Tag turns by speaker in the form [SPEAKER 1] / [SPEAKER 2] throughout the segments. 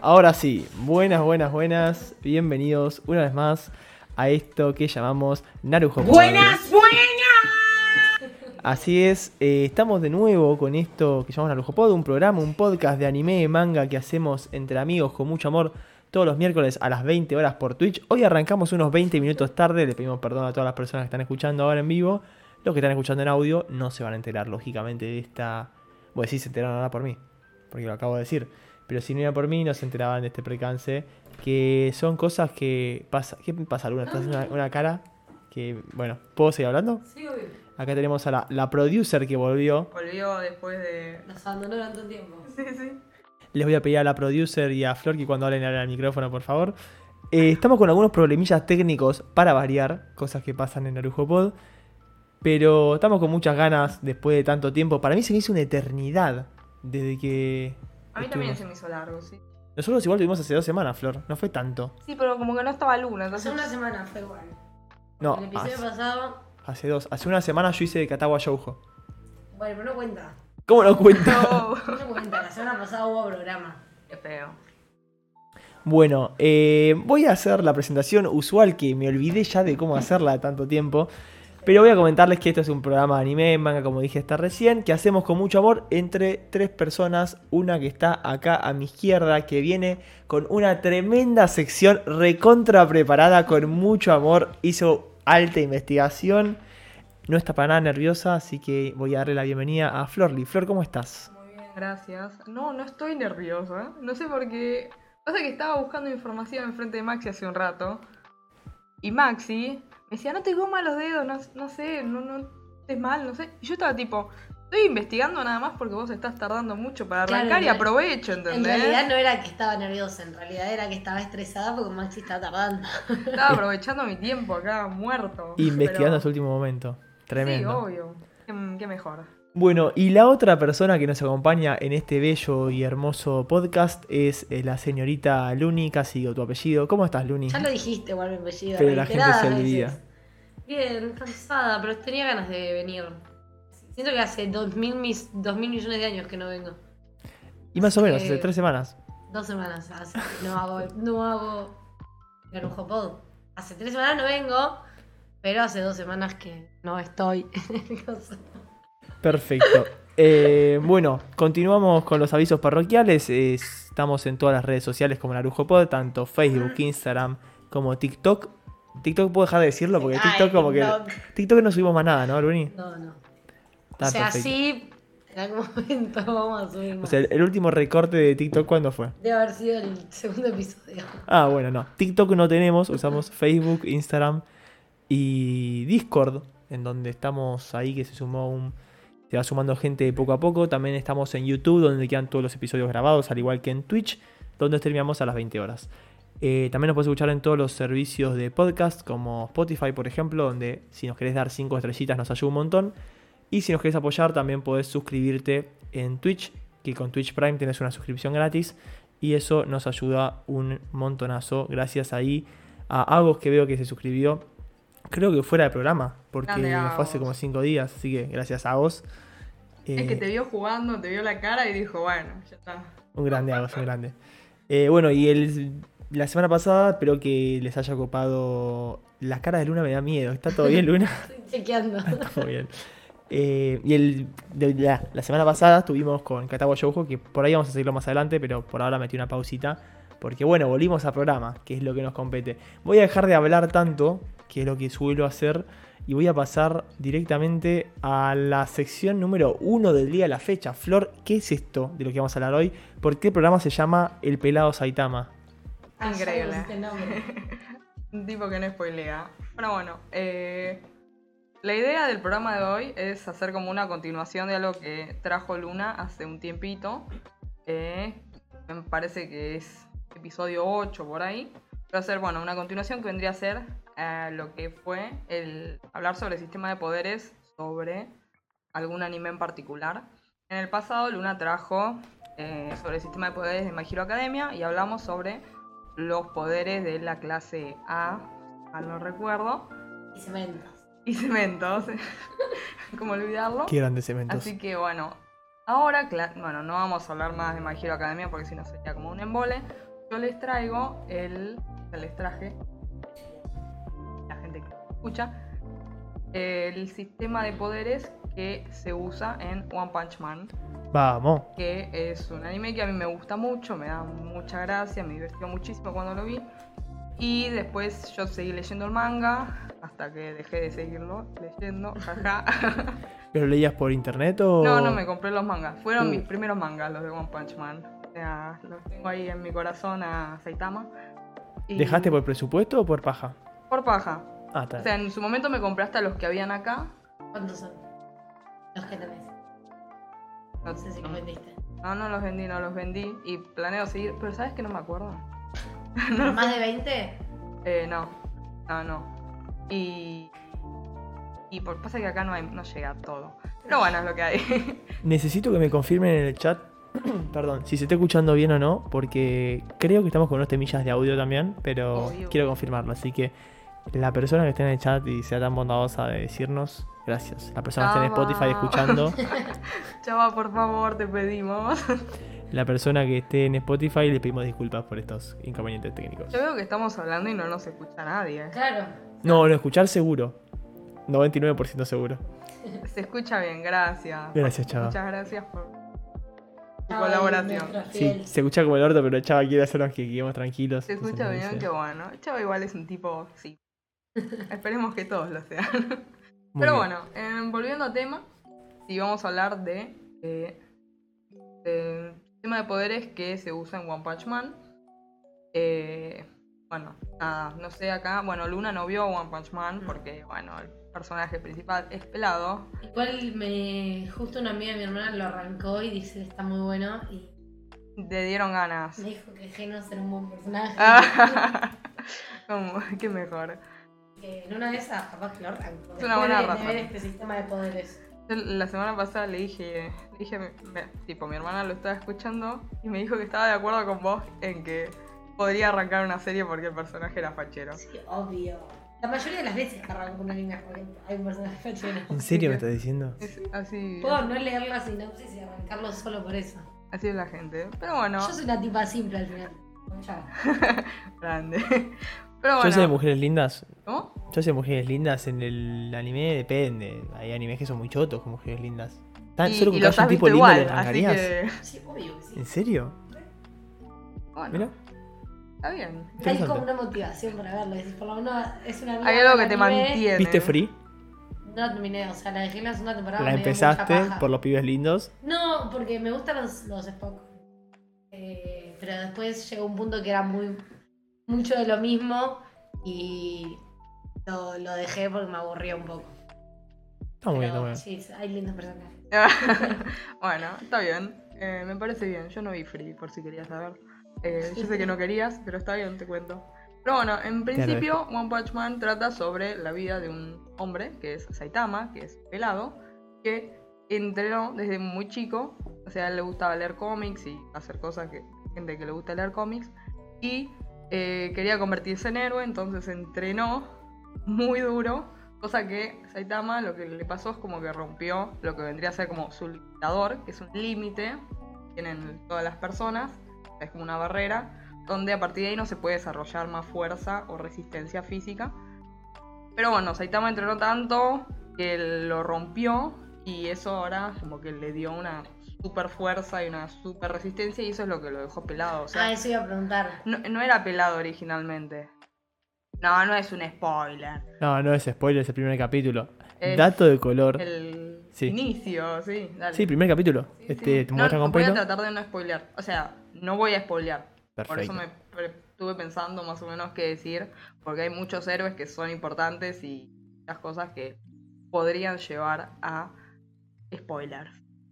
[SPEAKER 1] Ahora sí, buenas, buenas, buenas. Bienvenidos una vez más a esto que llamamos Narujo.
[SPEAKER 2] ¡Buenas, buenas!
[SPEAKER 1] Así es, eh, estamos de nuevo con esto que llamamos Narujo Pod, un programa, un podcast de anime y manga que hacemos entre amigos con mucho amor todos los miércoles a las 20 horas por Twitch. Hoy arrancamos unos 20 minutos tarde, le pedimos perdón a todas las personas que están escuchando ahora en vivo. Los que están escuchando en audio no se van a enterar, lógicamente, de esta... Bueno, sí se enteraron ahora por mí, porque lo acabo de decir. Pero si no era por mí, no se enteraban de este percance. Que son cosas que pasa. ¿Qué pasa, Luna? Estás haciendo una, una cara que. Bueno, ¿puedo seguir hablando?
[SPEAKER 3] Sí, obvio.
[SPEAKER 1] Acá tenemos a la, la producer que volvió.
[SPEAKER 2] Volvió después de.
[SPEAKER 3] Nos abandonó tanto tiempo.
[SPEAKER 2] Sí, sí.
[SPEAKER 1] Les voy a pedir a la producer y a Flor que cuando hablen hablen al micrófono, por favor. Eh, estamos con algunos problemillas técnicos para variar, cosas que pasan en Narujo Pod. Pero estamos con muchas ganas después de tanto tiempo. Para mí se me hizo una eternidad desde que.
[SPEAKER 2] A mí también se me hizo largo, sí.
[SPEAKER 1] Nosotros igual tuvimos hace dos semanas, Flor. No fue tanto.
[SPEAKER 2] Sí, pero como que no estaba Luna,
[SPEAKER 3] Hace
[SPEAKER 2] entonces.
[SPEAKER 3] una semana fue igual.
[SPEAKER 1] No,
[SPEAKER 3] el episodio
[SPEAKER 1] hace,
[SPEAKER 3] pasado.
[SPEAKER 1] hace dos. Hace una semana yo hice de Catagua Shoujo.
[SPEAKER 3] Bueno, pero no cuenta.
[SPEAKER 1] ¿Cómo lo cuento?
[SPEAKER 2] No.
[SPEAKER 3] No cuenta. La semana pasada hubo programa.
[SPEAKER 2] Qué feo.
[SPEAKER 1] Bueno, eh, voy a hacer la presentación usual que me olvidé ya de cómo hacerla de tanto tiempo. Pero voy a comentarles que esto es un programa de anime, manga, como dije hasta recién, que hacemos con mucho amor entre tres personas. Una que está acá a mi izquierda, que viene con una tremenda sección recontra preparada, con mucho amor. Hizo alta investigación. No está para nada nerviosa, así que voy a darle la bienvenida a Florly. Flor, ¿cómo estás?
[SPEAKER 2] Muy bien, gracias. No, no estoy nerviosa. No sé por qué. Pasa que estaba buscando información enfrente de Maxi hace un rato. Y Maxi me decía, no te goma los dedos, no, no sé, no, no estés mal, no sé. Y yo estaba tipo, estoy investigando nada más porque vos estás tardando mucho para
[SPEAKER 3] Claro,
[SPEAKER 2] arrancar y
[SPEAKER 3] en real-
[SPEAKER 2] aprovecho,
[SPEAKER 3] En
[SPEAKER 2] ¿entendés?
[SPEAKER 3] realidad no era que estaba nerviosa, en realidad era que estaba estresada porque Maxi estaba tardando.
[SPEAKER 2] Estaba aprovechando mi tiempo acá, muerto.
[SPEAKER 1] Investigando
[SPEAKER 2] Pero-
[SPEAKER 1] hasta su último momento. Tremendo.
[SPEAKER 2] Sí, obvio. Qué, qué mejor.
[SPEAKER 1] Bueno, y la otra persona que nos acompaña en este bello y hermoso podcast es eh, la señorita Luni, casi digo tu apellido. ¿Cómo estás, Luni?
[SPEAKER 3] Ya lo dijiste igual mi apellido.
[SPEAKER 1] Pero la gente
[SPEAKER 3] reiteradas
[SPEAKER 1] se
[SPEAKER 3] veces.
[SPEAKER 1] olvida.
[SPEAKER 3] Bien, cansada, pero tenía ganas de venir. Siento que hace 2000 mis, 2000 millones de años que no vengo.
[SPEAKER 1] Y más o menos, hace
[SPEAKER 3] Eh,
[SPEAKER 1] tres semanas.
[SPEAKER 3] Dos semanas hace que no hago, no hago Garujo Pod. Hace tres semanas no vengo, pero hace dos semanas que no estoy en el coso.
[SPEAKER 1] Perfecto. Eh, bueno, continuamos con los avisos parroquiales. Eh, Estamos en todas las redes sociales como Narujo Pod, tanto Facebook, Instagram como TikTok. TikTok puedo dejar de decirlo porque
[SPEAKER 3] Ay,
[SPEAKER 1] TikTok como que...
[SPEAKER 3] TikTok.
[SPEAKER 1] TikTok no subimos más nada, ¿no, Luni?
[SPEAKER 3] No, no.
[SPEAKER 1] Está
[SPEAKER 3] o sea,
[SPEAKER 1] perfecto.
[SPEAKER 3] sí, en algún momento vamos a subir
[SPEAKER 1] O
[SPEAKER 3] más.
[SPEAKER 1] sea, el- el último recorte de TikTok, ¿cuándo fue?
[SPEAKER 3] Debe haber sido el segundo episodio.
[SPEAKER 1] Ah, bueno, no. TikTok no tenemos, usamos Facebook, Instagram y Discord, en donde estamos ahí, que se sumó un. Se va sumando gente poco a poco. También estamos en YouTube, donde quedan todos los episodios grabados, al igual que en Twitch, donde terminamos a las 20 horas. Eh, también nos puedes escuchar en todos los servicios de podcast, como Spotify, por ejemplo, donde si nos querés dar 5 estrellitas nos ayuda un montón. Y si nos querés apoyar, también podés suscribirte en Twitch, que con Twitch Prime tenés una suscripción gratis. Y eso nos ayuda un montonazo. Gracias ahí a Agos que veo que se suscribió. Creo que fuera de programa, porque
[SPEAKER 2] Grande,
[SPEAKER 1] fue hace
[SPEAKER 2] Agos.
[SPEAKER 1] como 5 días. Así que gracias Agos.
[SPEAKER 2] Es que
[SPEAKER 1] Eh,
[SPEAKER 2] te vio jugando, te vio la cara y dijo, bueno, ya está.
[SPEAKER 1] un grande, Agos, un grande. Eh, bueno, y el, la semana pasada espero que les haya copado. Las caras de Luna me da miedo. ¿Está todo bien, Luna?
[SPEAKER 3] Estoy chequeando.
[SPEAKER 1] Muy bien. Eh, y el, de- la, la semana pasada estuvimos con Catagua Shoujo, que por ahí vamos a seguirlo más adelante, pero por ahora metí una pausita. Porque bueno, volvimos al programa, que es lo que nos compete. Voy a dejar de hablar tanto, que es lo que suelo hacer, y voy a pasar directamente a la sección número uno del día de la fecha. Flor, ¿qué es esto de lo que vamos a hablar hoy? ¿Por qué el programa se llama El Pelado Saitama?
[SPEAKER 3] Ah, ya
[SPEAKER 2] Increíble.
[SPEAKER 3] me pusiste nombre.
[SPEAKER 2] Un tipo que no spoilea. Pero bueno, eh, la idea del programa de hoy es hacer como una continuación de algo que trajo Luna hace un tiempito. eh, me parece que es episodio 8 por ahí. Va a ser, bueno, una continuación que vendría a ser eh, lo que fue el hablar sobre el sistema de poderes, sobre algún anime en particular. En el pasado Luna trajo eh, sobre el sistema de poderes de My Hero Academia y hablamos sobre los poderes de la clase A, mal no recuerdo,
[SPEAKER 3] Y cementos.
[SPEAKER 2] y cementos, como olvidarlo.
[SPEAKER 1] Qué grandes cementos.
[SPEAKER 2] Así que bueno, ahora, cla- bueno, no vamos a hablar más de My Hero Academia porque si no sería como un embole, yo les traigo el. ya les traje. La gente que escucha. El sistema de poderes que se usa en One Punch Man.
[SPEAKER 1] Vamos.
[SPEAKER 2] Que es un anime que a mí me gusta mucho, me da mucha gracia, me divirtió muchísimo cuando lo vi. Y después yo seguí leyendo el manga hasta que dejé de seguirlo leyendo, jaja.
[SPEAKER 1] ¿Pero leías por internet o.?
[SPEAKER 2] No, no me compré los mangas. Fueron
[SPEAKER 1] Uh.
[SPEAKER 2] mis primeros mangas, los de One Punch Man. O sea, los tengo ahí en mi corazón a Saitama. Y-
[SPEAKER 1] ¿Dejaste por presupuesto o por paja?
[SPEAKER 2] Por paja.
[SPEAKER 1] Ah, está.
[SPEAKER 2] O sea, en su momento me compré hasta los que habían acá.
[SPEAKER 3] ¿Cuántos son? Los que tenés.
[SPEAKER 2] No,
[SPEAKER 3] No sé si los vendiste.
[SPEAKER 2] no, no los vendí, no los vendí. Y planeo seguir, pero ¿sabes que no me acuerdo?
[SPEAKER 3] ¿Más de 20?
[SPEAKER 2] Eh, no, no, no. Y. Y por pasa que acá no, hay, no llega todo. Pero bueno, es lo que hay.
[SPEAKER 1] Necesito que me confirmen en el chat, perdón, si se está escuchando bien o no, porque creo que estamos con unos temillas de audio también, pero
[SPEAKER 2] Obvio.
[SPEAKER 1] quiero confirmarlo. Así que la persona que esté en el chat y sea tan bondadosa de decirnos, gracias. La persona que esté en Spotify
[SPEAKER 2] Vamos.
[SPEAKER 1] escuchando,
[SPEAKER 2] Chava, por favor, te pedimos.
[SPEAKER 1] la persona que esté en Spotify, le pedimos disculpas por estos inconvenientes técnicos.
[SPEAKER 2] Yo veo que estamos hablando y no nos escucha nadie.
[SPEAKER 3] Claro.
[SPEAKER 1] No, no, escuchar seguro. 99% seguro.
[SPEAKER 2] Se escucha bien, gracias.
[SPEAKER 1] Gracias, Chava.
[SPEAKER 2] Muchas gracias por tu
[SPEAKER 3] Ay,
[SPEAKER 2] colaboración.
[SPEAKER 3] nuestra
[SPEAKER 1] Sí,
[SPEAKER 3] fiel.
[SPEAKER 1] se escucha como el orto, pero Chava quiere hacernos que quedemos tranquilos.
[SPEAKER 2] Se
[SPEAKER 1] entonces
[SPEAKER 2] escucha
[SPEAKER 1] nos
[SPEAKER 2] bien,
[SPEAKER 1] dice-
[SPEAKER 2] qué bueno. Chava igual es un tipo, sí. Esperemos que todos lo sean.
[SPEAKER 1] Muy bien.
[SPEAKER 2] Pero bueno, em, volviendo al tema, si vamos a hablar de, eh, del sistema de poderes que se usa en One Punch Man. Eh, bueno, nada, no sé acá. Bueno, Luna no vio One Punch Man
[SPEAKER 3] Mm.
[SPEAKER 2] porque, bueno, el personaje principal es pelado.
[SPEAKER 3] Igual me. Justo una amiga de mi hermana lo arrancó y dice está muy bueno. Y
[SPEAKER 2] Te dieron ganas.
[SPEAKER 3] me dijo que Genos era un buen personaje.
[SPEAKER 2] Ah. Como, qué mejor.
[SPEAKER 3] Que en una de esas capaz que lo arranco.
[SPEAKER 2] Es una buena
[SPEAKER 3] Después de-
[SPEAKER 2] razón.
[SPEAKER 3] de ver este sistema de poderes.
[SPEAKER 2] Yo la semana pasada le dije, le dije, a mi- me- tipo, mi hermana lo estaba escuchando y me dijo que estaba de acuerdo con vos en que podría arrancar una serie porque el personaje era fachero.
[SPEAKER 3] Sí, obvio. La mayoría de las veces que arranco una línea es porque hay un personaje fachero.
[SPEAKER 1] ¿En serio me estás diciendo?
[SPEAKER 2] Es así,
[SPEAKER 3] Puedo no leer la sinopsis y arrancarlo solo por eso.
[SPEAKER 2] así es la gente. Pero bueno,
[SPEAKER 3] Yo soy una tipa simple al final. Ya.
[SPEAKER 2] grande. Pero
[SPEAKER 1] Yo sé de
[SPEAKER 2] bueno,
[SPEAKER 1] mujeres lindas.
[SPEAKER 2] ¿cómo?
[SPEAKER 1] Yo sé de mujeres lindas en el anime, depende. Hay animes que son muy chotos con mujeres lindas. Tan,
[SPEAKER 2] Y,
[SPEAKER 1] solo
[SPEAKER 2] y
[SPEAKER 1] con que
[SPEAKER 2] los
[SPEAKER 1] haya
[SPEAKER 2] has
[SPEAKER 1] un tipo
[SPEAKER 2] visto
[SPEAKER 1] lindo le
[SPEAKER 2] igual, así
[SPEAKER 1] arrancarías.
[SPEAKER 2] que.
[SPEAKER 3] Sí, obvio que sí.
[SPEAKER 1] ¿En serio?
[SPEAKER 2] Bueno,
[SPEAKER 1] Mira,
[SPEAKER 2] está bien.
[SPEAKER 3] Hay
[SPEAKER 1] interesante.
[SPEAKER 3] como una motivación para verlo. Decís, por lo menos es una amiga
[SPEAKER 2] Hay algo que
[SPEAKER 3] del
[SPEAKER 2] te
[SPEAKER 3] anime.
[SPEAKER 2] mantiene.
[SPEAKER 1] ¿Viste Free?
[SPEAKER 3] No la terminé, o sea, la dejé en la segunda temporada.
[SPEAKER 1] La
[SPEAKER 3] me dio mucha
[SPEAKER 1] empezaste
[SPEAKER 3] paja.
[SPEAKER 1] por los pibes lindos.
[SPEAKER 3] No, porque me gustan los, los Spock. Eh, pero después llegó un punto que era muy mucho de lo mismo y lo, lo dejé porque me aburría un poco.
[SPEAKER 1] Está muy bien,
[SPEAKER 3] Pero
[SPEAKER 1] está muy bien.
[SPEAKER 3] sí, hay lindos personajes.
[SPEAKER 2] bueno, está bien. Eh, me parece bien. Yo no vi Free, por si querías saber. Eh, yo sé que no querías, pero está bien, te cuento. Pero bueno, en principio, One Punch Man trata sobre la vida de un hombre, que es Saitama, que es pelado, que entrenó desde muy chico. O sea, a él le gustaba leer cómics y hacer cosas que gente que le gusta leer cómics. Y eh, quería convertirse en héroe, entonces entrenó muy duro. Cosa que Saitama lo que le pasó es como que rompió lo que vendría a ser como su limitador, que es un límite que tienen todas las personas, es como una barrera, donde a partir de ahí no se puede desarrollar más fuerza o resistencia física. Pero bueno, Saitama entrenó tanto que lo rompió y eso ahora como que le dio una super fuerza y una super resistencia y eso es lo que lo dejó pelado. O sea,
[SPEAKER 3] ah, eso iba a preguntar.
[SPEAKER 2] no, no era pelado originalmente. No, no es un spoiler.
[SPEAKER 1] No, no es spoiler, es el primer capítulo.
[SPEAKER 2] El-
[SPEAKER 1] Dato de color.
[SPEAKER 2] Eh, El
[SPEAKER 1] Sí.
[SPEAKER 2] inicio, sí. Dale.
[SPEAKER 1] Sí, primer capítulo.
[SPEAKER 2] Sí,
[SPEAKER 1] este,
[SPEAKER 2] sí.
[SPEAKER 1] Te
[SPEAKER 2] No,
[SPEAKER 1] muestran
[SPEAKER 2] no, Voy
[SPEAKER 1] completo.
[SPEAKER 2] a tratar de no spoilear. O sea, no voy a spoilear. Por
[SPEAKER 1] Perfecto.
[SPEAKER 2] eso me pre- estuve pensando más o menos qué decir. Porque hay muchos héroes que son importantes y las cosas que podrían llevar a spoiler.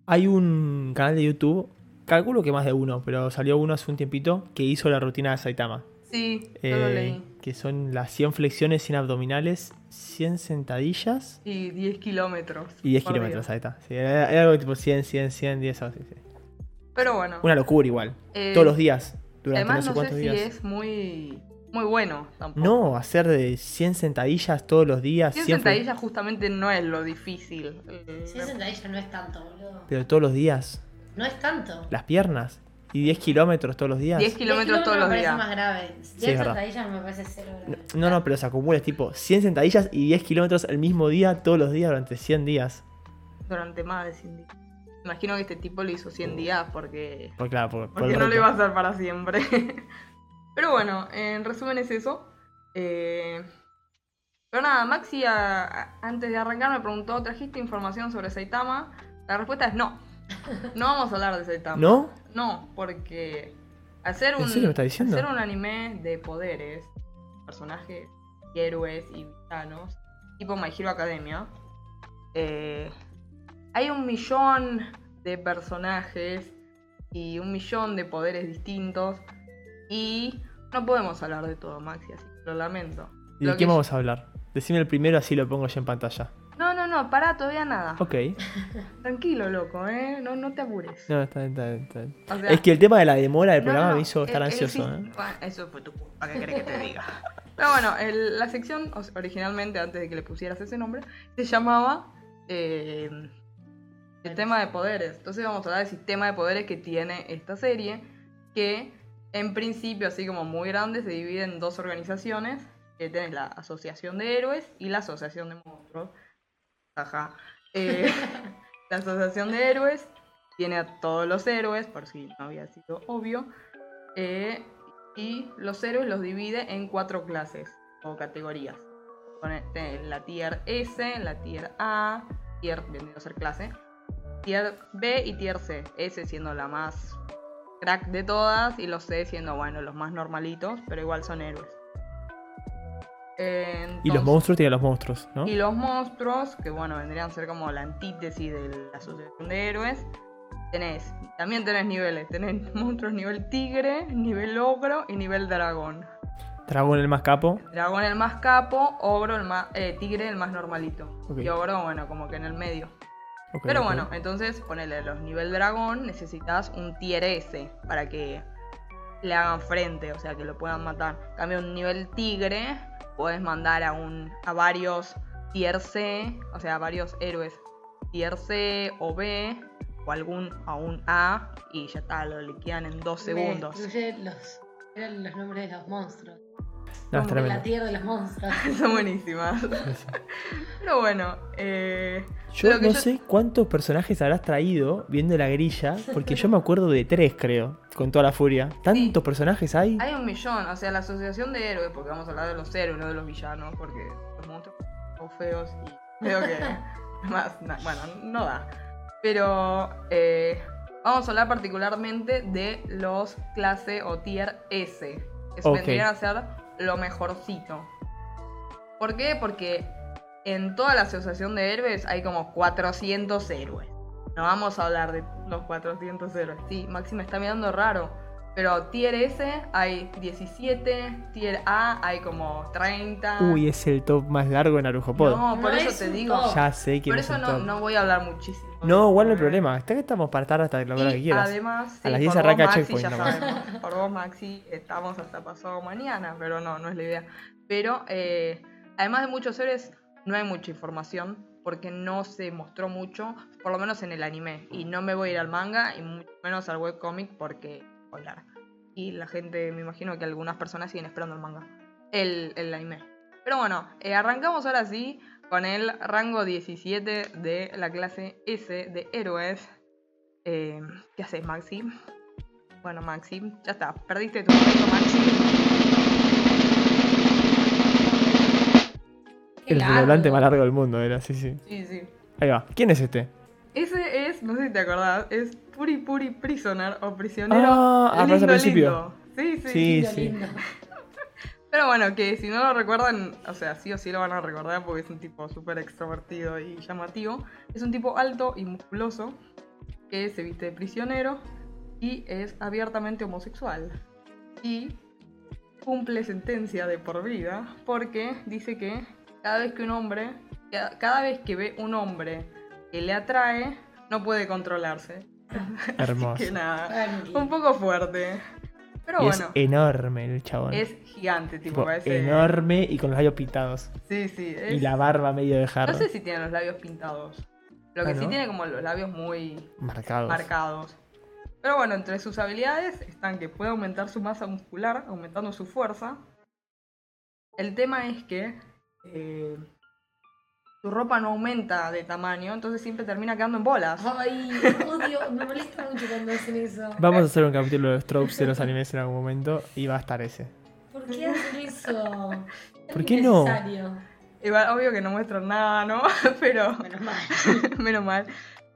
[SPEAKER 1] Hay un canal de YouTube, calculo que más de uno, pero salió uno hace un tiempito que hizo la rutina de Saitama.
[SPEAKER 2] Sí, yo lo
[SPEAKER 1] Eh,
[SPEAKER 2] leí.
[SPEAKER 1] Que son las 100 flexiones, 100 abdominales, 100 sentadillas
[SPEAKER 2] Y 10 kilómetros.
[SPEAKER 1] y 10
[SPEAKER 2] por
[SPEAKER 1] kilómetros.
[SPEAKER 2] día.
[SPEAKER 1] Ahí está. Sí, era, era algo tipo 100, 100, 100, 10. algo así, sí.
[SPEAKER 2] Pero bueno.
[SPEAKER 1] Una locura igual.
[SPEAKER 2] eh,
[SPEAKER 1] Todos los días. Durante
[SPEAKER 2] Además,
[SPEAKER 1] no sé
[SPEAKER 2] no sé
[SPEAKER 1] cuántos
[SPEAKER 2] si
[SPEAKER 1] días.
[SPEAKER 2] es muy, muy bueno tampoco.
[SPEAKER 1] No, hacer de 100 sentadillas todos los días.
[SPEAKER 2] 100
[SPEAKER 1] 100 fle-
[SPEAKER 2] sentadillas justamente no es lo difícil. Eh,
[SPEAKER 3] Si es sentadilla no es tanto, boludo.
[SPEAKER 1] Pero todos los días.
[SPEAKER 3] No es tanto.
[SPEAKER 1] Las piernas. y 10 kilómetros todos los días.
[SPEAKER 2] 10 kilómetros todos los
[SPEAKER 3] me parece
[SPEAKER 2] días.
[SPEAKER 3] más grave.
[SPEAKER 1] Sí, es
[SPEAKER 3] 10
[SPEAKER 1] verdad.
[SPEAKER 3] sentadillas me parece cero grave.
[SPEAKER 1] No, no, pero se acumula, es tipo 100 sentadillas y 10 kilómetros el mismo día, todos los días, durante 100 días.
[SPEAKER 2] Durante más de 100 días. Imagino que este tipo lo hizo 100 días porque
[SPEAKER 1] Pues claro, por, por
[SPEAKER 2] Porque
[SPEAKER 1] el
[SPEAKER 2] no lo
[SPEAKER 1] reto.
[SPEAKER 2] iba a hacer para siempre. Pero bueno, en resumen es eso. Eh, Pero nada, Maxi a- a- antes de arrancar me preguntó, ¿trajiste información sobre Saitama? La respuesta es no. No vamos a hablar de Saitama.
[SPEAKER 1] ¿No?
[SPEAKER 2] No, porque hacer
[SPEAKER 1] ¿En
[SPEAKER 2] un,
[SPEAKER 1] serio me está diciendo?
[SPEAKER 2] hacer un anime de poderes, personajes y héroes y villanos, tipo My Hero Academia, eh, hay un millón de personajes y un millón de poderes distintos y no podemos hablar de todo, Maxi, así que lo lamento.
[SPEAKER 1] ¿Y
[SPEAKER 2] Lo
[SPEAKER 1] de
[SPEAKER 2] que
[SPEAKER 1] qué
[SPEAKER 2] yo-
[SPEAKER 1] vamos a hablar? Decime el primero, así lo pongo yo en pantalla.
[SPEAKER 2] No, no, no, pará, todavía nada.
[SPEAKER 1] Ok.
[SPEAKER 2] Tranquilo, loco, ¿eh? No, no te apures.
[SPEAKER 1] No, está bien, está bien, está bien.
[SPEAKER 2] O sea-
[SPEAKER 1] Es que el tema de la demora del
[SPEAKER 2] No,
[SPEAKER 1] programa
[SPEAKER 2] no, e-, no.
[SPEAKER 1] me hizo estar
[SPEAKER 2] El- el
[SPEAKER 1] ansioso.
[SPEAKER 2] sis-
[SPEAKER 1] ¿eh?
[SPEAKER 2] Bueno, Eso fue tu culpa, ¿qué querés que te diga? Pero bueno, el- la sección o sea, originalmente, antes de que le pusieras ese nombre, se llamaba eh, El tema de poderes. Entonces vamos a hablar del sistema de poderes que tiene esta serie, que en principio, así como muy grande, se divide en dos organizaciones, que tenés la Asociación de Héroes y la Asociación de Monstruos. Ajá. Eh, la Asociación de Héroes tiene a todos los héroes, por si no había sido obvio. Eh, y los héroes los divide en cuatro clases o categorías. Pone- tenés la tier S, la tier A, tier vendría a ser clase, tier B y tier C. S siendo la más crack de todas y los C siendo, bueno, los más normalitos, pero igual son héroes. Eh,
[SPEAKER 1] Y los
[SPEAKER 2] entonces-
[SPEAKER 1] monstruos tienen los monstruos, ¿no?
[SPEAKER 2] y los monstruos, que bueno, vendrían a ser como la antítesis de la asociación de héroes. Tenés, también tenés niveles, tenés monstruos nivel tigre, nivel ogro y nivel dragón.
[SPEAKER 1] Dragón el más capo.
[SPEAKER 2] Dragón el más capo, ogro el más, eh, tigre el más normalito.
[SPEAKER 1] Ok.
[SPEAKER 2] Y ogro, bueno, como que en el medio.
[SPEAKER 1] Ok,
[SPEAKER 2] Pero
[SPEAKER 1] ok.
[SPEAKER 2] bueno, entonces ponele los nivel dragón, necesitas un tier S para que le hagan frente, o sea, que lo puedan matar. En cambio, un nivel tigre, puedes mandar a un a varios tier C, o sea, a varios héroes tier C o B o algún a un A y ya está, lo liquidan en dos segundos.
[SPEAKER 3] Me destruye los, eran los nombres de los monstruos.
[SPEAKER 1] No, es
[SPEAKER 2] como
[SPEAKER 1] tremendo.
[SPEAKER 3] La tierra de los monstruos.
[SPEAKER 2] Son buenísimas.
[SPEAKER 1] Sí, sí.
[SPEAKER 2] Pero bueno, eh,
[SPEAKER 1] Yo
[SPEAKER 2] Lo que
[SPEAKER 1] no
[SPEAKER 2] yo-
[SPEAKER 1] sé cuántos personajes habrás traído viendo la grilla, porque yo me acuerdo de tres, creo, con toda la furia. ¿Tantos personajes hay?
[SPEAKER 2] Hay un millón, o sea, la asociación de héroes, porque vamos a hablar de los héroes, no de los villanos, porque los monstruos son feos y creo que más, na- bueno, no da. Pero eh, vamos a hablar particularmente de los clase o tier S, que
[SPEAKER 1] Ok.
[SPEAKER 2] vendrían a ser lo mejorcito. ¿Por qué? Porque en toda la asociación de héroes hay como 400 héroes. No vamos a hablar de los 400 héroes. Sí, Maxi me está mirando raro. Pero tier S hay 17, tier A hay como 30.
[SPEAKER 1] Uy, es el top más largo en Arujopodo.
[SPEAKER 2] No, por
[SPEAKER 3] No
[SPEAKER 2] eso
[SPEAKER 3] es
[SPEAKER 2] te
[SPEAKER 3] un
[SPEAKER 2] digo.
[SPEAKER 3] top.
[SPEAKER 1] ya sé que
[SPEAKER 2] Por
[SPEAKER 1] no es
[SPEAKER 2] eso
[SPEAKER 1] el
[SPEAKER 2] no,
[SPEAKER 1] top.
[SPEAKER 2] no voy a hablar muchísimo.
[SPEAKER 1] No, igual no hay problema. Está que estamos para estar hasta lograr lo que
[SPEAKER 2] Y
[SPEAKER 1] quieras.
[SPEAKER 2] además,
[SPEAKER 1] A las
[SPEAKER 2] sí,
[SPEAKER 1] 10
[SPEAKER 2] por vos,
[SPEAKER 1] arranca
[SPEAKER 2] Maxi,
[SPEAKER 1] Checkpoint
[SPEAKER 2] ya
[SPEAKER 1] nomás.
[SPEAKER 2] sabemos. Por vos, Maxi, estamos hasta pasado mañana, pero no, no es la idea. Pero eh, además de muchos héroes, no hay mucha información porque no se mostró mucho, por lo menos en el anime. Y no me voy a ir al manga y mucho menos al webcomic porque, hola. Y la gente, me imagino que algunas personas siguen esperando el manga, el, el anime. Pero bueno, eh, arrancamos ahora sí con el rango 17 de la clase S de héroes. Eh, ¿Qué haces, Maxi? Bueno, Maxi, ya está. Perdiste tu momento, Maxi.
[SPEAKER 3] Qué
[SPEAKER 1] El
[SPEAKER 3] largo.
[SPEAKER 1] redoblante más largo del mundo era, sí, sí.
[SPEAKER 2] Sí, sí.
[SPEAKER 1] Ahí va. ¿Quién es este?
[SPEAKER 2] Ese es, no sé si te acordás, es Puri Puri Prisoner o Prisionero.
[SPEAKER 1] Ah, ah,
[SPEAKER 2] lindo,
[SPEAKER 1] aparece al principio.
[SPEAKER 2] lindo. Sí, sí,
[SPEAKER 1] Sí,
[SPEAKER 3] Lindo,
[SPEAKER 1] sí.
[SPEAKER 3] lindo.
[SPEAKER 2] Pero bueno, que si no lo recuerdan, o sea, sí o sí lo van a recordar porque es un tipo súper extrovertido y llamativo. Es un tipo alto y musculoso que se viste de prisionero y es abiertamente homosexual. Y cumple sentencia de por vida porque dice que cada vez que un hombre, ca- cada vez que ve un hombre que le atrae, no puede controlarse.
[SPEAKER 1] Hermoso.
[SPEAKER 2] Que nada,
[SPEAKER 3] Bueno,
[SPEAKER 2] un poco fuerte. Pero
[SPEAKER 1] Y es
[SPEAKER 2] bueno,
[SPEAKER 1] enorme el chabón.
[SPEAKER 2] es gigante, tipo,
[SPEAKER 1] Tipo,
[SPEAKER 2] parece...
[SPEAKER 1] enorme y con los labios pintados.
[SPEAKER 2] Sí, sí.
[SPEAKER 1] Y
[SPEAKER 2] es-
[SPEAKER 1] la barba medio de jarra.
[SPEAKER 2] No sé si tiene los labios pintados. Lo que
[SPEAKER 1] Ah,
[SPEAKER 2] sí
[SPEAKER 1] ¿no?
[SPEAKER 2] tiene como los labios muy
[SPEAKER 1] Marcados.
[SPEAKER 2] marcados. Pero bueno, entre sus habilidades están que puede aumentar su masa muscular, aumentando su fuerza. El tema es que eh, su ropa no aumenta de tamaño, entonces siempre termina quedando en bolas.
[SPEAKER 3] Ay, odio, me molesta mucho cuando hacen eso.
[SPEAKER 1] Vamos a hacer un capítulo de los tropes de los animes en algún momento y va a estar ese.
[SPEAKER 3] ¿Por qué hacen eso? Es
[SPEAKER 1] ¿Por qué no?
[SPEAKER 3] innecesario.
[SPEAKER 2] Igual, obvio que no muestran nada, ¿no? Pero
[SPEAKER 3] Menos mal.
[SPEAKER 2] Menos mal.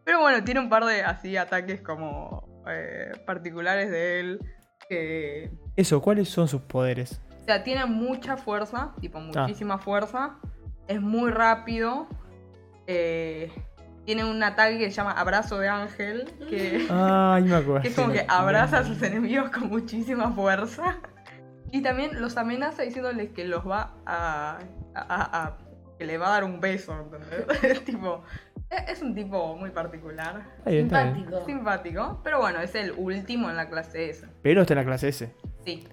[SPEAKER 2] Pero bueno, tiene un par de así ataques como eh, particulares de él. Que,
[SPEAKER 1] Eso, ¿cuáles son sus poderes?
[SPEAKER 2] o sea, tiene mucha fuerza,
[SPEAKER 1] Ah.
[SPEAKER 2] tipo muchísima fuerza. Es muy rápido. eh, tiene un ataque que se llama abrazo de ángel. Que,
[SPEAKER 1] Ay, me acuerdo.
[SPEAKER 2] que es como que abraza a sus enemigos con muchísima fuerza. Y también los amenaza diciéndoles que los va a. a- a- a- que le va a dar un beso, ¿entendés? Es tipo. e, es- es un tipo muy particular.
[SPEAKER 1] Está bien, está bien.
[SPEAKER 3] Simpático.
[SPEAKER 2] Simpático, pero bueno, es el último en la clase S.
[SPEAKER 1] Pero está en la clase S.
[SPEAKER 2] Sí,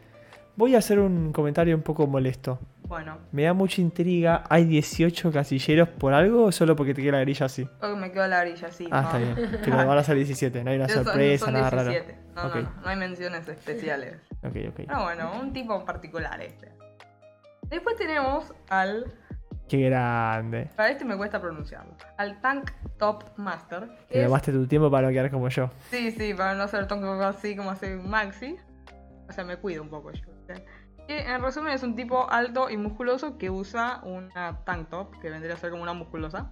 [SPEAKER 1] Voy a hacer un comentario un poco molesto.
[SPEAKER 2] bueno,
[SPEAKER 1] Me da mucha intriga. ¿Hay 18 casilleros por algo o solo porque te queda la grilla así?
[SPEAKER 2] creo que me quedo a la orilla, sí.
[SPEAKER 1] Ah,
[SPEAKER 2] no.
[SPEAKER 1] está bien. Que van a ser 17. No hay una
[SPEAKER 2] Son-
[SPEAKER 1] sorpresa,
[SPEAKER 2] son
[SPEAKER 1] nada
[SPEAKER 2] 17. No, no,
[SPEAKER 1] Ok.
[SPEAKER 2] no, no hay menciones especiales.
[SPEAKER 1] raro. Ok, ok.
[SPEAKER 2] Pero bueno, un tipo particular este. Después tenemos al.
[SPEAKER 1] Qué grande.
[SPEAKER 2] Para este me cuesta pronunciarlo. Al Tank Top Master. que
[SPEAKER 1] Te
[SPEAKER 2] es-
[SPEAKER 1] tomaste tu tiempo para no quedar como yo.
[SPEAKER 2] Sí, sí, para no ser tan así como hace un Maxi. O sea, me cuido un poco yo. ¿viste? Que en resumen es un tipo alto y musculoso que usa una tank top, que vendría a ser como una musculosa.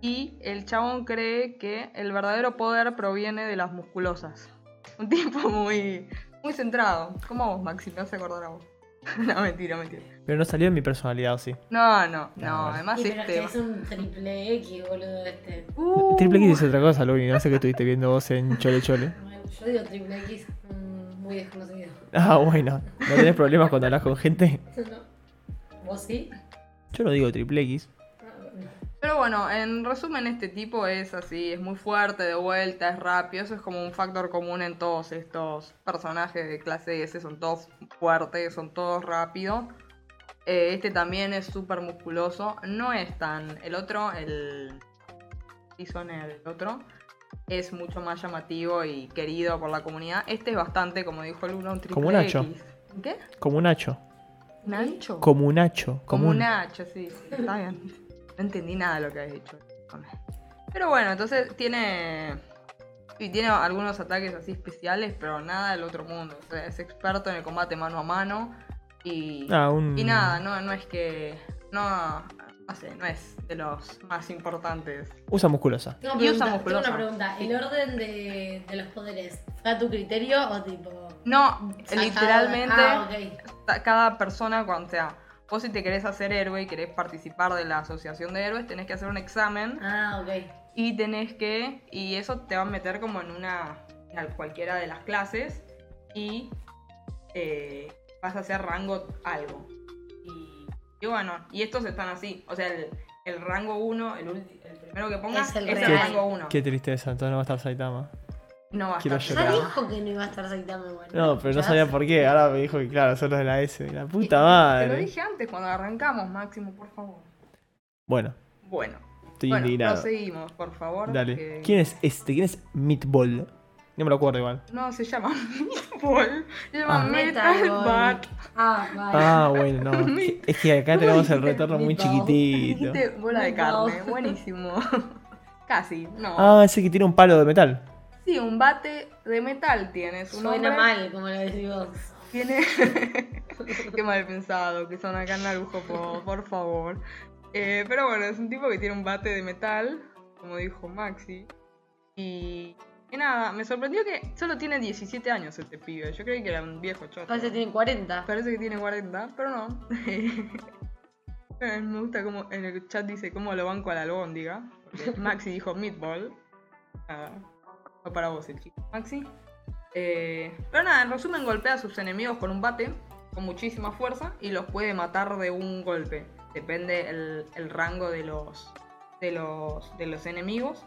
[SPEAKER 2] Y el chabón cree que el verdadero poder proviene de las musculosas. Un tipo muy, muy centrado. Como vos, Maxi, me hace acordar a vos. no, mentira, mentira.
[SPEAKER 1] Pero no salió en mi personalidad, ¿o sí.
[SPEAKER 2] No, no, no.
[SPEAKER 1] No.
[SPEAKER 2] Además,
[SPEAKER 3] Sí, pero
[SPEAKER 2] este.
[SPEAKER 3] este es un triple X, boludo, este.
[SPEAKER 2] Uh,
[SPEAKER 1] Triple X es otra cosa, Luni. No sé qué estuviste viendo vos en Chole Chole.
[SPEAKER 3] Bueno, Yo digo triple X, mm, muy desconocido.
[SPEAKER 1] Ah, bueno. ¿No tenés problemas cuando hablas con gente?
[SPEAKER 3] ¿No? ¿Vos sí?
[SPEAKER 1] Yo no digo triple X.
[SPEAKER 3] Ah, bueno.
[SPEAKER 2] Pero bueno, en resumen, este tipo es así, es muy fuerte de vuelta, es rápido, eso es como un factor común en todos estos personajes de clase S, son todos fuertes, son todos rápidos. Eh, este también es súper musculoso, no es tan... El otro, el... Season, el otro, es mucho más llamativo y querido por la comunidad. Este es bastante, como dijo Luna, un triple
[SPEAKER 1] Como un Nacho.
[SPEAKER 2] X. ¿Qué?
[SPEAKER 1] Como un hacho.
[SPEAKER 2] ¿Nacho?
[SPEAKER 1] Como un hacho.
[SPEAKER 2] Como un hacha, sí, sí, está bien. No entendí nada de lo que has dicho. Pero bueno, entonces tiene. Y tiene algunos ataques así especiales, pero nada del otro mundo. O sea, es experto en el combate mano a mano. Y,
[SPEAKER 1] Ah, un...
[SPEAKER 2] y nada, no, no es que. No, no sé, no es de los más importantes.
[SPEAKER 1] Usa musculosa.
[SPEAKER 3] Tengo,
[SPEAKER 2] Y
[SPEAKER 3] pregunta,
[SPEAKER 2] usa musculosa.
[SPEAKER 3] tengo una pregunta. ¿El orden de, de los poderes fue a tu criterio o tipo...?
[SPEAKER 2] No,
[SPEAKER 3] sacado-
[SPEAKER 2] Eh, literalmente.
[SPEAKER 3] Ah, ok.
[SPEAKER 2] ta- cada persona, cuando o sea, vos si te querés hacer héroe y querés participar de la asociación de héroes, tenés que hacer un examen.
[SPEAKER 3] Ah, ok.
[SPEAKER 2] y tenés que y eso te va a meter como en una en cualquiera de las clases y eh, vas a hacer rango algo y, y bueno y estos están así o sea el, el rango 1 el, ulti- el primero que pongas es
[SPEAKER 3] Es el
[SPEAKER 2] el,
[SPEAKER 3] real.
[SPEAKER 2] rango 1
[SPEAKER 1] Qué tristeza, entonces no va a estar Saitama.
[SPEAKER 2] no va a
[SPEAKER 1] quiero
[SPEAKER 2] estar
[SPEAKER 3] Ya
[SPEAKER 1] llorar.
[SPEAKER 2] cerrado.
[SPEAKER 3] dijo que no iba a estar Saitama, bueno.
[SPEAKER 1] No, pero no
[SPEAKER 3] Ya
[SPEAKER 1] sabía
[SPEAKER 3] sé.
[SPEAKER 1] por qué. Ahora me dijo que claro, son los de la S. La puta
[SPEAKER 2] Ah, te lo
[SPEAKER 1] madre.
[SPEAKER 2] dije antes cuando arrancamos Máximo por favor
[SPEAKER 1] Bueno,
[SPEAKER 2] bueno
[SPEAKER 1] estoy
[SPEAKER 2] bueno
[SPEAKER 1] indignado.
[SPEAKER 2] proseguimos por favor
[SPEAKER 1] Dale.
[SPEAKER 2] que-
[SPEAKER 1] ¿Quién es este? ¿Quién es Meatball? No me lo acuerdo igual.
[SPEAKER 2] no se llama Meatball se llama
[SPEAKER 1] Ah.
[SPEAKER 2] Metal
[SPEAKER 3] Metal
[SPEAKER 2] Bat
[SPEAKER 3] Ah, vale.
[SPEAKER 1] Ah, bueno, no. Es que acá tenemos el retorno muy
[SPEAKER 3] Meatball.
[SPEAKER 1] chiquitito.
[SPEAKER 2] Dijiste bola de
[SPEAKER 3] Meatball.
[SPEAKER 2] carne, buenísimo. Casi, no.
[SPEAKER 1] Ah, ese que tiene un palo de metal.
[SPEAKER 2] Sí, un bate de metal tienes. Un
[SPEAKER 3] Suena
[SPEAKER 2] hombre
[SPEAKER 3] mal, como lo decís vos.
[SPEAKER 2] Tiene... Qué mal pensado, que son acá en Narujo, por, por favor. Eh, pero bueno, es un tipo que tiene un bate de metal, como dijo Maxi. Y, y nada, me sorprendió que solo tiene 17 años este pibe. Yo creí que era un viejo choto.
[SPEAKER 3] Parece que tienen 40.
[SPEAKER 2] Parece que tiene 40, pero no. Eh, Me gusta como en el chat dice cómo lo banco a la albóndiga. porque Maxi dijo meatball. Nada. Fue para vos el chico. Maxi. Eh, pero nada, en resumen golpea a sus enemigos con un bate, con muchísima fuerza, y los puede matar de un golpe. Depende el, el rango de los, de, los, de los enemigos.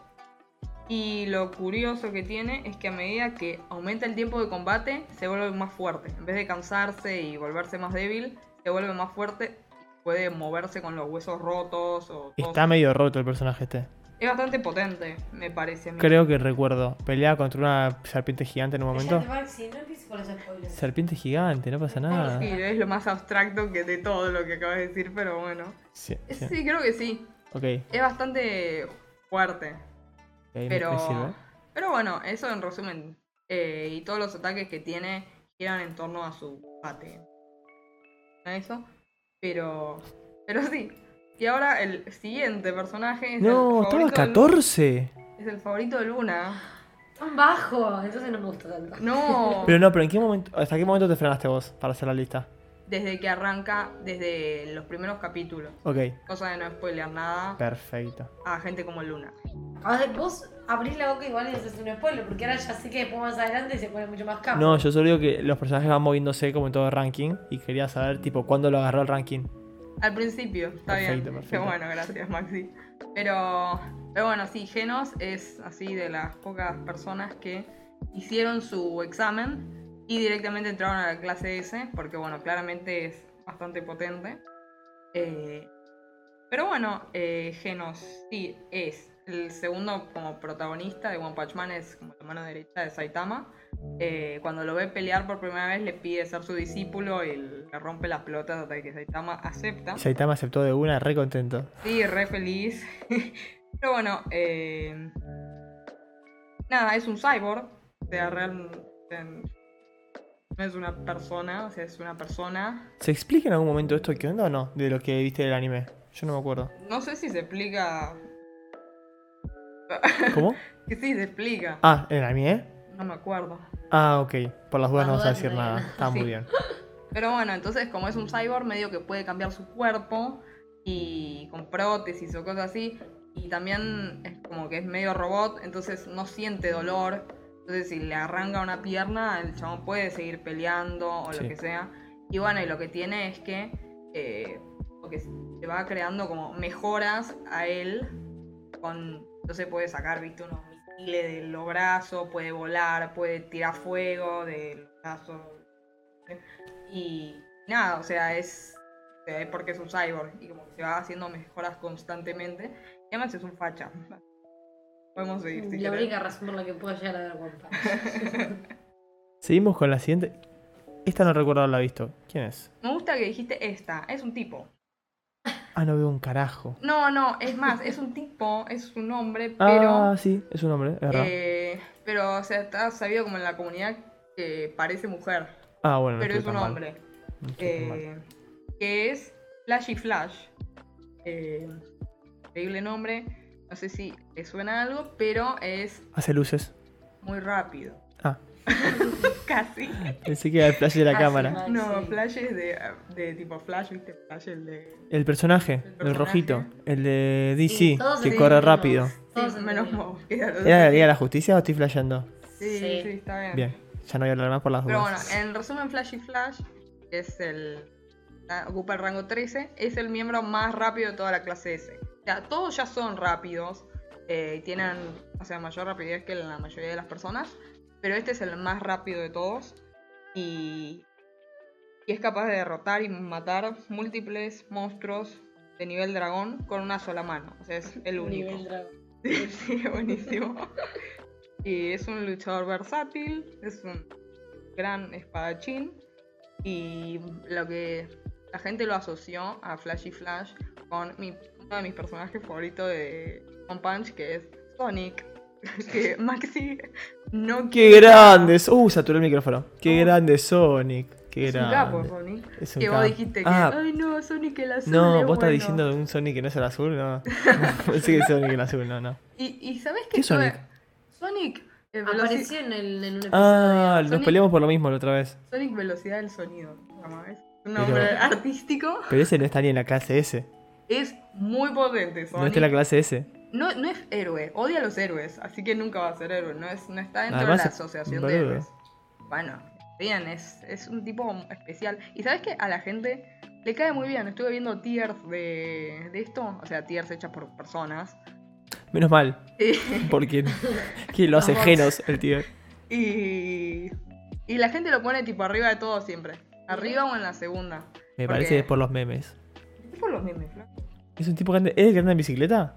[SPEAKER 2] Y lo curioso que tiene es que a medida que aumenta el tiempo de combate, se vuelve más fuerte. En vez de cansarse y volverse más débil, se vuelve más fuerte. Puede moverse con los huesos rotos o todo.
[SPEAKER 1] Está medio roto el personaje este.
[SPEAKER 2] Es bastante potente, me parece. a mí.
[SPEAKER 1] Creo que recuerdo. Pelea contra una serpiente gigante en un momento.
[SPEAKER 3] Cállate, Maxi, no empieces con los spoilers.
[SPEAKER 1] Serpiente gigante, no pasa nada.
[SPEAKER 2] Sí, es lo más abstracto que de todo lo que acabas de decir, pero bueno.
[SPEAKER 1] Sí, sí.
[SPEAKER 2] Sí, creo que sí.
[SPEAKER 1] Ok, ok,
[SPEAKER 2] Es bastante fuerte.
[SPEAKER 1] me- me sirve.
[SPEAKER 2] Pero, pero bueno, eso en resumen. Eh, y todos los ataques que tiene giran en torno a su bate. ¿A eso? Pero. Pero sí. Y ahora el siguiente personaje es,
[SPEAKER 1] No,
[SPEAKER 2] el, favorito
[SPEAKER 1] estaba
[SPEAKER 2] del-
[SPEAKER 1] 14.
[SPEAKER 2] es el favorito de Luna.
[SPEAKER 3] Tan bajo, entonces no me gustó tanto.
[SPEAKER 2] No.
[SPEAKER 1] Pero no, pero ¿en qué momento, ¿hasta qué momento te frenaste vos para hacer la lista?
[SPEAKER 2] desde que arranca, desde los primeros capítulos.
[SPEAKER 1] Ok,
[SPEAKER 2] Cosa de no spoilear nada
[SPEAKER 1] perfecto.
[SPEAKER 2] a gente como Luna.
[SPEAKER 3] Acabas de vos abrís la boca igual y haces un spoiler, porque ahora ya sé que después más adelante se pone mucho más capo.
[SPEAKER 1] No, yo solo digo que los personajes van moviéndose como en todo ranking y quería saber, tipo, cuándo lo agarró el ranking.
[SPEAKER 2] Al principio, está
[SPEAKER 1] Perfecto,
[SPEAKER 2] bien.
[SPEAKER 1] perfecto.
[SPEAKER 2] Qué bueno, gracias, Maxi. Pero, pero bueno, sí, Genos es así de las pocas personas que hicieron su examen y directamente entraron a la clase S, porque bueno, claramente es bastante potente. Eh, pero bueno, eh, Genos sí es el segundo como protagonista de One Punch Man, es como la mano derecha de Saitama. Eh, cuando lo ve pelear por primera vez le pide ser su discípulo y le rompe las pelotas hasta que Saitama acepta.
[SPEAKER 1] Y Saitama aceptó de una, re contento.
[SPEAKER 2] Sí, re feliz. Pero bueno, eh, nada, es un cyborg. O sea, real- o sea, no es una persona, o sea, es una persona.
[SPEAKER 1] ¿Se explica en algún momento esto que onda o no? De lo que viste del anime. Yo no me acuerdo.
[SPEAKER 2] No sé si se explica.
[SPEAKER 1] ¿Cómo?
[SPEAKER 2] Que sí, se explica.
[SPEAKER 1] Ah, en el anime, ¿eh?
[SPEAKER 2] No me acuerdo.
[SPEAKER 1] Ah, ok. Por las dudas no vas
[SPEAKER 3] Las
[SPEAKER 1] a
[SPEAKER 3] dudas
[SPEAKER 1] decir
[SPEAKER 3] no
[SPEAKER 1] nada.
[SPEAKER 3] digan.
[SPEAKER 1] Está muy
[SPEAKER 2] Sí.
[SPEAKER 1] bien.
[SPEAKER 2] Pero bueno, entonces como es un cyborg, medio que puede cambiar su cuerpo y con prótesis o cosas así. Y también es como que es medio robot, entonces no siente dolor. Entonces si le arranca una pierna, el chabón puede seguir peleando o
[SPEAKER 1] Sí.
[SPEAKER 2] lo que sea. Y bueno, y lo que tiene es que eh, como que se va creando como mejoras a él. Con, entonces puede sacar, viste, unos misiles de los brazos, puede volar, puede tirar fuego de los brazos. Y nada, o sea, es, o sea, es porque es un cyborg y como que se va haciendo mejoras constantemente. Y además es un facha. Podemos seguir si
[SPEAKER 3] la
[SPEAKER 2] querés.
[SPEAKER 3] única razón por la que puedo llegar a ver One Punch.
[SPEAKER 1] Seguimos con la siguiente. Esta no recuerdo haberla visto. ¿Quién es?
[SPEAKER 2] Me gusta que dijiste esta, es un tipo.
[SPEAKER 1] Ah, no veo un carajo.
[SPEAKER 2] No, no, es más, es un tipo, es un hombre,
[SPEAKER 1] Ah,
[SPEAKER 2] pero.
[SPEAKER 1] sí, es un hombre, es verdad.
[SPEAKER 2] eh, pero, o sea, está sabido como en la comunidad que parece mujer,
[SPEAKER 1] ah, bueno, no
[SPEAKER 2] pero es
[SPEAKER 1] estoy
[SPEAKER 2] un
[SPEAKER 1] tan mal.
[SPEAKER 2] hombre.
[SPEAKER 1] No estoy tan mal.
[SPEAKER 2] eh, que es Flashy Flash. Eh, increíble nombre. No sé si le suena algo, pero es
[SPEAKER 1] Hace luces.
[SPEAKER 2] muy rápido.
[SPEAKER 1] Ah,
[SPEAKER 2] Casi.
[SPEAKER 1] pensé que era el flash
[SPEAKER 2] Ah,
[SPEAKER 1] de la
[SPEAKER 3] Hace
[SPEAKER 1] cámara.
[SPEAKER 3] mal. Ay,
[SPEAKER 2] No,
[SPEAKER 3] sí.
[SPEAKER 2] Flash es de, de tipo Flash, ¿viste? Flash el de.
[SPEAKER 1] El personaje, el,
[SPEAKER 2] El personaje.
[SPEAKER 1] rojito, el de DC,
[SPEAKER 3] Sí, todos
[SPEAKER 1] que
[SPEAKER 3] entendimos.
[SPEAKER 1] corre rápido.
[SPEAKER 3] Todos
[SPEAKER 2] Sí, menos
[SPEAKER 3] entendimos.
[SPEAKER 2] Moe. quedaron.
[SPEAKER 1] ¿Era la Liga de la Justicia o estoy flasheando?
[SPEAKER 2] Sí,
[SPEAKER 3] Sí.
[SPEAKER 2] sí, está bien.
[SPEAKER 1] Bien, ya no voy a hablar más por las
[SPEAKER 2] Pero bueno,
[SPEAKER 1] dudas.
[SPEAKER 2] en resumen, Flashy Flash es el. ah, ocupa el rango 13, es el miembro más rápido de toda la clase S. O sea, todos ya son rápidos, eh, y tienen, o sea, mayor rapidez que la mayoría de las personas, pero este es el más rápido de todos y, y es capaz de derrotar y matar múltiples monstruos de nivel dragón con una sola mano. O sea, es el único.
[SPEAKER 3] Nivel dragón.
[SPEAKER 2] Sí, sí, buenísimo. Y es un luchador versátil, es un gran espadachín. Y lo que la gente lo asoció a Flashy Flash con mi- uno de mis personajes favoritos de One Punch, que es Sonic. Que Maxi no
[SPEAKER 1] ¡Qué
[SPEAKER 2] quiere-
[SPEAKER 1] grande! es- Uh, saturé el micrófono. ¡Qué
[SPEAKER 2] Oh.
[SPEAKER 1] grande Sonic! ¡Qué
[SPEAKER 2] Es un
[SPEAKER 1] grande!
[SPEAKER 2] capo, Sonic.
[SPEAKER 1] Es un
[SPEAKER 2] Que vos
[SPEAKER 1] capo.
[SPEAKER 2] dijiste que,
[SPEAKER 1] Ah,
[SPEAKER 2] ay no, Sonic el azul.
[SPEAKER 1] No,
[SPEAKER 2] es
[SPEAKER 1] vos estás
[SPEAKER 2] bueno".
[SPEAKER 1] diciendo de un Sonic que no es el azul, no. Pensé que es Sonic el azul, no, no.
[SPEAKER 2] ¿Y, y sabés
[SPEAKER 1] ¿Qué
[SPEAKER 2] que estuve-
[SPEAKER 1] Sonic?
[SPEAKER 2] Sonic, eh, veloci-
[SPEAKER 3] Apareció en, el, en un episodio.
[SPEAKER 1] Ah, nos
[SPEAKER 2] Sonic-
[SPEAKER 1] peleamos por lo mismo la otra vez.
[SPEAKER 2] Sonic Velocidad del Sonido. se llama, Es un
[SPEAKER 1] Pero-
[SPEAKER 2] nombre artístico.
[SPEAKER 1] Pero ese no está ni en la clase S.
[SPEAKER 2] Es muy potente,
[SPEAKER 1] No
[SPEAKER 2] Sonic.
[SPEAKER 1] está en la clase S.
[SPEAKER 2] No, no es héroe, odia a los héroes, así que nunca va a ser héroe. No, es, no está dentro
[SPEAKER 1] Además
[SPEAKER 2] de la
[SPEAKER 1] es
[SPEAKER 2] asociación de
[SPEAKER 1] boludo.
[SPEAKER 2] héroes. Bueno, bien, es, es un tipo especial. Y sabes que a la gente le cae muy bien. Estuve viendo tiers de, de esto, o sea, tiers hechas por personas.
[SPEAKER 1] Menos mal,
[SPEAKER 2] Y,
[SPEAKER 1] porque que lo hace
[SPEAKER 3] Vamos.
[SPEAKER 1] genos el tío.
[SPEAKER 2] y, y la gente lo pone tipo arriba de todo siempre. Arriba o en la segunda.
[SPEAKER 1] Me
[SPEAKER 2] Porque-
[SPEAKER 1] parece que es por los memes.
[SPEAKER 2] Es por los memes, ¿no?
[SPEAKER 1] ¿Es un tipo grande? ¿Es grande en bicicleta?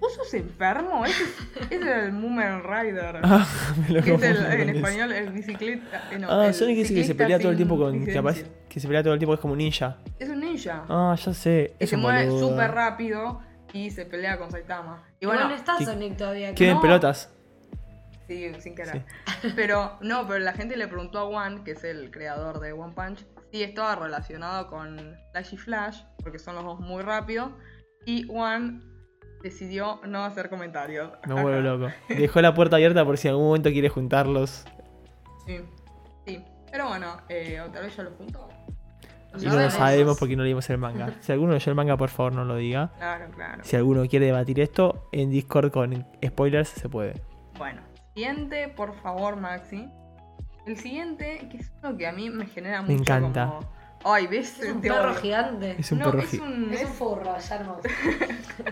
[SPEAKER 2] Vos sos enfermo? Ese, es- ese era el Moomin Rider.
[SPEAKER 1] Ah, me lo
[SPEAKER 2] que es el-
[SPEAKER 1] confundo con
[SPEAKER 2] en
[SPEAKER 1] ese.
[SPEAKER 2] español el bicicleta. eh, no,
[SPEAKER 1] Ah,
[SPEAKER 2] el
[SPEAKER 1] Sonic dice que se
[SPEAKER 2] ciclista
[SPEAKER 1] pelea todo el
[SPEAKER 2] sin
[SPEAKER 1] tiempo con. Que,
[SPEAKER 2] licencia.
[SPEAKER 1] aparece- que se pelea todo el tiempo, es como un ninja.
[SPEAKER 2] Es un ninja.
[SPEAKER 1] Ah, ya sé.
[SPEAKER 2] que
[SPEAKER 1] Es
[SPEAKER 2] se
[SPEAKER 1] un
[SPEAKER 2] mueve
[SPEAKER 1] boludo.
[SPEAKER 2] súper rápido y se pelea con Saitama. Y
[SPEAKER 3] Igual
[SPEAKER 2] bueno,
[SPEAKER 3] no está
[SPEAKER 1] que-
[SPEAKER 3] Sonic todavía.
[SPEAKER 1] Queden
[SPEAKER 2] No.
[SPEAKER 1] pelotas.
[SPEAKER 2] sí, sin querer. Pero no, pero la gente le preguntó a One, que es el creador de One Punch, si estaba relacionado con Flash y Flash, porque son los dos muy rápidos. Y One decidió no hacer comentarios.
[SPEAKER 1] Me vuelvo loco. Dejó la puerta abierta por si en algún momento quiere juntarlos.
[SPEAKER 2] Sí, sí. Pero bueno, eh, o tal vez yo lo junto.
[SPEAKER 1] Y
[SPEAKER 3] No
[SPEAKER 1] no lo
[SPEAKER 3] veremos.
[SPEAKER 1] sabemos porque no leímos el manga. Si alguno leyó el manga, por favor, no lo diga.
[SPEAKER 2] Claro, claro.
[SPEAKER 1] Si alguno quiere debatir esto, en Discord con spoilers se puede.
[SPEAKER 2] Bueno, siguiente, por favor, Maxi. El siguiente, que es uno que a mí me genera
[SPEAKER 1] Me
[SPEAKER 2] mucho
[SPEAKER 1] encanta.
[SPEAKER 2] como, Ay, ¿ves?
[SPEAKER 3] Es un
[SPEAKER 2] Te
[SPEAKER 3] perro
[SPEAKER 2] odio".
[SPEAKER 3] gigante.
[SPEAKER 1] Es un
[SPEAKER 2] no,
[SPEAKER 1] perro
[SPEAKER 2] es
[SPEAKER 1] gi-
[SPEAKER 2] un...
[SPEAKER 3] Es un
[SPEAKER 2] Es,
[SPEAKER 3] furro, ya hermoso.
[SPEAKER 2] se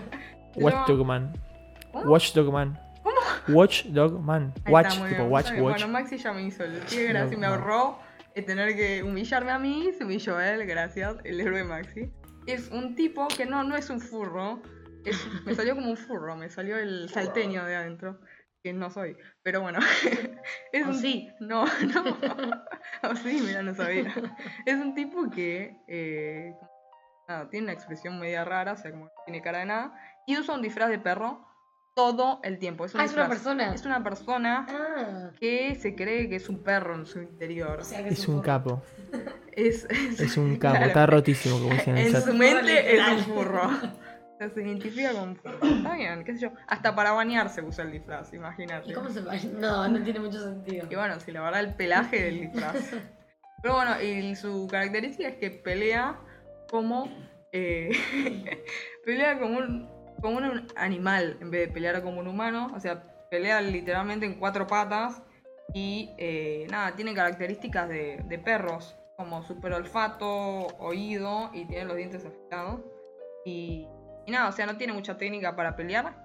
[SPEAKER 1] Watch
[SPEAKER 2] llama-
[SPEAKER 1] Dog Man.
[SPEAKER 2] ¿Cómo?
[SPEAKER 1] Watch Dog Man. Watch Dog Man.
[SPEAKER 2] Ahí
[SPEAKER 1] Watch,
[SPEAKER 2] está, muy
[SPEAKER 1] tipo
[SPEAKER 2] bien,
[SPEAKER 1] watch,
[SPEAKER 2] está bien.
[SPEAKER 1] watch.
[SPEAKER 2] Bueno, Maxi ya me hizo el pie, gracias,
[SPEAKER 1] No,
[SPEAKER 2] me
[SPEAKER 1] no.
[SPEAKER 2] ahorró eh, tener que humillarme a mí, se humilló él, gracias, el héroe Maxi. Es un tipo que no, no es un furro, es- me salió como un furro, me salió el salteño de adentro, que no soy, pero bueno, es
[SPEAKER 3] O
[SPEAKER 2] un
[SPEAKER 3] sí.
[SPEAKER 2] No, no. O sí, mira, no sabía. Es un tipo que eh, nada, tiene una expresión media rara, o sea, como no tiene cara de nada, y usa un disfraz de perro todo el tiempo. Es un
[SPEAKER 3] Ah, es una
[SPEAKER 2] disfraz.
[SPEAKER 3] persona.
[SPEAKER 2] Es una persona
[SPEAKER 3] Ah,
[SPEAKER 2] que se cree que es un perro en su interior.
[SPEAKER 3] o sea que
[SPEAKER 1] Es un
[SPEAKER 3] furro.
[SPEAKER 1] capo.
[SPEAKER 2] Es, es-
[SPEAKER 1] Es un capo.
[SPEAKER 2] Claro.
[SPEAKER 1] Está rotísimo, como decían en el
[SPEAKER 2] en
[SPEAKER 1] chat.
[SPEAKER 2] su mente es un
[SPEAKER 3] Literal.
[SPEAKER 2] furro. O sea, se identifica con un furro. Está bien, qué sé yo. Hasta para bañarse usa el disfraz, imagínate.
[SPEAKER 3] ¿Y cómo se baña? No, no tiene mucho sentido.
[SPEAKER 2] Y bueno, sí, la verdad, el pelaje del disfraz. Pero bueno, y su característica es que pelea como. eh, pelea como un, como un animal en vez de pelear como un humano. O sea, pelea literalmente en cuatro patas. Y eh, nada, tiene características de, de perros, como super olfato, oído y tiene los dientes afectados. Y, y nada, o sea, no tiene mucha técnica para pelear,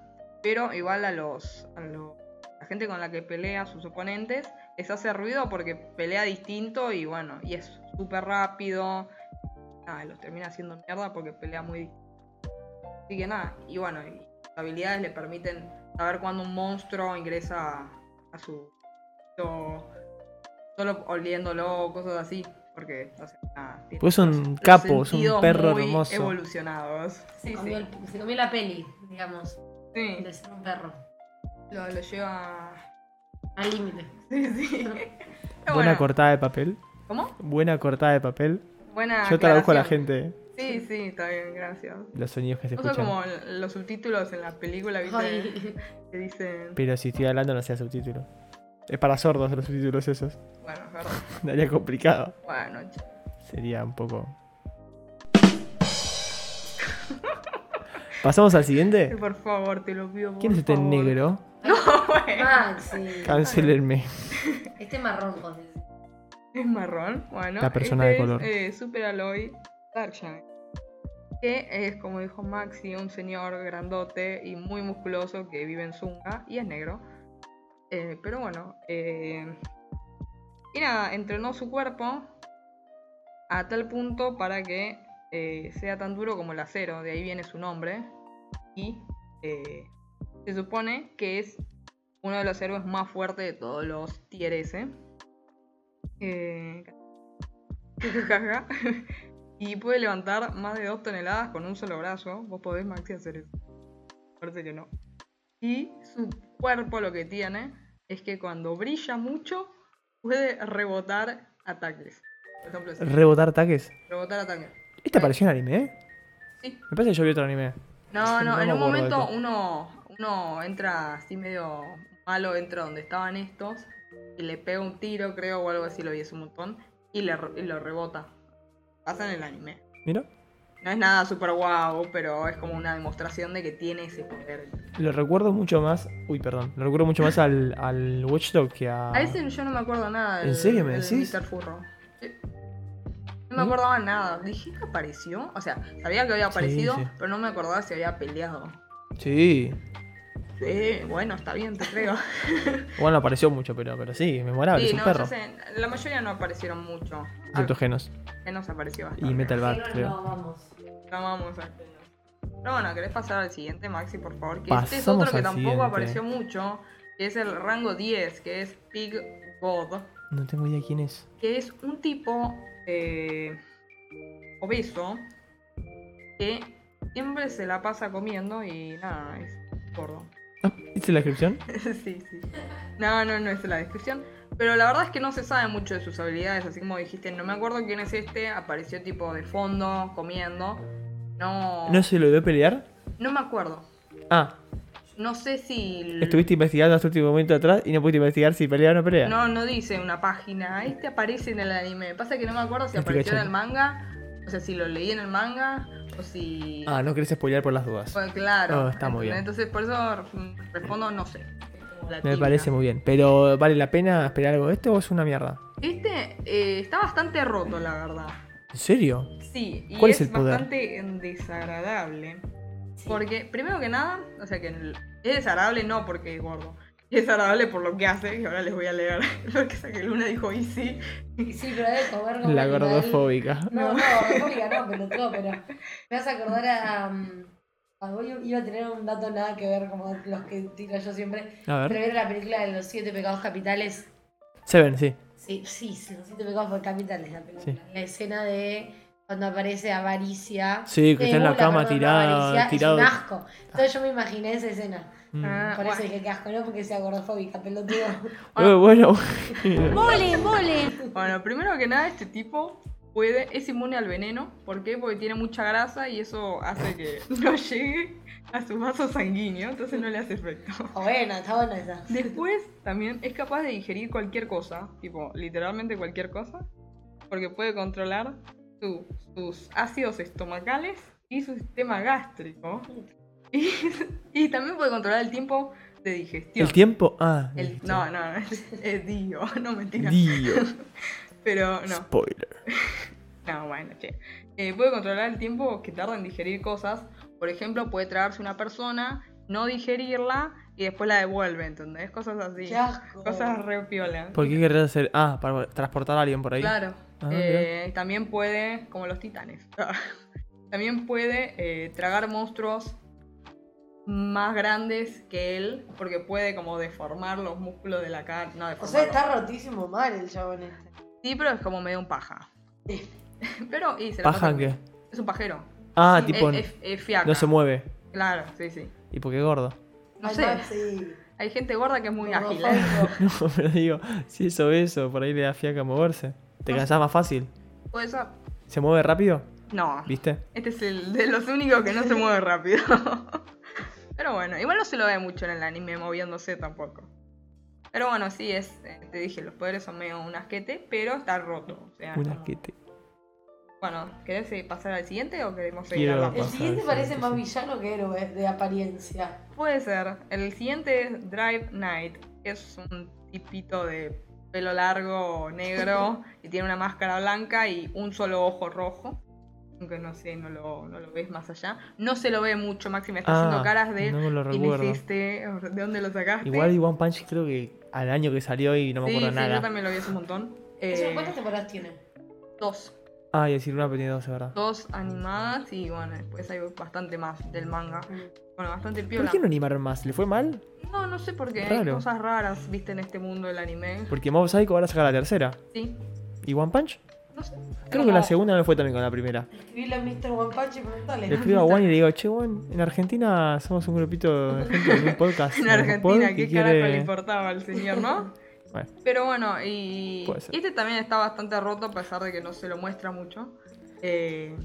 [SPEAKER 2] pero igual a los, a los la gente con la que pelea, sus oponentes, les hace ruido porque pelea distinto y bueno, y es súper rápido. Nada, los termina haciendo mierda porque pelea muy distinto. Así que nada, y bueno, y sus habilidades le permiten saber cuando un monstruo ingresa a su. o- solo oliéndolo o cosas así, porque no sé, nada. tiene
[SPEAKER 1] Pues es un
[SPEAKER 2] los- los
[SPEAKER 1] capo, es un
[SPEAKER 2] sentidos
[SPEAKER 1] perro
[SPEAKER 2] muy
[SPEAKER 1] hermoso.
[SPEAKER 2] Evolucionados.
[SPEAKER 3] Se,
[SPEAKER 2] Sí,
[SPEAKER 3] comió
[SPEAKER 2] sí.
[SPEAKER 3] el- se comió la peli, digamos,
[SPEAKER 2] sí.
[SPEAKER 3] de ser un perro.
[SPEAKER 2] Lo, lo lleva.
[SPEAKER 3] Al límite.
[SPEAKER 2] Sí, sí. Pero
[SPEAKER 1] Buena
[SPEAKER 2] bueno,
[SPEAKER 1] cortada de papel.
[SPEAKER 2] ¿Cómo?
[SPEAKER 1] Buena cortada de papel.
[SPEAKER 2] Buena
[SPEAKER 1] Yo traduzco a la
[SPEAKER 2] aclaración.
[SPEAKER 1] gente
[SPEAKER 2] Sí, sí, está bien, gracias.
[SPEAKER 1] los sonidos que se
[SPEAKER 2] Uso
[SPEAKER 1] escuchan.
[SPEAKER 2] como l- los subtítulos en la película, ¿viste?
[SPEAKER 3] Ay,
[SPEAKER 2] Que dicen.
[SPEAKER 1] Pero si estoy hablando no sea subtítulo. Es para sordos los subtítulos esos.
[SPEAKER 2] Bueno, es verdad.
[SPEAKER 1] Daría complicado.
[SPEAKER 2] Bueno, ch-
[SPEAKER 1] Eh. Sería un poco. ¿Pasamos al siguiente?
[SPEAKER 2] por favor, te lo pido. por
[SPEAKER 1] ¿Quién es este
[SPEAKER 2] favor.
[SPEAKER 1] negro?
[SPEAKER 2] No, bueno.
[SPEAKER 3] Maxi.
[SPEAKER 1] Cancelenme.
[SPEAKER 3] ah, Este marrón, José.
[SPEAKER 2] Es marrón, bueno.
[SPEAKER 1] La persona
[SPEAKER 2] este
[SPEAKER 1] de color.
[SPEAKER 2] Es, eh, Super Aloy Darkshine. Que es, como dijo Maxi, un señor grandote y muy musculoso que vive en Zunga y es negro. Eh, pero bueno. eh, Y nada, entrenó su cuerpo a tal punto para que eh, sea tan duro como el acero, de ahí viene su nombre. Y eh, se supone que es uno de los héroes más fuertes de todos los tier S. Eh, jajaja. y puede levantar más de 2 toneladas con un solo brazo. Vos podés, Maxi, hacer eso. Parece que no. Y su cuerpo lo que tiene es que cuando brilla mucho puede rebotar ataques. Por ejemplo, si-
[SPEAKER 1] Rebotar ataques.
[SPEAKER 2] rebotar ataques.
[SPEAKER 1] ¿Este apareció en anime?
[SPEAKER 2] Sí.
[SPEAKER 1] Me parece que yo vi otro anime.
[SPEAKER 2] No,
[SPEAKER 1] No
[SPEAKER 2] no,
[SPEAKER 1] me
[SPEAKER 2] en
[SPEAKER 1] acuerdo
[SPEAKER 2] un
[SPEAKER 1] de
[SPEAKER 2] momento
[SPEAKER 1] esto.
[SPEAKER 2] uno, uno entra así medio malo, entra donde estaban estos y le pega un tiro, creo, o algo así, lo vi hace un montón, y, le, re- y lo rebota. Pasa en el anime.
[SPEAKER 1] Mira.
[SPEAKER 2] No es nada super guau, pero es como una demostración de que tiene ese poder.
[SPEAKER 1] Lo recuerdo mucho más. Uy, perdón. Lo recuerdo mucho más al, al Watchdog que a.
[SPEAKER 2] A ese yo no me acuerdo nada del,
[SPEAKER 1] Ah. ¿En serio me
[SPEAKER 2] del
[SPEAKER 1] decís? ¿Mm?
[SPEAKER 2] Mr. Furro. Sí. No me acordaba nada. Dije que apareció. O sea, sabía que había aparecido,
[SPEAKER 1] sí.
[SPEAKER 2] pero no me acordaba si había peleado.
[SPEAKER 1] Sí.
[SPEAKER 2] Sí, bueno, está bien, te creo.
[SPEAKER 1] Bueno, apareció mucho, pero, pero sí, memorable.
[SPEAKER 2] Sí,
[SPEAKER 1] es un
[SPEAKER 2] no,
[SPEAKER 1] perro.
[SPEAKER 2] ya sé, la mayoría no aparecieron mucho. Ah,
[SPEAKER 1] Excepto Genos.
[SPEAKER 2] que nos apareció
[SPEAKER 1] Y
[SPEAKER 2] bastante.
[SPEAKER 1] Metal Bat,
[SPEAKER 3] Pero
[SPEAKER 1] creo.
[SPEAKER 3] no, vamos.
[SPEAKER 2] Llamamos a Genos. Pero bueno, ¿querés pasar al siguiente, Maxi, por favor? Que este es
[SPEAKER 1] Pasamos
[SPEAKER 2] otro que
[SPEAKER 1] al
[SPEAKER 2] tampoco
[SPEAKER 1] siguiente.
[SPEAKER 2] apareció mucho, que es el rango 10, que es Pig God,
[SPEAKER 1] No tengo idea quién es.
[SPEAKER 2] que es un tipo eh, obeso que siempre se la pasa comiendo y nada, es gordo.
[SPEAKER 1] Ah, ¿Viste la descripción?
[SPEAKER 2] sí, sí. No, no, no es la descripción. Pero la verdad es que no se sabe mucho de sus habilidades, así como dijiste, no me acuerdo quién es este, apareció tipo de fondo, comiendo. No,
[SPEAKER 1] ¿No se lo vio pelear?
[SPEAKER 2] no me acuerdo.
[SPEAKER 1] Ah,
[SPEAKER 2] No sé si...
[SPEAKER 1] estuviste investigando hasta el último momento atrás y no pudiste investigar si pelea o no pelea.
[SPEAKER 2] No, no dice una página. Este aparece en el anime. Pasa que no me acuerdo si
[SPEAKER 1] Estoy
[SPEAKER 2] apareció en el
[SPEAKER 1] cachando.
[SPEAKER 2] manga, o sea, si lo leí en el manga, o si.
[SPEAKER 1] Ah, no querés spoilear por las dudas.
[SPEAKER 2] Bueno, claro.
[SPEAKER 1] Ah, está muy bien.
[SPEAKER 2] Entonces, por eso mm, respondo no sé. La
[SPEAKER 1] Me
[SPEAKER 2] tibia.
[SPEAKER 1] parece muy bien. Pero ¿vale la pena esperar algo de esto o es una mierda?
[SPEAKER 2] Este eh, está bastante roto, la verdad.
[SPEAKER 1] ¿En serio?
[SPEAKER 2] Sí, y
[SPEAKER 1] ¿Cuál
[SPEAKER 2] es,
[SPEAKER 1] es el poder?
[SPEAKER 2] bastante desagradable.
[SPEAKER 3] Sí.
[SPEAKER 2] Porque, primero que nada, o sea, que el- es desagradable no porque es gordo. Es desagradable por lo que hace, y ahora les voy a leer lo que Saque Luna dijo y sí.
[SPEAKER 3] Sí, pero debe comer como
[SPEAKER 1] La
[SPEAKER 3] animal.
[SPEAKER 1] gordofóbica.
[SPEAKER 3] No, no, gordofóbica no, pero todo, pero. Me vas a acordar a. um, a- hoy iba a tener un dato nada que ver como los que tiro yo siempre.
[SPEAKER 1] A
[SPEAKER 3] Pero
[SPEAKER 1] ver.
[SPEAKER 3] era la película de los siete pecados capitales.
[SPEAKER 1] Seven, sí.
[SPEAKER 2] Ah,
[SPEAKER 3] Sí, sí, sí, los siete pecados capitales la película. La escena de cuando aparece avaricia.
[SPEAKER 1] Sí, que
[SPEAKER 3] Eh,
[SPEAKER 1] está en la
[SPEAKER 3] Bula,
[SPEAKER 1] cama
[SPEAKER 3] perdón,
[SPEAKER 1] tirada,
[SPEAKER 3] avaricia,
[SPEAKER 1] tirado.
[SPEAKER 3] Es un asco. Entonces yo me imaginé esa escena.
[SPEAKER 1] Mm.
[SPEAKER 2] Ah,
[SPEAKER 3] Por eso dije que asco, no porque sea gordofóbica, pelotudo.
[SPEAKER 1] Eh, bueno,
[SPEAKER 4] ¡Mole, mole!
[SPEAKER 2] Bueno, primero que nada, este tipo puede, es inmune al veneno. ¿Por qué? Porque tiene mucha grasa y eso hace que no llegue a su vaso sanguíneo, entonces no le hace efecto.
[SPEAKER 3] O bueno, está buena esa.
[SPEAKER 2] Después también es capaz de digerir cualquier cosa, tipo literalmente cualquier cosa, porque puede controlar su- sus ácidos estomacales y su sistema gástrico. Y, y también puede controlar el tiempo de digestión.
[SPEAKER 1] el tiempo. Ah,
[SPEAKER 2] El-
[SPEAKER 1] listo.
[SPEAKER 2] no, no, es, es Dio, no mentira.
[SPEAKER 1] Dio.
[SPEAKER 2] Pero no.
[SPEAKER 1] Spoiler.
[SPEAKER 2] No, bueno, che. Eh, puede controlar el tiempo que tarda en digerir cosas. Por ejemplo, puede traerse una persona, no digerirla y después la devuelve, ¿entendés? Cosas así.
[SPEAKER 3] Qué asco.
[SPEAKER 2] Cosas re piola.
[SPEAKER 1] ¿Por qué querrías hacer.? Ah, para transportar a alguien por ahí.
[SPEAKER 2] Claro.
[SPEAKER 1] Ah,
[SPEAKER 2] Eh, también puede, como los titanes, también puede eh, tragar monstruos más grandes que él, porque puede como deformar los músculos de la cara. No,
[SPEAKER 3] O sea,
[SPEAKER 2] deformarlos.
[SPEAKER 3] está rotísimo mal el chabón este.
[SPEAKER 2] Sí, pero es como medio un paja.
[SPEAKER 3] Sí.
[SPEAKER 2] Pero, y se la
[SPEAKER 1] ¿Paja
[SPEAKER 2] pasa-
[SPEAKER 1] qué?
[SPEAKER 2] Es un pajero.
[SPEAKER 1] Ah,
[SPEAKER 3] Sí,
[SPEAKER 1] tipo.
[SPEAKER 2] Es- es- es fiaca.
[SPEAKER 1] no se mueve.
[SPEAKER 2] Claro, sí, sí.
[SPEAKER 1] ¿Y por qué gordo?
[SPEAKER 2] No
[SPEAKER 3] Ay,
[SPEAKER 2] sé,
[SPEAKER 3] sí.
[SPEAKER 2] hay gente gorda que es muy ágil. ¿eh?
[SPEAKER 3] Gordofóbico.
[SPEAKER 1] No, pero digo, si es obeso, por ahí le da fiaca moverse. Te cansás más fácil.
[SPEAKER 2] Puede ser-
[SPEAKER 1] ¿Se mueve rápido?
[SPEAKER 2] No,
[SPEAKER 1] ¿Viste?
[SPEAKER 2] este es el de los únicos que no se mueve rápido. Pero bueno, igual no se lo ve mucho en el anime moviéndose tampoco. Pero bueno, sí es, eh, te dije, los poderes son medio un asquete, pero está roto. o sea,
[SPEAKER 1] Un
[SPEAKER 2] no-
[SPEAKER 1] asquete.
[SPEAKER 2] Bueno, ¿querés eh, pasar al siguiente o queremos seguir
[SPEAKER 1] Quiero-
[SPEAKER 2] hablando?
[SPEAKER 3] El
[SPEAKER 1] Pasar,
[SPEAKER 3] siguiente
[SPEAKER 1] sí,
[SPEAKER 3] parece
[SPEAKER 1] sí,
[SPEAKER 3] más
[SPEAKER 1] sí.
[SPEAKER 3] villano que héroe de apariencia.
[SPEAKER 2] Puede ser. El siguiente es Drive Knight, que es un tipito de pelo largo negro y tiene una máscara blanca y un solo ojo rojo. Aunque no sé, no lo, no lo ves más allá. No se lo ve mucho, Maxi. Me está haciendo caras de.
[SPEAKER 1] Ah, no me lo
[SPEAKER 2] ¿Quién
[SPEAKER 1] recuerdo.
[SPEAKER 2] hiciste? ¿De dónde lo sacaste?
[SPEAKER 1] Igual y One Punch creo que al año que salió y no me
[SPEAKER 2] sí,
[SPEAKER 1] acuerdo
[SPEAKER 2] sí, yo
[SPEAKER 1] nada.
[SPEAKER 2] también lo vi hace un montón. Eh,
[SPEAKER 3] Eso, ¿Cuántas temporadas tiene?
[SPEAKER 2] dos.
[SPEAKER 1] Ah, y decir una pequeña dos, es ¿verdad?
[SPEAKER 2] Dos animadas y bueno, después hay bastante más del manga. Bueno, bastante
[SPEAKER 1] ¿Por
[SPEAKER 2] piola.
[SPEAKER 1] qué no animaron más? ¿Le fue mal?
[SPEAKER 2] No, no sé por qué. Hay
[SPEAKER 1] Raro.
[SPEAKER 2] cosas raras, viste, en este mundo del anime.
[SPEAKER 1] Porque Mob Psycho ahora saca la tercera.
[SPEAKER 2] Sí.
[SPEAKER 1] ¿Y One Punch?
[SPEAKER 2] No sé.
[SPEAKER 1] Creo que la segunda no fue también con la primera.
[SPEAKER 3] Escribíle a Mr. One Punch y
[SPEAKER 1] Le
[SPEAKER 3] preguntale.
[SPEAKER 1] escribo a One y le digo, che, One, en Argentina somos un grupito de gente en un podcast.
[SPEAKER 2] En
[SPEAKER 1] un pod
[SPEAKER 2] Argentina,
[SPEAKER 1] que
[SPEAKER 2] qué
[SPEAKER 1] quiere-
[SPEAKER 2] carajo le importaba al señor, ¿no?
[SPEAKER 1] Bueno.
[SPEAKER 2] Pero bueno, y
[SPEAKER 1] Puede ser.
[SPEAKER 2] este también está bastante roto a pesar de que no se lo muestra mucho. Eh,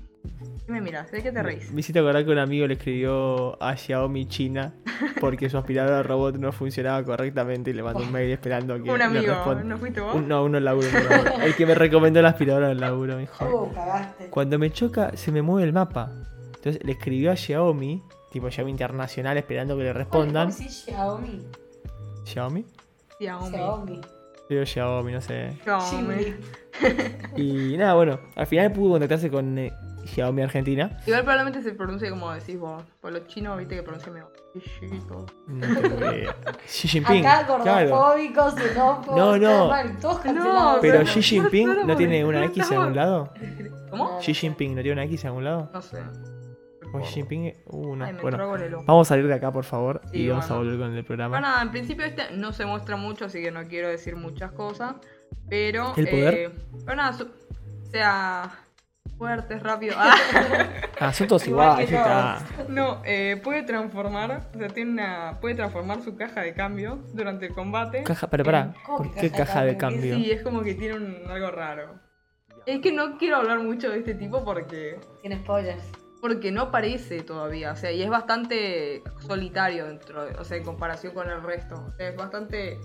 [SPEAKER 2] ¿qué me miras? ¿De qué te reís?
[SPEAKER 1] Me hiciste acordar que un amigo le escribió a Xiaomi China porque su aspiradora robot no funcionaba correctamente y le mandó un mail esperando que
[SPEAKER 2] Un
[SPEAKER 1] le
[SPEAKER 2] amigo,
[SPEAKER 1] responda.
[SPEAKER 2] ¿no fuiste vos?
[SPEAKER 1] Un- no, uno en laburo. en laburo. El que me recomendó la aspiradora del laburo, me dijo.
[SPEAKER 3] Oh, cagaste.
[SPEAKER 1] Cuando me choca, se me mueve el mapa. Entonces le escribió a Xiaomi, tipo Xiaomi Internacional, esperando que le respondan.
[SPEAKER 3] Sí, Xiaomi.
[SPEAKER 1] ¿Xiaomi?
[SPEAKER 2] Xiaomi.
[SPEAKER 3] Xiaomi.
[SPEAKER 1] Digo Xiaomi, no sé.
[SPEAKER 2] Xiaomi.
[SPEAKER 3] Xiaomi.
[SPEAKER 1] Y nada, bueno, al final pudo contactarse con eh, Xiaomi Argentina.
[SPEAKER 2] Igual probablemente se pronuncia como decís vos. Por los chinos, viste que pronuncia medio. chichito.
[SPEAKER 1] Mm, No tengo idea. Xi Jinping.
[SPEAKER 3] Acá
[SPEAKER 1] claro.
[SPEAKER 3] gordofóbicos, xenófobos.
[SPEAKER 1] No, no.
[SPEAKER 3] todo mal, Todos cancelados.
[SPEAKER 1] Pero
[SPEAKER 2] no,
[SPEAKER 1] Xi Jinping
[SPEAKER 2] no,
[SPEAKER 1] no tiene
[SPEAKER 2] no,
[SPEAKER 1] una
[SPEAKER 2] no,
[SPEAKER 1] X en
[SPEAKER 2] no.
[SPEAKER 1] algún lado.
[SPEAKER 2] ¿Cómo?
[SPEAKER 1] Xi Jinping no tiene una X en algún lado.
[SPEAKER 2] No sé.
[SPEAKER 1] Xi Jinping. Uh, no.
[SPEAKER 2] Ay, me
[SPEAKER 1] Bueno,
[SPEAKER 2] trago el helado.
[SPEAKER 1] vamos a salir de acá, por favor.
[SPEAKER 2] Sí,
[SPEAKER 1] y vamos a
[SPEAKER 2] bueno.
[SPEAKER 1] volver con el programa.
[SPEAKER 2] Bueno, nada, en principio este no se muestra mucho, así que no quiero decir muchas cosas. Pero. eh,
[SPEAKER 1] ¿El poder?
[SPEAKER 2] pero nada, su- o sea. Fuertes, rápido. Ah,
[SPEAKER 1] Ah, son todos
[SPEAKER 2] Igual
[SPEAKER 1] iguales.
[SPEAKER 2] que
[SPEAKER 1] está.
[SPEAKER 2] no, eh, puede transformar. O sea, tiene una. Puede transformar su caja de cambio durante el combate.
[SPEAKER 1] Caja, pero pará.
[SPEAKER 3] ¿Cómo que
[SPEAKER 1] ¿Por qué
[SPEAKER 3] caja de
[SPEAKER 1] caja de
[SPEAKER 3] cambio?
[SPEAKER 1] cambio?
[SPEAKER 2] Sí, es como que tiene un- algo raro. Es que no quiero hablar mucho de este tipo porque.
[SPEAKER 3] Tiene spoilers.
[SPEAKER 2] Porque no aparece todavía, o sea, y es bastante solitario dentro, de- o sea, en comparación con el resto. O sea, es bastante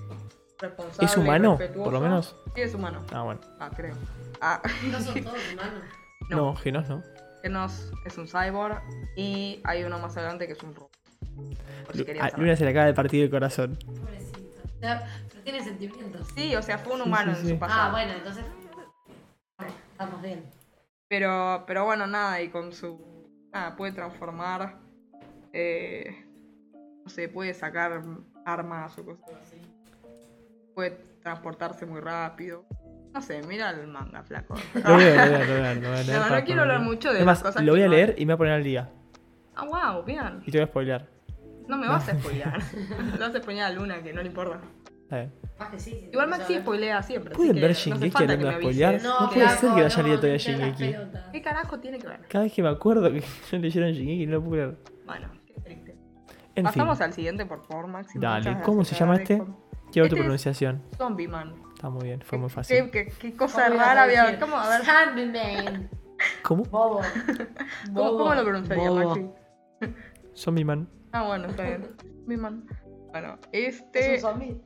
[SPEAKER 2] responsable.
[SPEAKER 1] ¿Es humano,
[SPEAKER 2] respetuoso.
[SPEAKER 1] por lo menos?
[SPEAKER 2] Sí, es humano.
[SPEAKER 1] Ah, bueno.
[SPEAKER 2] Ah, creo. Ah,
[SPEAKER 3] No son todos humanos.
[SPEAKER 2] No.
[SPEAKER 1] No, Genos no.
[SPEAKER 2] que nos- es un cyborg y hay uno más adelante que es un robot. Por si
[SPEAKER 1] Lu-
[SPEAKER 2] querían
[SPEAKER 1] ah,
[SPEAKER 2] saber.
[SPEAKER 1] Luna se le acaba de partir el corazón.
[SPEAKER 3] Pobrecito. O sea, pero tiene sentimientos.
[SPEAKER 2] Sí, o sea, fue un
[SPEAKER 1] Sí,
[SPEAKER 2] humano
[SPEAKER 1] sí,
[SPEAKER 2] en
[SPEAKER 1] sí.
[SPEAKER 2] su pasado.
[SPEAKER 3] Ah, bueno, entonces. Estamos bien.
[SPEAKER 2] Pero, pero bueno, nada, y con su. Nada, puede transformar. eh, no sé, puede sacar armas o cosas así. Puede transportarse muy rápido. No sé, mira el manga, flaco.
[SPEAKER 1] Lo voy a leer, lo voy a leer, lo voy a leer
[SPEAKER 2] No, no
[SPEAKER 1] para
[SPEAKER 2] quiero hablar
[SPEAKER 1] ponerlo.
[SPEAKER 2] mucho de
[SPEAKER 1] Es más,
[SPEAKER 2] las cosas
[SPEAKER 1] Lo voy
[SPEAKER 2] que
[SPEAKER 1] a
[SPEAKER 2] no-
[SPEAKER 1] leer y me voy a poner al día.
[SPEAKER 2] Ah, wow, bien.
[SPEAKER 1] Y te voy a spoilear.
[SPEAKER 2] No me vas a spoilear. Le vas a spoilear a Luna, que no le importa.
[SPEAKER 1] Está bien.
[SPEAKER 3] Más Ah, que sí.
[SPEAKER 2] Igual Maxi pues. spoilea siempre. así
[SPEAKER 1] ¿Pueden
[SPEAKER 2] que
[SPEAKER 1] ver
[SPEAKER 2] no hace
[SPEAKER 1] Shingeki
[SPEAKER 2] falta que
[SPEAKER 1] hablando de
[SPEAKER 2] me
[SPEAKER 1] spoilear?
[SPEAKER 2] avises.
[SPEAKER 1] No, puede ser que haya leído todavía
[SPEAKER 3] me
[SPEAKER 1] Shingeki.
[SPEAKER 3] tiran las pelotas.
[SPEAKER 2] ¿Qué carajo tiene que ver?
[SPEAKER 1] Cada vez que me acuerdo que no leyeron Shingeki, no lo puedo leer.
[SPEAKER 2] Bueno, qué triste.
[SPEAKER 1] En
[SPEAKER 2] Pasamos
[SPEAKER 1] fin,
[SPEAKER 2] al siguiente, por favor, Maxi.
[SPEAKER 1] Dale,
[SPEAKER 2] Muchas
[SPEAKER 1] ¿cómo
[SPEAKER 2] gracias.
[SPEAKER 1] se llama este? quiero tu
[SPEAKER 2] este es-
[SPEAKER 1] pronunciación.
[SPEAKER 2] Zombie Man.
[SPEAKER 1] Está muy bien, fue muy
[SPEAKER 2] ¿Qué-
[SPEAKER 1] fácil.
[SPEAKER 2] ¿Qué, qué cosa
[SPEAKER 3] ¿Cómo ibas
[SPEAKER 2] rara
[SPEAKER 3] a
[SPEAKER 2] había?
[SPEAKER 3] decir?
[SPEAKER 2] ¿Cómo, a ver,
[SPEAKER 3] Sandman.
[SPEAKER 1] ¿Cómo?
[SPEAKER 3] Bobo.
[SPEAKER 2] ¿cómo,
[SPEAKER 3] Bobo.
[SPEAKER 2] cómo lo pronunciaría,
[SPEAKER 3] Bobo.
[SPEAKER 2] Maxi?
[SPEAKER 1] Zombie Man.
[SPEAKER 2] Ah, bueno, está bien. Mi man. Bueno, este
[SPEAKER 3] ¿Es un
[SPEAKER 2] es,
[SPEAKER 3] zombie?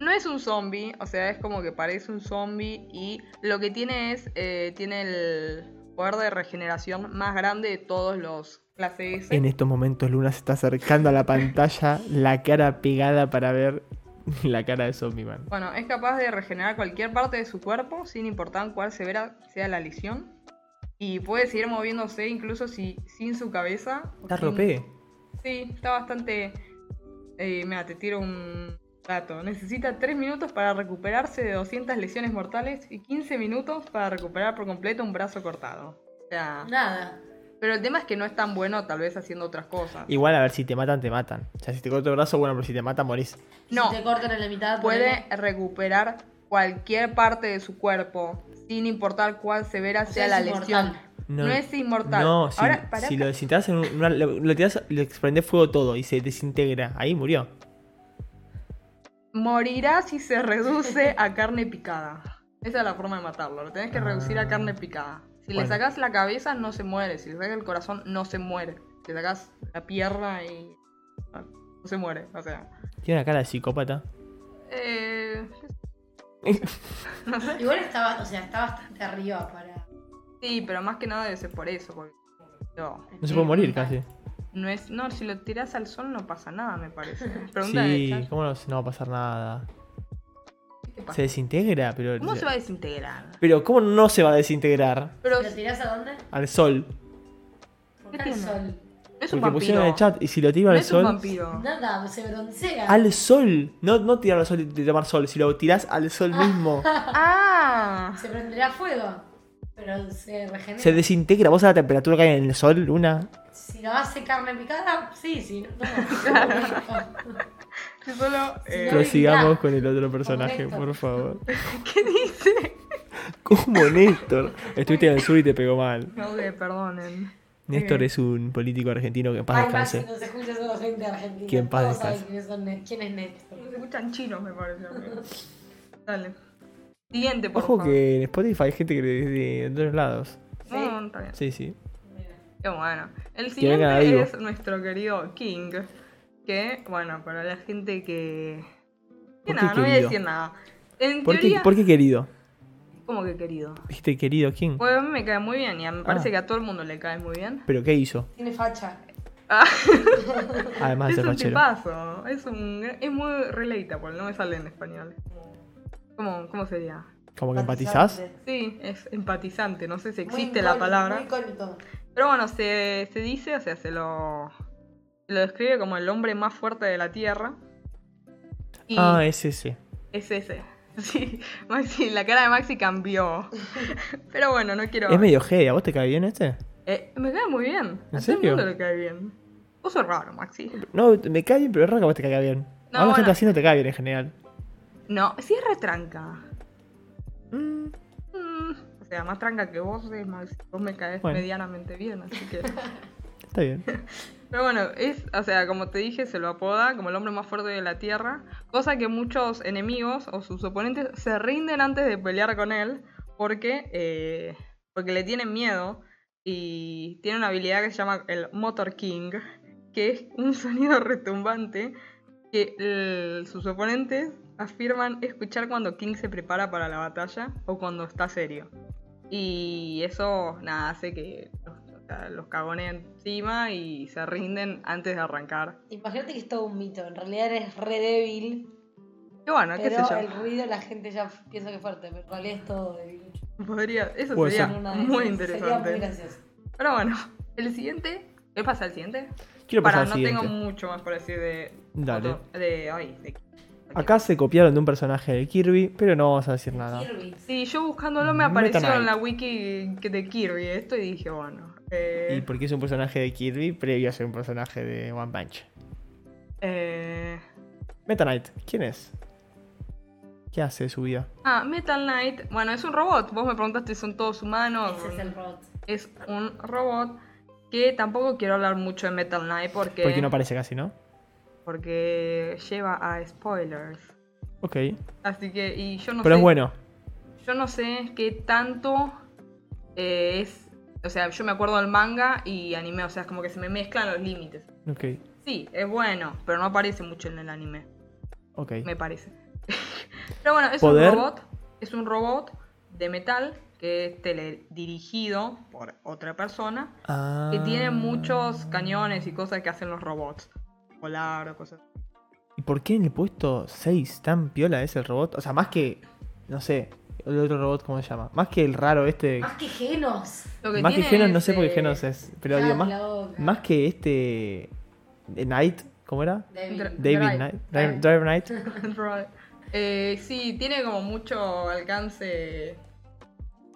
[SPEAKER 2] No es un zombie, o sea, es como que parece un zombie y lo que tiene es. eh, tiene el poder de regeneración más grande de todos los clase S.
[SPEAKER 1] En estos momentos Luna se está acercando a la pantalla, la cara pegada para ver la cara de Zombie Man.
[SPEAKER 2] Bueno, es capaz de regenerar cualquier parte de su cuerpo, sin importar cuál severa sea la lesión. Y puede seguir moviéndose incluso si sin su cabeza. o
[SPEAKER 1] Está
[SPEAKER 2] sin-
[SPEAKER 1] rope.
[SPEAKER 2] Sí, está bastante. Eh, mira, te tiro un dato. Necesita 3 minutos para recuperarse de 200 lesiones mortales y 15 minutos para recuperar por completo un brazo cortado. O sea,
[SPEAKER 3] Nada.
[SPEAKER 2] pero el tema es que no es tan bueno, tal vez haciendo otras cosas.
[SPEAKER 1] Igual a ver si te matan, te matan. O sea, si te corto el brazo, bueno, pero si te matan, morís.
[SPEAKER 2] No.
[SPEAKER 3] Si te cortan en la mitad.
[SPEAKER 2] Puede
[SPEAKER 3] ponele.
[SPEAKER 2] recuperar cualquier parte de su cuerpo, sin importar cuán severa
[SPEAKER 3] O sea,
[SPEAKER 2] sea,
[SPEAKER 3] es
[SPEAKER 2] la
[SPEAKER 3] inmortal.
[SPEAKER 2] lesión. No, es inmortal.
[SPEAKER 1] No, si,
[SPEAKER 2] Ahora, pará,
[SPEAKER 1] si lo desintegras en una- lo, lo tirás, le prendés fuego todo y se desintegra. Ahí murió.
[SPEAKER 2] morirá si se reduce a carne picada. Esa es la forma de matarlo, lo tenés que reducir
[SPEAKER 1] Ah.
[SPEAKER 2] a carne picada. Si
[SPEAKER 1] Bueno.
[SPEAKER 2] le sacás la cabeza no se muere, si le sacás el corazón no se muere. Si le sacás la pierna y... ah, No se muere, o sea...
[SPEAKER 1] Tiene una cara de psicópata.
[SPEAKER 2] eh,
[SPEAKER 3] Igual estaba, o sea, está bastante arriba para.
[SPEAKER 2] sí, pero más que nada debe ser por eso, porque... No,
[SPEAKER 1] No se puede morir casi.
[SPEAKER 2] no es... No, si lo tirás al sol no pasa nada, me parece. Pregunta de
[SPEAKER 1] Sí,
[SPEAKER 2] chat,
[SPEAKER 1] ¿cómo no, no va a pasar nada?
[SPEAKER 2] ¿qué pasa?
[SPEAKER 1] Se desintegra, pero.
[SPEAKER 2] ¿Cómo se va a desintegrar?
[SPEAKER 1] Pero, ¿cómo no se va a desintegrar?
[SPEAKER 2] Pero
[SPEAKER 3] ¿Lo tirás a dónde?
[SPEAKER 1] Al sol.
[SPEAKER 3] ¿Por
[SPEAKER 2] ¿Qué
[SPEAKER 3] qué al
[SPEAKER 2] tiene?
[SPEAKER 3] sol?
[SPEAKER 2] no es un
[SPEAKER 1] Porque pusieron en el
[SPEAKER 2] vampiro.
[SPEAKER 1] chat y si lo tiro
[SPEAKER 2] No
[SPEAKER 1] al
[SPEAKER 2] es un
[SPEAKER 1] sol.
[SPEAKER 2] vampiro.
[SPEAKER 3] Nada, se broncea.
[SPEAKER 1] Al sol. No, no tirarlo al sol y te- tomar sol. Si lo tirás al sol mismo,
[SPEAKER 2] Ah.
[SPEAKER 3] Se prenderá fuego. Pero se regenera.
[SPEAKER 1] se desintegra. ¿Vos a la temperatura que hay en el sol, Luna?
[SPEAKER 3] Si no hace carne picada, sí, sí. No,
[SPEAKER 2] Yo solo... eh,
[SPEAKER 3] Pero-
[SPEAKER 1] Prosigamos con el otro personaje,
[SPEAKER 3] Néstor.
[SPEAKER 1] por favor.
[SPEAKER 2] ¿Qué dice?
[SPEAKER 1] ¿Cómo, Néstor? Estuviste en el sur y te pegó mal.
[SPEAKER 2] No, que perdonen.
[SPEAKER 1] Néstor
[SPEAKER 2] Eh.
[SPEAKER 1] es un político argentino que en paz
[SPEAKER 3] Ay, más si
[SPEAKER 1] descanse.
[SPEAKER 3] nos escucha solo gente argentina.
[SPEAKER 1] Que en paz
[SPEAKER 3] Todos saben
[SPEAKER 1] descanse.
[SPEAKER 3] quiénes son Ne- quién es Néstor.
[SPEAKER 2] Se escuchan chinos, me parece. Dale. Siguiente, por
[SPEAKER 1] Ojo
[SPEAKER 2] favor.
[SPEAKER 1] que en Spotify hay gente que de, de, otros lados.
[SPEAKER 2] No, no, está bien.
[SPEAKER 1] Sí, sí.
[SPEAKER 2] Qué bueno. El
[SPEAKER 1] vengan a vivo.
[SPEAKER 2] siguiente es nuestro querido King. Que, bueno, para la gente que. Que
[SPEAKER 1] ¿Por qué
[SPEAKER 2] nada, no voy a
[SPEAKER 1] querido?
[SPEAKER 2] decir nada. En
[SPEAKER 1] ¿Por qué,
[SPEAKER 2] teoría,
[SPEAKER 1] por qué querido?
[SPEAKER 2] como que querido.
[SPEAKER 1] Dijiste querido King.
[SPEAKER 2] Pues a mí me cae muy bien y a- me parece
[SPEAKER 1] Ah.
[SPEAKER 2] que a todo el mundo le cae muy bien.
[SPEAKER 1] ¿Pero qué hizo?
[SPEAKER 3] Tiene facha.
[SPEAKER 2] Ah,
[SPEAKER 1] Además de
[SPEAKER 2] es
[SPEAKER 1] ser
[SPEAKER 2] un
[SPEAKER 1] fachero.
[SPEAKER 2] tipazo. Es, un, es muy relatable, no me sale en español. ¿Cómo, cómo sería?
[SPEAKER 1] ¿Como que empatizás?
[SPEAKER 2] Sí, es empatizante, no sé si
[SPEAKER 3] Muy
[SPEAKER 2] existe la
[SPEAKER 3] incógnito, Muy
[SPEAKER 2] palabra.
[SPEAKER 3] incógnito.
[SPEAKER 2] Pero bueno, se, se dice, o sea, se lo, se lo describe como el hombre más fuerte de la Tierra. Y
[SPEAKER 1] Ah, es ese.
[SPEAKER 2] es ese. Sí, Maxi, la cara de Maxi cambió. Pero bueno, no quiero...
[SPEAKER 1] Es medio G, ¿a vos te cae bien este?
[SPEAKER 2] Eh, me cae muy
[SPEAKER 1] ¿En
[SPEAKER 2] bien. A todo el
[SPEAKER 1] serio?
[SPEAKER 2] mundo le cae bien. Vos sos raro, Maxi.
[SPEAKER 1] No, me cae bien, pero es raro que a vos te caiga bien.
[SPEAKER 2] No,
[SPEAKER 1] a la gente
[SPEAKER 2] bueno.
[SPEAKER 1] así no te cae bien en general.
[SPEAKER 2] No, sí es retranca.
[SPEAKER 1] Mm,
[SPEAKER 2] Mm, o sea, más tranca que vos, eh, Maxi. Vos me caes
[SPEAKER 1] Bueno.
[SPEAKER 2] medianamente bien, así que.
[SPEAKER 1] está bien.
[SPEAKER 2] Pero bueno, es, o sea, como te dije, se lo apoda como el hombre más fuerte de la Tierra, cosa que muchos enemigos o sus oponentes se rinden antes de pelear con él porque, eh, porque le tienen miedo y tiene una habilidad que se llama el Motor King, que es un sonido retumbante que el- sus oponentes afirman escuchar cuando King se prepara para la batalla o cuando está serio. Y eso, nada, hace que los, o sea, los cagonen encima y se rinden antes de arrancar.
[SPEAKER 3] Imagínate que es todo un mito. En realidad eres re débil.
[SPEAKER 2] Y bueno, qué sé
[SPEAKER 3] Pero
[SPEAKER 2] yo.
[SPEAKER 3] el ruido la gente ya piensa que es fuerte. Pero en realidad es todo débil.
[SPEAKER 2] Podría, eso
[SPEAKER 1] Puede
[SPEAKER 2] sería
[SPEAKER 1] ser.
[SPEAKER 3] Una de
[SPEAKER 2] muy
[SPEAKER 3] esas.
[SPEAKER 2] interesante.
[SPEAKER 3] Sería muy gracioso.
[SPEAKER 2] Pero bueno, el siguiente. ¿Qué pasa el siguiente?
[SPEAKER 1] Quiero pasar
[SPEAKER 2] Para,
[SPEAKER 1] al
[SPEAKER 2] no
[SPEAKER 1] siguiente.
[SPEAKER 2] tengo mucho más por decir de.
[SPEAKER 1] Dale.
[SPEAKER 2] otro- de, ay, de-
[SPEAKER 1] Acá se copiaron de un personaje de Kirby, pero no vamos a decir nada.
[SPEAKER 3] Kirby.
[SPEAKER 2] Sí, yo buscándolo me
[SPEAKER 1] Meta
[SPEAKER 2] apareció en
[SPEAKER 1] Knight.
[SPEAKER 2] la wiki que- de Kirby esto y dije, bueno. eh,
[SPEAKER 1] Y porque es un personaje de Kirby previo a ser un personaje de One Punch.
[SPEAKER 2] eh,
[SPEAKER 1] Meta Knight, ¿quién es? ¿Qué hace de su vida?
[SPEAKER 2] Ah, Metal Knight. Bueno, es un robot. Vos me preguntaste, ¿son todos humanos?
[SPEAKER 3] Ese es el robot.
[SPEAKER 2] es un robot que tampoco quiero hablar mucho de Metal Knight porque,
[SPEAKER 1] Porque no aparece casi, ¿no?
[SPEAKER 2] porque lleva a spoilers.
[SPEAKER 1] Ok.
[SPEAKER 2] Así que, y yo no
[SPEAKER 1] pero
[SPEAKER 2] sé,
[SPEAKER 1] es bueno.
[SPEAKER 2] yo no sé qué tanto eh, es, o sea, yo me acuerdo del manga y anime, o sea, es como que se me mezclan los límites.
[SPEAKER 1] Ok.
[SPEAKER 2] Sí, es bueno, pero no aparece mucho en el anime,
[SPEAKER 1] Ok.
[SPEAKER 2] me parece. pero bueno, es
[SPEAKER 1] Poder.
[SPEAKER 2] un robot, es un robot de metal que es teledirigido por otra persona
[SPEAKER 1] Ah.
[SPEAKER 2] que tiene muchos cañones y cosas que hacen los robots. Volar o cosas.
[SPEAKER 1] ¿Y por qué en el puesto 6 tan piola es el robot? O sea, más que. No sé. El otro robot, ¿cómo se llama? Más que el raro este.
[SPEAKER 3] Más que genos.
[SPEAKER 2] Ah, Lo
[SPEAKER 1] Más que
[SPEAKER 2] tiene
[SPEAKER 1] Genos,
[SPEAKER 2] es,
[SPEAKER 1] no sé por qué
[SPEAKER 2] eh,
[SPEAKER 1] Genos es. Pero
[SPEAKER 3] Cala
[SPEAKER 1] digo, más,
[SPEAKER 3] la boca.
[SPEAKER 1] más que este. eh, Knight, ¿cómo era?
[SPEAKER 3] Débil.
[SPEAKER 1] David
[SPEAKER 2] Drive.
[SPEAKER 1] Knight.
[SPEAKER 3] Drive.
[SPEAKER 1] Drive, Drive Knight.
[SPEAKER 2] Android. Eh, sí, tiene como mucho alcance.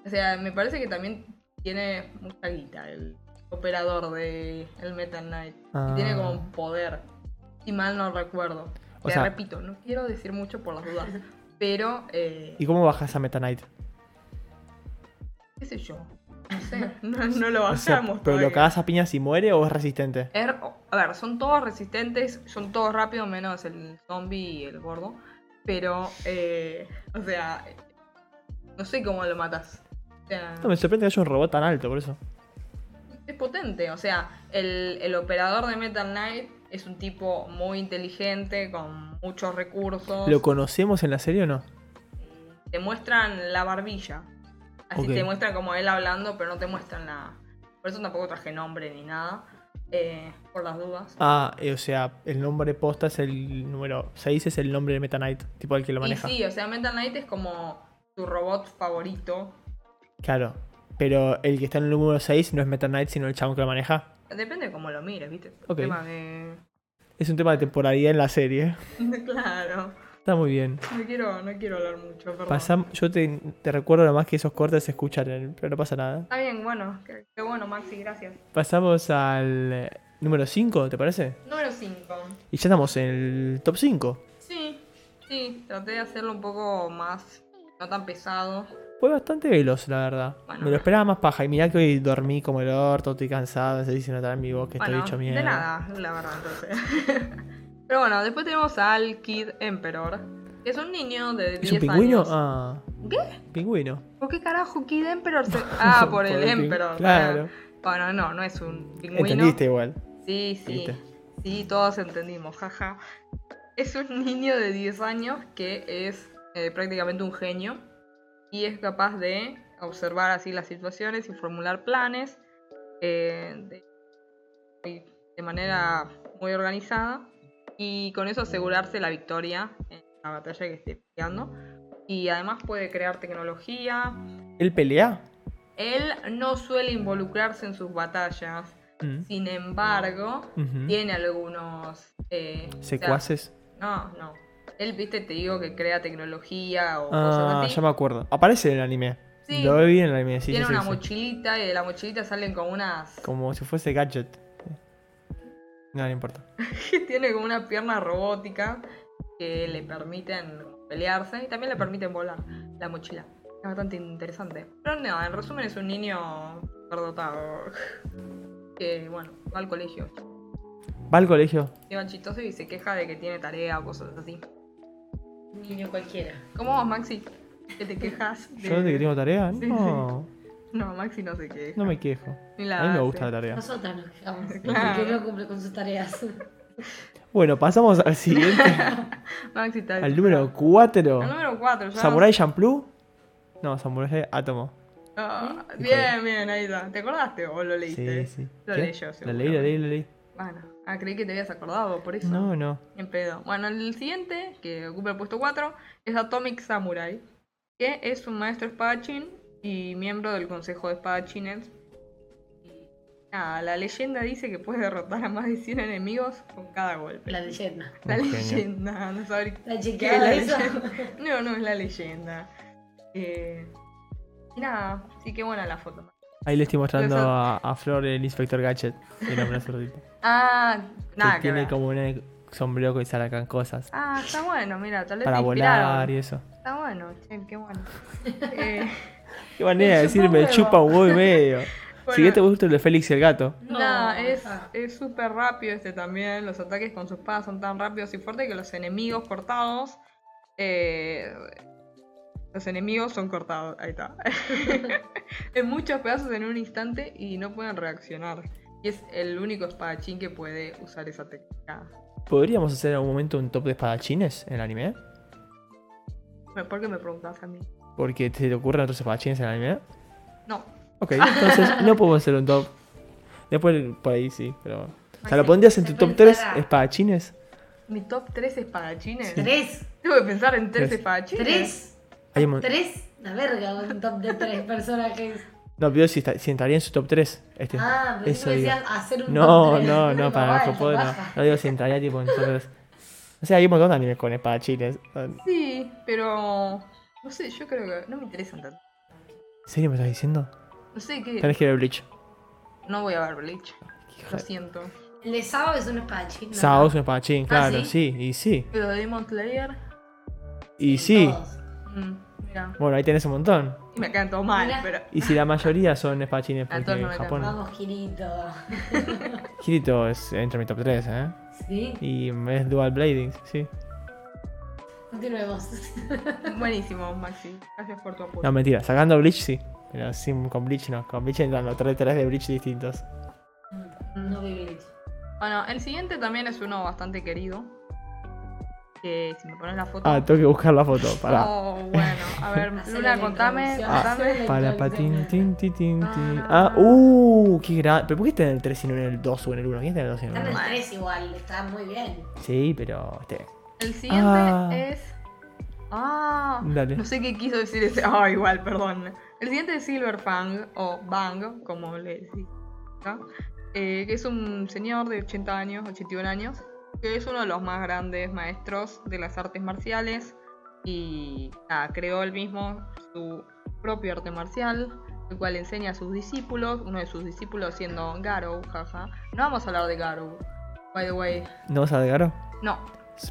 [SPEAKER 2] O sea, me parece que también tiene mucha guita el operador de el Metal Knight. Y
[SPEAKER 1] Ah.
[SPEAKER 2] Tiene como un poder. Si mal no recuerdo.
[SPEAKER 1] O
[SPEAKER 2] Te
[SPEAKER 1] sea-
[SPEAKER 2] repito, no quiero decir mucho por las dudas. Pero, eh,
[SPEAKER 1] ¿Y cómo bajas a Meta Knight?
[SPEAKER 2] qué sé yo. No sé. No, no lo
[SPEAKER 1] O sea,
[SPEAKER 2] bajamos.
[SPEAKER 1] ¿Pero lo
[SPEAKER 2] todavía.
[SPEAKER 1] cagas a piñas y muere o es resistente?
[SPEAKER 2] Er- a ver, son todos resistentes, son todos rápidos, menos el zombie y el gordo. Pero, eh, o sea, no sé cómo lo matas. O sea,
[SPEAKER 1] No, me sorprende que haya un robot tan alto, por eso.
[SPEAKER 2] es potente. O sea, el, el operador de Metal Knight es un tipo muy inteligente, con muchos recursos.
[SPEAKER 1] ¿Lo conocemos en la serie o no?
[SPEAKER 2] Te muestran la barbilla. Así
[SPEAKER 1] Ok.
[SPEAKER 2] te muestran como él hablando, pero no te muestran la. Por eso tampoco traje nombre ni nada. eh, por las dudas.
[SPEAKER 1] Ah, eh, o sea, el nombre posta es el número 6, es el nombre de Meta Knight, tipo el que lo
[SPEAKER 2] Y
[SPEAKER 1] maneja.
[SPEAKER 2] sí, o sea, Metal Knight es como tu robot favorito.
[SPEAKER 1] Claro. Pero el que está en el número 6 no es Meta Knight, sino el chabón que lo maneja.
[SPEAKER 2] Depende de cómo lo mires, ¿viste?
[SPEAKER 1] Ok.
[SPEAKER 2] Tema de...
[SPEAKER 1] Es un tema de temporalidad en la serie.
[SPEAKER 2] claro.
[SPEAKER 1] Está muy bien.
[SPEAKER 2] No quiero, no quiero hablar mucho, perdón.
[SPEAKER 1] Pasam- yo te, te recuerdo nada más que esos cortes se escuchan, en- pero no pasa nada.
[SPEAKER 2] Está bien, bueno. Qué, qué bueno, Maxi, gracias.
[SPEAKER 1] Pasamos al eh, número 5, ¿te parece?
[SPEAKER 2] Número 5.
[SPEAKER 1] Y ya estamos en el top 5.
[SPEAKER 2] Sí, sí. Traté de hacerlo un poco más... No tan pesado.
[SPEAKER 1] Fue bastante veloz, la verdad.
[SPEAKER 2] Bueno.
[SPEAKER 1] Me lo esperaba más paja. Y mirá que hoy dormí como el orto, estoy cansado, se dice notar en mi voz que
[SPEAKER 2] bueno,
[SPEAKER 1] estoy hecho mierda.
[SPEAKER 2] de nada, la verdad, entonces. Pero bueno, después tenemos al Kid Emperor. Que es un niño de 10
[SPEAKER 1] ¿Es un pingüino?
[SPEAKER 2] años.
[SPEAKER 1] Ah.
[SPEAKER 2] ¿Qué?
[SPEAKER 1] Pingüino.
[SPEAKER 2] ¿Por qué carajo Kid Emperor? se- Ah, por el
[SPEAKER 1] pingü-
[SPEAKER 2] Emperor.
[SPEAKER 1] Claro.
[SPEAKER 2] Bueno, no, no es un pingüino.
[SPEAKER 1] Entendiste igual.
[SPEAKER 2] Sí, sí.
[SPEAKER 1] ¿Viste?
[SPEAKER 2] Sí, todos entendimos, jaja. Es un niño de 10 años que es eh, prácticamente un genio y es capaz de observar así las situaciones y formular planes eh, de, y de manera muy organizada y con eso asegurarse la victoria en la batalla que esté peleando. Y además puede crear tecnología.
[SPEAKER 1] ¿Él pelea?
[SPEAKER 2] Él no suele involucrarse en sus batallas.
[SPEAKER 1] Mm.
[SPEAKER 2] Sin embargo,
[SPEAKER 1] Ujú.
[SPEAKER 2] tiene algunos eh, o sea,
[SPEAKER 1] ¿Secuaces?
[SPEAKER 2] no, no. Él, viste, te digo que crea tecnología o
[SPEAKER 1] ah,
[SPEAKER 2] cosas así.
[SPEAKER 1] ya me acuerdo. Aparece en el anime.
[SPEAKER 2] Sí,
[SPEAKER 1] Lo vi en el anime, sí, sí,
[SPEAKER 2] tiene
[SPEAKER 1] sí,
[SPEAKER 2] una
[SPEAKER 1] sí.
[SPEAKER 2] mochilita y de la mochilita salen como unas.
[SPEAKER 1] Como si fuese gadget. No, no importa.
[SPEAKER 2] tiene como una pierna robótica que le permiten pelearse y
[SPEAKER 1] Mm.
[SPEAKER 2] también le permiten volar la mochila. Es bastante interesante. Pero no, en resumen es un niño perdotado. Que bueno, va al colegio.
[SPEAKER 1] ¿Va al colegio?
[SPEAKER 2] Lleva chistoso y se queja de que tiene tarea o cosas así.
[SPEAKER 3] Un niño cualquiera.
[SPEAKER 2] ¿Cómo vas, Maxi? ¿Que te quejas? de-
[SPEAKER 1] ¿Yo desde que tengo tarea?
[SPEAKER 2] Sí,
[SPEAKER 1] No,
[SPEAKER 2] No, Maxi no se queja.
[SPEAKER 1] no me quejo.
[SPEAKER 2] Ni la
[SPEAKER 1] A mí me
[SPEAKER 2] hace.
[SPEAKER 1] gusta la tarea.
[SPEAKER 3] Nosotras nos quejamos.
[SPEAKER 2] Claro.
[SPEAKER 3] Porque no cumple con sus tareas.
[SPEAKER 1] Bueno, pasamos al siguiente,
[SPEAKER 2] Maxi está.
[SPEAKER 1] al número 4.
[SPEAKER 2] Al número 4, ya.
[SPEAKER 1] ¿Samurai Champloo? No, Samurai Átomo.
[SPEAKER 2] Ah, bien, bien, ahí está. ¿Te acordaste o lo leíste?
[SPEAKER 1] Sí, sí.
[SPEAKER 2] Lo
[SPEAKER 1] ¿Qué?
[SPEAKER 2] leí yo,
[SPEAKER 1] Lo leí, lo leí, lo leí.
[SPEAKER 2] Bueno, ah, creí que te habías acordado, por eso.
[SPEAKER 1] No, no.
[SPEAKER 2] En pedo. Bueno, el siguiente, que ocupa el puesto 4, es Atomic Samurai, que es un maestro espadachín y miembro del Consejo de Espadachines. Y, Nada, la leyenda dice que puede derrotar a más de 100 enemigos con cada golpe.
[SPEAKER 3] La leyenda.
[SPEAKER 2] La
[SPEAKER 1] Un genio.
[SPEAKER 2] leyenda, no sabría
[SPEAKER 3] La
[SPEAKER 2] ¿Qué es
[SPEAKER 3] chequeada
[SPEAKER 2] la
[SPEAKER 3] de eso.
[SPEAKER 2] leyenda? No, no es la leyenda. Eh, y nada, sí que buena la foto.
[SPEAKER 1] Ahí le estoy mostrando
[SPEAKER 2] Pero
[SPEAKER 1] a, a Flor el Inspector Gadget. Tiene una sordita.
[SPEAKER 2] Ah, nada
[SPEAKER 1] que
[SPEAKER 2] que
[SPEAKER 1] tiene
[SPEAKER 2] ver.
[SPEAKER 1] como un sombrero que sacan cosas.
[SPEAKER 2] Ah, está bueno, mira, tal vez
[SPEAKER 1] para
[SPEAKER 2] te inspiraron.
[SPEAKER 1] volar y eso.
[SPEAKER 2] Está bueno, che, qué bueno. Eh,
[SPEAKER 1] Qué manera de
[SPEAKER 3] Me chupa
[SPEAKER 1] decir,
[SPEAKER 3] un
[SPEAKER 1] me
[SPEAKER 3] huevo.
[SPEAKER 1] chupa un huevo y medio.
[SPEAKER 2] Bueno.
[SPEAKER 1] Siguiente gusto el de Félix el gato.
[SPEAKER 2] nada, es
[SPEAKER 3] ah.
[SPEAKER 2] es súper rápido este también. Los ataques con su espada son tan rápidos y fuertes que los enemigos cortados. eh, los enemigos son cortados, ahí está. en muchos pedazos en un instante y no pueden reaccionar. Y es el único espadachín que puede usar esa técnica.
[SPEAKER 1] ¿Podríamos hacer en algún momento un top de espadachines en el anime?
[SPEAKER 2] Bueno, ¿Por qué me preguntas a mí?
[SPEAKER 1] Porque te ocurren otros espadachines en el anime.
[SPEAKER 2] No.
[SPEAKER 1] Ok, entonces no podemos hacer un top. Después por ahí sí, pero. O sea, ¿lo
[SPEAKER 3] se-
[SPEAKER 1] pondrías en
[SPEAKER 3] se
[SPEAKER 1] tu top
[SPEAKER 3] puede
[SPEAKER 1] 3
[SPEAKER 3] parar.
[SPEAKER 1] espadachines?
[SPEAKER 2] Mi top 3 espadachines.
[SPEAKER 3] Tres.
[SPEAKER 2] Tengo que pensar en 3
[SPEAKER 1] Tres.
[SPEAKER 2] espadachines.
[SPEAKER 3] Tres.
[SPEAKER 1] Hay un mon-
[SPEAKER 3] Tres. La verga, un top de tres personajes.
[SPEAKER 1] No, pero si, está- si entraría en su top 3. Este,
[SPEAKER 3] Ah, pero
[SPEAKER 1] eso
[SPEAKER 3] eso
[SPEAKER 1] digo.
[SPEAKER 3] decías hacer un
[SPEAKER 1] No,
[SPEAKER 3] top tres.
[SPEAKER 1] no, no, para
[SPEAKER 3] Baja,
[SPEAKER 1] no puedo. No,
[SPEAKER 3] baja.
[SPEAKER 1] no digo si entraría tipo en top 3. O sea, hay un montón de animes con espadachines. ¿En
[SPEAKER 2] Sí, pero. No sé, yo creo que. No me interesan tanto.
[SPEAKER 1] serio me estás diciendo?
[SPEAKER 2] No sé qué.
[SPEAKER 1] Tenés que ver Bleach.
[SPEAKER 2] No voy a ver Bleach.
[SPEAKER 1] Hija
[SPEAKER 2] Lo
[SPEAKER 1] de-
[SPEAKER 2] siento.
[SPEAKER 3] El de Sao es un espadachín. ¿no?
[SPEAKER 1] Sao es un espadachín, claro,
[SPEAKER 3] Ah, ¿sí?
[SPEAKER 1] sí? y sí.
[SPEAKER 2] Pero Demon Slayer.
[SPEAKER 1] Y sí.
[SPEAKER 3] Todos.
[SPEAKER 2] mm, mira.
[SPEAKER 1] Bueno, ahí tenés un montón.
[SPEAKER 2] Y me caen todos mal,
[SPEAKER 3] Mira.
[SPEAKER 2] pero.
[SPEAKER 1] Y si la mayoría son espadachines
[SPEAKER 2] A
[SPEAKER 1] porque
[SPEAKER 2] todos no me
[SPEAKER 1] Japón.
[SPEAKER 3] Vamos, Kirito.
[SPEAKER 1] Kirito es, entra en mi top 3, ¿eh?
[SPEAKER 3] ¿Sí?
[SPEAKER 1] Y es Dual Blading, sí.
[SPEAKER 3] Continuemos.
[SPEAKER 2] Buenísimo, Maxi. Gracias por tu apoyo.
[SPEAKER 1] No, mentira, sacando Bleach sí. Pero sin, con Bleach no. Con Bleach entran los tres, tres de Bleach distintos.
[SPEAKER 3] No vi Bleach.
[SPEAKER 2] Bueno, el siguiente también es uno bastante querido. Que si me pones la foto.
[SPEAKER 1] Ah, tengo que buscar la foto. Para.
[SPEAKER 2] Oh, bueno. A ver,
[SPEAKER 3] Hacele
[SPEAKER 2] Luna,
[SPEAKER 3] la
[SPEAKER 2] contame.
[SPEAKER 3] introducción.
[SPEAKER 2] contame.
[SPEAKER 3] Hacele la
[SPEAKER 1] Para patín,
[SPEAKER 3] introducción.
[SPEAKER 1] tin, tin, tin, tin. Ah,
[SPEAKER 2] Ah.
[SPEAKER 1] uh, qué grande. ¿Pero por qué está en el 3 y no en el 2 o en el 1? ¿Quién está en el 2 y en
[SPEAKER 3] Están
[SPEAKER 1] el
[SPEAKER 3] en
[SPEAKER 1] 1?
[SPEAKER 3] el 3 igual, está muy bien.
[SPEAKER 1] Sí, pero. Este.
[SPEAKER 2] El siguiente
[SPEAKER 1] Ah.
[SPEAKER 2] es. Ah,
[SPEAKER 1] Dale.
[SPEAKER 2] no sé qué quiso decir ese. Ah, igual, perdón. El siguiente es Silver Fang, o Bang, como le decís. ¿no? Eh, que es un señor de 80 años, 81 años, que es uno de los más grandes maestros de las artes marciales. Y nada, creó él mismo su propio arte marcial, el cual enseña a sus discípulos, uno de sus discípulos siendo Garou, jaja. No vamos a hablar de Garou, by the way.
[SPEAKER 1] ¿No vas a agregarlo?
[SPEAKER 2] No,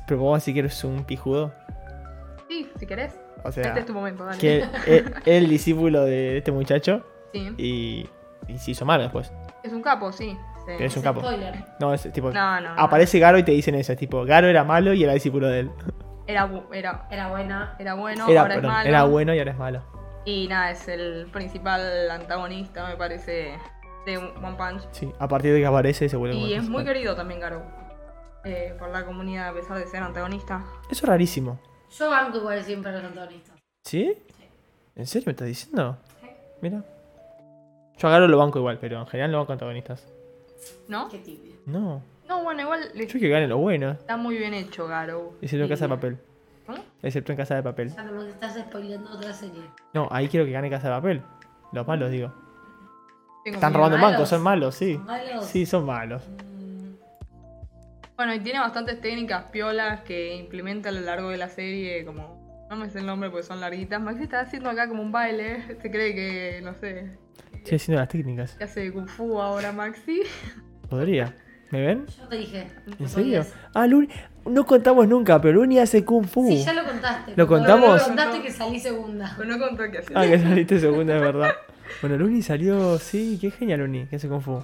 [SPEAKER 1] Pero vos así que eres un pijudo.
[SPEAKER 2] sí, si querés.
[SPEAKER 1] O sea.
[SPEAKER 2] Este es tu momento, dale.
[SPEAKER 1] que es el discípulo de este muchacho
[SPEAKER 2] Sí.
[SPEAKER 1] y, y se hizo mal después.
[SPEAKER 2] Es un capo, sí. sí.
[SPEAKER 1] Es un capo.
[SPEAKER 3] Spoiler.
[SPEAKER 1] No, es tipo.
[SPEAKER 2] No, no, no.
[SPEAKER 1] Aparece Garo y te dicen eso, es tipo, Garo era malo y era discípulo de él.
[SPEAKER 2] Era, bu- era,
[SPEAKER 3] Era buena.
[SPEAKER 2] era bueno,
[SPEAKER 1] era,
[SPEAKER 2] ahora
[SPEAKER 1] perdón,
[SPEAKER 2] es malo.
[SPEAKER 1] era bueno y ahora es malo.
[SPEAKER 2] Y nada, es el principal antagonista, me parece, de One Punch.
[SPEAKER 1] Sí, a partir de que aparece se vuelve
[SPEAKER 2] Y
[SPEAKER 1] bueno.
[SPEAKER 2] es muy querido también, Garou. eh, por la comunidad, a pesar de ser antagonista.
[SPEAKER 1] Eso es rarísimo.
[SPEAKER 3] Yo banco igual siempre a los antagonistas.
[SPEAKER 1] ¿Sí? ¿En serio me estás diciendo?
[SPEAKER 3] Sí.
[SPEAKER 1] Mira. Yo a Garo lo banco igual, pero en general lo banco antagonistas.
[SPEAKER 2] ¿No?
[SPEAKER 3] Qué tibio.
[SPEAKER 1] No.
[SPEAKER 2] No, bueno, igual le-
[SPEAKER 1] Yo quiero que ganen los buenos.
[SPEAKER 2] está muy bien hecho, Garou.
[SPEAKER 1] Excepto en
[SPEAKER 2] Y-
[SPEAKER 1] Casa de Papel.
[SPEAKER 2] ¿Cómo?
[SPEAKER 1] Excepto en Casa de Papel.
[SPEAKER 3] Ya como que estás spoileando otra serie.
[SPEAKER 1] No, ahí quiero que gane Casa de Papel. Los malos, digo.
[SPEAKER 2] Tengo
[SPEAKER 1] Están
[SPEAKER 2] miedo. ¿eh?
[SPEAKER 1] robando
[SPEAKER 3] malos.
[SPEAKER 1] bancos, son malos, sí.
[SPEAKER 3] ¿Malos?
[SPEAKER 1] Sí, son malos.
[SPEAKER 3] Mm,
[SPEAKER 2] Bueno, y tiene bastantes técnicas piolas que implementa a lo largo de la serie, como No me sé el nombre porque son larguitas. Maxi está haciendo acá como un baile. Se cree que, no sé,
[SPEAKER 1] Estoy haciendo las técnicas.
[SPEAKER 2] que hace Kung Fu ahora Maxi.
[SPEAKER 1] Podría. ¿Me ven?
[SPEAKER 3] Yo te dije.
[SPEAKER 1] ¿En serio? Ah, Luni. No contamos nunca, pero Luni hace Kung Fu.
[SPEAKER 3] Sí, ya lo contaste.
[SPEAKER 1] Uh. ¿Lo
[SPEAKER 3] Cuando
[SPEAKER 1] contamos?
[SPEAKER 3] Lo contaste que salí segunda.
[SPEAKER 2] Pero no contó que hacía.
[SPEAKER 1] Ah, que saliste segunda, es verdad. Bueno, Luni salió. Sí, qué genial, Luni, que hace Kung Fu.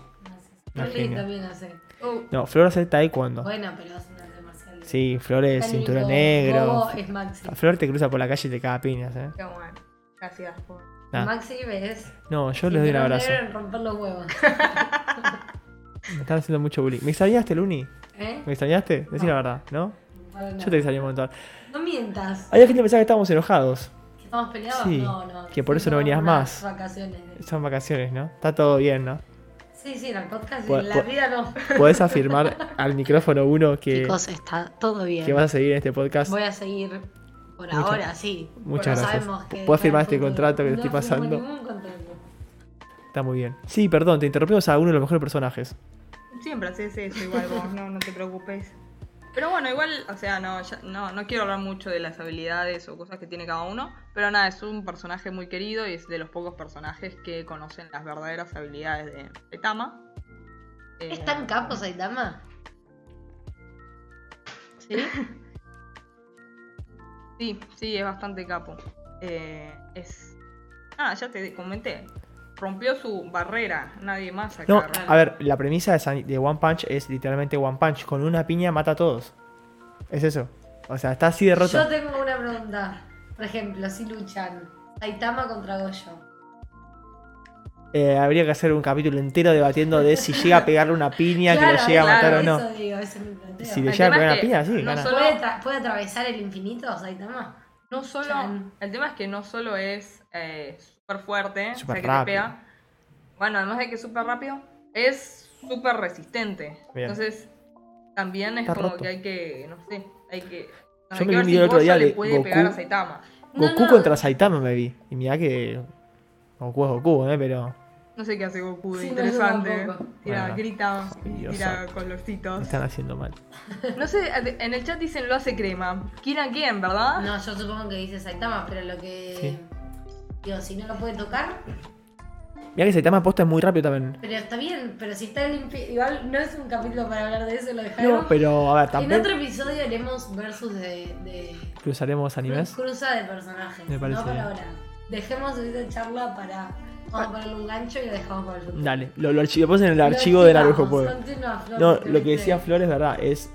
[SPEAKER 3] Pero
[SPEAKER 1] Imagino.
[SPEAKER 3] también hace. Uh,
[SPEAKER 1] No, Flor hace Taekwondo.
[SPEAKER 3] Bueno, pero es un arte marcial.
[SPEAKER 1] Sí, Flor es
[SPEAKER 3] Está
[SPEAKER 1] cinturón
[SPEAKER 3] lindo. eh.
[SPEAKER 1] negro. Ah,
[SPEAKER 3] Bobo es Maxi.
[SPEAKER 1] Flor te cruza por la calle y te caga piñas, ¿eh?
[SPEAKER 2] Qué bueno. Casi asco.
[SPEAKER 1] Ah.
[SPEAKER 3] Maxi ves.
[SPEAKER 1] No, yo les doy un
[SPEAKER 3] Cinturón
[SPEAKER 1] abrazo.
[SPEAKER 3] negro en romper los huevos.
[SPEAKER 1] Me están haciendo mucho bullying. ¿Me extrañaste, Luni?
[SPEAKER 3] ¿Eh?
[SPEAKER 1] ¿Me extrañaste? Decí
[SPEAKER 3] No.
[SPEAKER 1] la verdad, ¿no?
[SPEAKER 3] Bueno,
[SPEAKER 1] Yo te extrañé un montón.
[SPEAKER 3] No mientas.
[SPEAKER 1] Había gente que pensaba que estábamos enojados.
[SPEAKER 3] ¿Que estamos peleados?
[SPEAKER 1] Sí,
[SPEAKER 3] No, no.
[SPEAKER 1] que por eso no
[SPEAKER 3] Fuimos
[SPEAKER 1] venías más.
[SPEAKER 3] unas Vacaciones. de-
[SPEAKER 1] Son vacaciones, ¿no? Está todo bien, ¿no?
[SPEAKER 3] Sí, sí, en el podcast.
[SPEAKER 1] Pu-
[SPEAKER 3] En la
[SPEAKER 1] pu-
[SPEAKER 3] vida no.
[SPEAKER 1] Podés afirmar al micrófono uno que,
[SPEAKER 3] Chicos, está todo bien.
[SPEAKER 1] que vas a seguir en este podcast.
[SPEAKER 3] Voy a seguir por
[SPEAKER 1] Muchas-
[SPEAKER 3] ahora, sí.
[SPEAKER 1] muchas
[SPEAKER 3] Pero
[SPEAKER 1] gracias.
[SPEAKER 3] sabemos que
[SPEAKER 1] ¿Puedo
[SPEAKER 3] ya
[SPEAKER 1] firmar
[SPEAKER 3] el
[SPEAKER 1] este
[SPEAKER 3] futuro-
[SPEAKER 1] contrato que te estoy
[SPEAKER 3] no firmo
[SPEAKER 1] pasando?
[SPEAKER 3] ningún contrato.
[SPEAKER 1] Está muy bien. Sí, perdón, te interrumpimos a uno de los mejores personajes.
[SPEAKER 2] Siempre haces eso igual vos, no, no te preocupes. Pero bueno, igual, o sea, no, ya- no, no quiero hablar mucho de las habilidades o cosas que tiene cada uno, pero nada, es un personaje muy querido y es de los pocos personajes que conocen las verdaderas habilidades de, de Tama. Eh,
[SPEAKER 3] ¿Es tan capo Saitama? ¿Sí?
[SPEAKER 2] Sí, sí, es bastante capo. Eh, es. Ah, ya te comenté. Rompió su barrera, nadie más acá.
[SPEAKER 1] No,
[SPEAKER 2] realmente.
[SPEAKER 1] a ver, la premisa de, San- de One Punch es literalmente One Punch. Con una piña mata a todos. Es eso. O sea, está así de roto.
[SPEAKER 3] Yo tengo una pregunta. Por ejemplo, si luchan Saitama contra Goyo.
[SPEAKER 1] Eh, habría que hacer un capítulo entero debatiendo de si llega a pegarle una piña, que lo llega a matar
[SPEAKER 2] claro,
[SPEAKER 1] o no.
[SPEAKER 3] Eso digo, ese es mi planteo.
[SPEAKER 1] Si le
[SPEAKER 2] El
[SPEAKER 1] llega a
[SPEAKER 2] tema
[SPEAKER 1] pegar una
[SPEAKER 2] es que
[SPEAKER 1] piña, sí,
[SPEAKER 2] no
[SPEAKER 1] gana.
[SPEAKER 2] solo-
[SPEAKER 3] ¿Puede, tra- puede atravesar el infinito Saitama?
[SPEAKER 2] No solo.
[SPEAKER 3] Chan.
[SPEAKER 2] El tema es que no solo es eh, súper fuerte,
[SPEAKER 1] Súper
[SPEAKER 2] o sea que
[SPEAKER 1] rápido.
[SPEAKER 2] te pega. Bueno, además de que es súper rápido, es súper resistente.
[SPEAKER 1] Bien.
[SPEAKER 2] Entonces, también es
[SPEAKER 1] Está
[SPEAKER 2] como
[SPEAKER 1] roto.
[SPEAKER 2] que hay que, no sé, hay que.
[SPEAKER 1] Yo me
[SPEAKER 2] hay que
[SPEAKER 1] vi
[SPEAKER 2] ver
[SPEAKER 1] un
[SPEAKER 2] si
[SPEAKER 1] video el otro
[SPEAKER 2] Gojo
[SPEAKER 1] día
[SPEAKER 2] le
[SPEAKER 1] de
[SPEAKER 2] puede
[SPEAKER 1] Goku.
[SPEAKER 2] pegar a Saitama.
[SPEAKER 3] No,
[SPEAKER 1] Goku
[SPEAKER 3] no.
[SPEAKER 1] contra Saitama me vi. Y mirá que. Goku es Goku, ¿eh? Pero.
[SPEAKER 2] No sé qué hace Goku de
[SPEAKER 3] Sí, no, yo
[SPEAKER 2] interesante.
[SPEAKER 3] tampoco.
[SPEAKER 2] tira,
[SPEAKER 1] Bueno.
[SPEAKER 2] grita,
[SPEAKER 1] Dios
[SPEAKER 2] tira
[SPEAKER 1] santo. Me
[SPEAKER 2] colorcitos.
[SPEAKER 1] están haciendo mal.
[SPEAKER 2] No sé, en el chat dicen lo hace crema. ¿Quién quién, verdad?
[SPEAKER 3] No, yo supongo que dice Saitama, pero lo que. Digo, si no lo puede tocar,
[SPEAKER 1] Mirá que Saitama posta es muy rápido también.
[SPEAKER 3] pero está bien. Pero si está el infinito. Igual no es un capítulo para hablar de eso, lo dejaron.
[SPEAKER 1] No, pero a ver,
[SPEAKER 3] en
[SPEAKER 1] también
[SPEAKER 3] otro episodio haremos versus de. de
[SPEAKER 1] cruzaremos animes.
[SPEAKER 3] Cruza de personajes.
[SPEAKER 1] Me parece
[SPEAKER 3] no por
[SPEAKER 1] bien.
[SPEAKER 3] ahora. Dejemos esta charla para. Vamos a ponerle un gancho y lo dejamos para el futuro.
[SPEAKER 1] Dale, lo, lo archi- lo pones en el
[SPEAKER 3] Lo
[SPEAKER 1] archivo de Naruto pues. Pueblo.
[SPEAKER 3] archivamos, continúa, Flor,
[SPEAKER 1] No,
[SPEAKER 3] porque
[SPEAKER 1] lo que
[SPEAKER 3] viste-
[SPEAKER 1] decía Flor es verdad, es